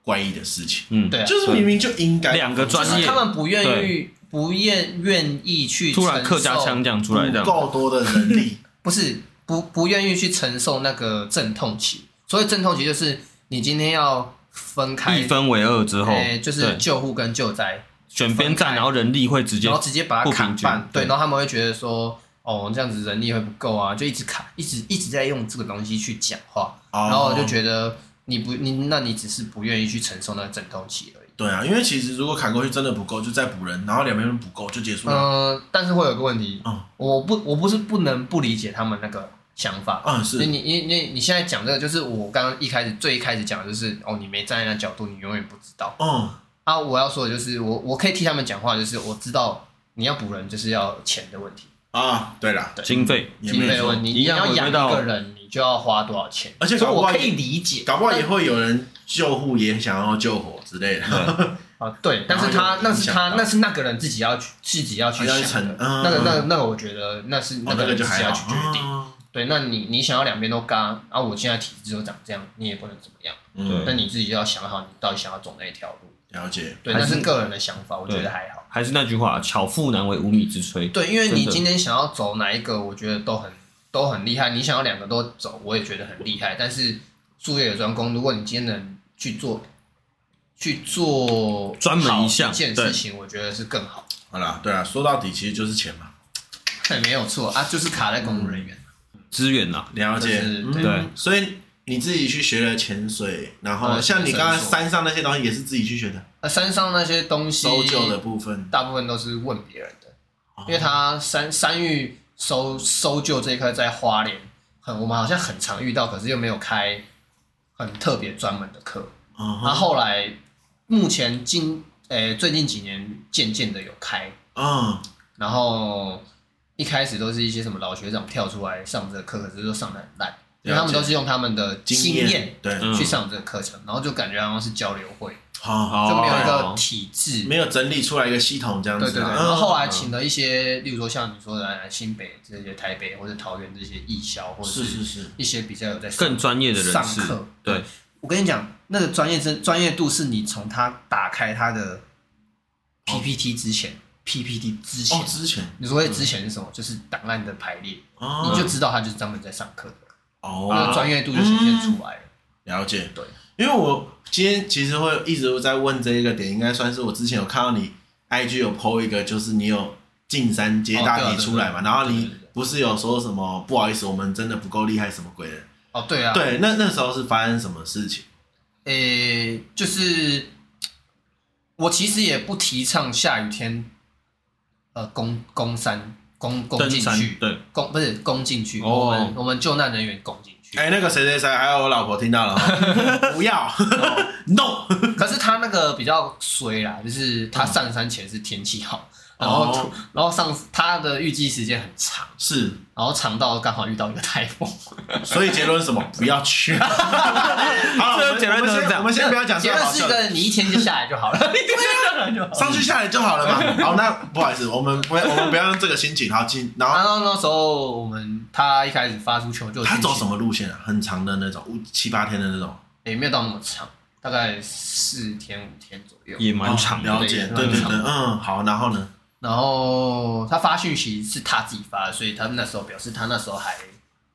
Speaker 2: 怪异的事情。
Speaker 1: 嗯，
Speaker 3: 对啊
Speaker 2: 就是明明就应该
Speaker 1: 两个专
Speaker 3: 就
Speaker 1: 业
Speaker 3: 是他们不愿意不愿愿意去
Speaker 1: 突然客家
Speaker 3: 承受
Speaker 1: 腔讲出来这
Speaker 2: 不
Speaker 1: 样，
Speaker 2: 够多的人力，
Speaker 3: 不是不不愿意去承受那个阵痛期。所谓阵痛期就是你今天要分开
Speaker 1: (laughs) 一分为二之后
Speaker 3: 哎，就是
Speaker 1: 对
Speaker 3: 救护跟救灾，
Speaker 1: 选边站，
Speaker 3: 分开
Speaker 1: 然后人力会直接
Speaker 3: 然后直接把它
Speaker 1: 不平
Speaker 3: 砍
Speaker 1: 均
Speaker 3: 半，对，
Speaker 1: 对
Speaker 3: 然后他们会觉得说，哦，这样子人力会不够啊，就一直砍，一直一直在用这个东西去讲话，然
Speaker 2: 然
Speaker 3: 后我就觉得你不你那你只是不愿意去承受那个阵痛期而已。
Speaker 2: 对啊，因为其实如果砍过去真的不够，就再补人，然后两边都不够就结束了。
Speaker 3: 嗯、但是会有个问题，
Speaker 2: 嗯
Speaker 3: 我不我不是不能不理解他们那个想法。
Speaker 2: 嗯，
Speaker 3: 就是你你你你现在讲这个，就是我刚刚一开始最一开始讲，的就是哦，你没站在那角度，你永远不知道
Speaker 2: 嗯，
Speaker 3: 啊。我要说的就是，我我可以替他们讲话，就是我知道你要补人，就是要钱的问题，
Speaker 2: 啊，对啦，
Speaker 1: 经费，
Speaker 2: 也
Speaker 3: 经
Speaker 2: 没
Speaker 3: 费的
Speaker 2: 有
Speaker 3: 问
Speaker 2: 错
Speaker 3: 题，
Speaker 1: 一
Speaker 3: 你
Speaker 1: 样
Speaker 3: 要
Speaker 1: 回
Speaker 3: 养
Speaker 1: 归
Speaker 3: 一
Speaker 1: 到
Speaker 3: 个人，你就要花多少钱，
Speaker 2: 而且
Speaker 3: 所以
Speaker 2: 搞不
Speaker 3: 我
Speaker 2: 好
Speaker 3: 可
Speaker 2: 也
Speaker 3: 以理解，
Speaker 2: (laughs) 搞不好也
Speaker 3: 但
Speaker 2: 会有人救护也想要救火之类的。
Speaker 3: 啊，对，
Speaker 2: 然
Speaker 3: 但
Speaker 2: 后
Speaker 3: 是他
Speaker 2: 又
Speaker 3: 那是
Speaker 2: 影响
Speaker 3: 他
Speaker 2: 到
Speaker 3: 那是那个人自己要去自己要去
Speaker 2: 要去
Speaker 3: 想的
Speaker 2: 承，嗯
Speaker 3: 那个那
Speaker 2: 嗯
Speaker 3: 个那个，我觉得那是那
Speaker 2: (laughs) 哦，那
Speaker 3: 个
Speaker 2: 个
Speaker 3: 人
Speaker 2: 就
Speaker 3: (laughs) 自己
Speaker 2: 还
Speaker 3: 要
Speaker 2: 好
Speaker 3: 去决定。
Speaker 2: 哦
Speaker 3: 对，那你你想要两边都嘎啊，我现在体制就长这样，你也不能怎么样，
Speaker 1: 对
Speaker 2: 嗯，
Speaker 3: 那你自己就要想好你到底想要走哪一条路。
Speaker 2: 了解。
Speaker 3: 对，
Speaker 1: 还
Speaker 3: 那
Speaker 1: 是
Speaker 3: 是个人的想法，我觉
Speaker 1: 对
Speaker 3: 得还好。
Speaker 1: 还是那句话，巧妇难为无米之炊。
Speaker 3: 对，因为
Speaker 1: 真
Speaker 3: 你
Speaker 1: 的
Speaker 3: 今天想要走哪一个，我觉得都很都很厉害。你想要两个都走，我也觉得很厉害。但是术业有专攻，如果你今天能去做去做
Speaker 1: 专门
Speaker 3: 好
Speaker 1: 一项
Speaker 3: 件
Speaker 1: 对
Speaker 3: 事情，我觉得是更好。 (laughs)
Speaker 2: 好啦，对啊，说到底其实就是钱嘛。
Speaker 3: 对，没有错啊，就是卡在公务人员。
Speaker 1: 嗯资源啊呐，
Speaker 2: 了解，
Speaker 3: 就是
Speaker 2: 嗯
Speaker 3: 对
Speaker 1: 对
Speaker 2: 所以你自己去学了潜水，然后
Speaker 3: 对
Speaker 2: 像你刚刚
Speaker 3: 呃潜水
Speaker 2: 山上那些东西也是自己去学的，
Speaker 3: 那山上那些东西，
Speaker 2: 搜救的部分。
Speaker 3: 大部分都是问别人的，
Speaker 2: 哦
Speaker 3: 因为他山山域搜搜救这一块在花莲，很我们好像很常遇到，可是又没有开很特别专门的课。
Speaker 2: 嗯
Speaker 3: 然
Speaker 2: 哼，
Speaker 3: 后后来目前近诶、最近几年渐渐的有开，
Speaker 2: 嗯，
Speaker 3: 然后一开始都是一些什么老学长跳出来上这个课，可是都上的很烂，因为他们都是用他们的经验
Speaker 2: 对，
Speaker 1: 嗯
Speaker 3: 去上这个课程，然后就感觉好像是交流会，
Speaker 2: 好好，
Speaker 1: 哦
Speaker 3: 就没有一个体制。
Speaker 2: 没有整理出来一个系统这样子
Speaker 3: 对
Speaker 2: 啊。
Speaker 3: 对对，
Speaker 2: 嗯
Speaker 3: 然后后来请了一些，例如说像你说的来新北这些、台北或者桃园这些艺校，或者
Speaker 2: 哦是是
Speaker 3: 是
Speaker 2: 是，
Speaker 3: 一些比较有在上
Speaker 1: 更专业的人
Speaker 3: 上
Speaker 1: 士
Speaker 3: 课，
Speaker 1: 对，
Speaker 3: 我跟你讲，那个专业真专业度是你从他打开他的 PPT 之前、p p t 之前，
Speaker 2: 哦，之前
Speaker 3: 你所谓之前是什么？就是档案的排列，
Speaker 2: 哦，
Speaker 3: 你就知道他就是专门在上课的，那
Speaker 2: 哦
Speaker 3: 个专业度就显现出来了。
Speaker 2: 了解，
Speaker 3: 对，
Speaker 2: 因为我今天其实会一直在问这一个点，应该算是我之前有看到你 IG 有 PO 一个，就是你有进山接大题出来嘛，
Speaker 3: 哦对啊对啊
Speaker 2: 然后
Speaker 3: 对
Speaker 2: 你
Speaker 3: 对对
Speaker 2: 不是有说什么不好意思，我们真的不够厉害什么鬼的？
Speaker 3: 哦，对啊，，
Speaker 2: 对，那那时候是发生什么事情？
Speaker 3: 诶、呃就是我其实也不提倡下雨天，呃，攻攻山攻攻
Speaker 1: 登
Speaker 3: 进
Speaker 1: 山
Speaker 3: 去，
Speaker 1: 对，
Speaker 3: 攻不是攻进去，
Speaker 1: 哦
Speaker 3: 我们我们救难人员攻进去。
Speaker 2: 哎、那个谁谁谁，还有我老婆听到了 (laughs) 哦，不要 (laughs) ，no，
Speaker 3: 可是他那个比较衰啦，就是他上山前是天气好，然后、
Speaker 2: 嗯哦
Speaker 3: 然后上他的预计时间很长，
Speaker 2: 是，
Speaker 3: 然后长到刚好遇到一个台风。
Speaker 2: 所以结论是什么？不要去。 (laughs) 好了，
Speaker 1: 这
Speaker 2: 我们
Speaker 1: 结论
Speaker 2: 我们
Speaker 1: 都是
Speaker 2: 先
Speaker 1: 这样
Speaker 2: 我们 (laughs) 先不要讲这
Speaker 3: 结
Speaker 2: 个
Speaker 3: 论
Speaker 2: 好
Speaker 3: 是
Speaker 2: 笑
Speaker 3: 一
Speaker 2: 的，啊
Speaker 3: 个你一天就下来就
Speaker 2: (laughs)
Speaker 3: 好了， (laughs) 一天就下来就好了。
Speaker 2: 上去下来就好了
Speaker 3: (laughs)
Speaker 2: 嘛。好，那不好意思，我们不要，我们不要用这个心情。好，进，然后
Speaker 3: 然后那时候我们他一开始发出求救，
Speaker 2: 他走什？么路线啊？很长的那种，五七八天的那种。
Speaker 3: 也没有到那么长，大概四天五天左右。
Speaker 1: 也蛮长
Speaker 2: 哦
Speaker 1: 的。
Speaker 2: 了解，对
Speaker 3: 对
Speaker 2: 对
Speaker 3: 蛮
Speaker 2: 对，
Speaker 3: 长
Speaker 2: 嗯，好，然后呢？
Speaker 3: 然后他发讯息是他自己发的，所以他们那时候表示他那时候还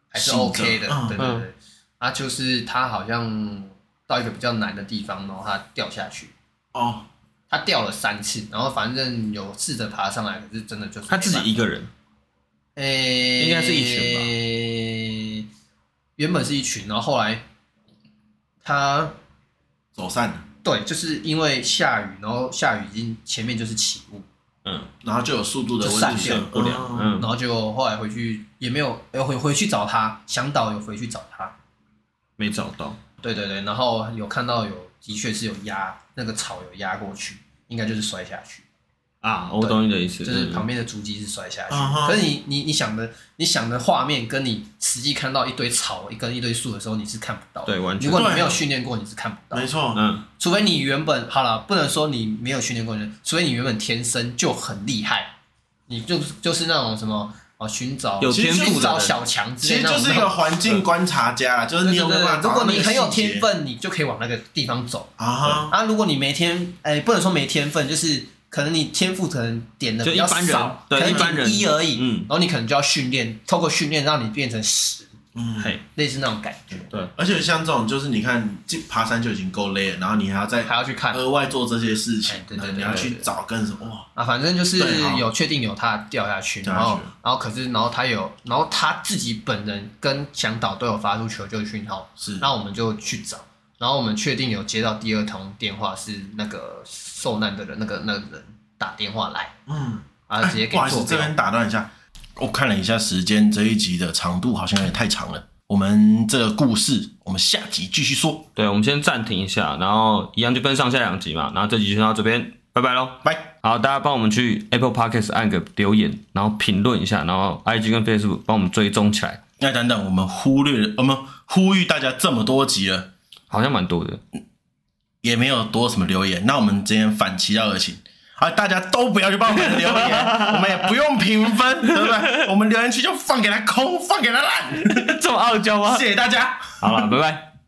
Speaker 3: 还是
Speaker 2: 醒着
Speaker 3: OK 的，
Speaker 2: 嗯
Speaker 3: 对对对。啊，就是他好像到一个比较难的地方，然后他掉下去，
Speaker 2: 哦，
Speaker 3: 他掉了三次，然后反正有试着爬上来，可是真的就是
Speaker 1: 他自己
Speaker 3: 一，
Speaker 1: 一个人，
Speaker 3: 呃诶、
Speaker 1: 应该是一群吧
Speaker 3: 吧，原本是一群，然后后来他
Speaker 2: 走散了，
Speaker 3: 对，就是因为下雨，然后下雨已经前面就是起雾，
Speaker 1: 嗯，
Speaker 2: 然后就有速度的
Speaker 3: 就
Speaker 2: 问
Speaker 3: 散
Speaker 2: 题
Speaker 3: 掉
Speaker 2: 了
Speaker 1: 很不良，
Speaker 2: 哦
Speaker 1: 嗯
Speaker 3: 然，后就后来回去也没有，呃，回回去找他，向导有回去找他，
Speaker 1: 没找到，
Speaker 3: 对对对，然后有看到有的确是有压那个草有压过去，应该就是摔下去，
Speaker 1: 啊，我懂你的意思，
Speaker 3: 就是
Speaker 1: 嗯
Speaker 3: 旁边的足迹是摔下去。
Speaker 2: 嗯哼
Speaker 3: 可是你你你想的你想的画面跟你实际看到一堆草一根一堆树的时候，你是看不到的。
Speaker 1: 对完全
Speaker 3: 如果你
Speaker 2: 对
Speaker 3: 没有训练过，你是看不到
Speaker 2: 没。错，
Speaker 1: 嗯，
Speaker 3: 除非你原本好了，不能说你没有训练过人，除非你原本天生就很厉害，你就就是那种什么哦，寻找
Speaker 1: 有天赋的人
Speaker 3: 寻找小强之
Speaker 2: 其
Speaker 3: 类
Speaker 2: 实
Speaker 3: 的
Speaker 2: 就
Speaker 3: 那种
Speaker 2: 是一个环境观察家啦，就是
Speaker 3: 对
Speaker 2: 你
Speaker 3: 对
Speaker 2: 有没
Speaker 3: 对
Speaker 2: 有办法
Speaker 3: 对，如
Speaker 2: 找到
Speaker 3: 果
Speaker 2: 那
Speaker 3: 你
Speaker 2: 个
Speaker 3: 很有
Speaker 2: 细节
Speaker 3: 天分，你就可以往那个地方走
Speaker 2: 啊哈，
Speaker 3: 啊。如果你没天，哎，不能说没天分，就是可能你天赋可能点的
Speaker 1: 就
Speaker 3: 比较
Speaker 1: 一般人
Speaker 3: 少，
Speaker 1: 对
Speaker 3: 可能
Speaker 1: 一般人
Speaker 3: 一而已，
Speaker 1: 嗯
Speaker 3: 然后你可能就要训练，透过训练让你变成十，
Speaker 2: 嗯，
Speaker 1: 嘿，
Speaker 3: 类似那种感觉，
Speaker 2: 而且像这种就是你看，进爬山就已经够累了，然后你还要再
Speaker 3: 还要去看
Speaker 2: 额外做这些事情
Speaker 3: 哎，对对对
Speaker 2: 你要
Speaker 3: 对
Speaker 2: 去
Speaker 3: 对
Speaker 2: 找更什么哇，
Speaker 3: 啊，反正就是
Speaker 2: 对好
Speaker 3: 有确定有他掉下去，
Speaker 2: 掉
Speaker 3: 然
Speaker 2: 下去
Speaker 3: 后然后可是然后他有，然后他自己本人跟向导都有发出求救讯号，
Speaker 2: 是
Speaker 3: 那我们就去找，然后我们确定有接到第二通电话是那个受难的人，那个那个人打电话来，
Speaker 2: 嗯，
Speaker 3: 啊，
Speaker 2: 哎
Speaker 3: 直接给
Speaker 2: 不好意
Speaker 3: 坐
Speaker 2: 思，这
Speaker 3: 标。
Speaker 2: 边打断一下，我看了一下时间，这一集的长度好像有点太长了，我们这个故事我们下集继续说，
Speaker 1: 对，我们先暂停一下，然后一样就分上下两集嘛，然后这集就先到这边，拜拜喽。
Speaker 2: 拜。
Speaker 1: 好，大家帮我们去 Apple Podcast 按个留言，然后评论一下，然后 IG 跟 Facebook 帮我们追踪起来，
Speaker 2: 那等等，我们忽略了，我们呼吁大家这么多集了，
Speaker 1: 好像蛮多
Speaker 3: (laughs)
Speaker 1: 的。
Speaker 2: 也没有多什么留言。那我们今天反其道而行，啊，大家都不要去帮我们留
Speaker 3: (laughs)
Speaker 2: 言，我们也不用评分，对不对？我们留言区就放给他空，放给他烂。
Speaker 1: 这么傲娇吗
Speaker 2: 谢谢大家。
Speaker 1: 好了，拜拜。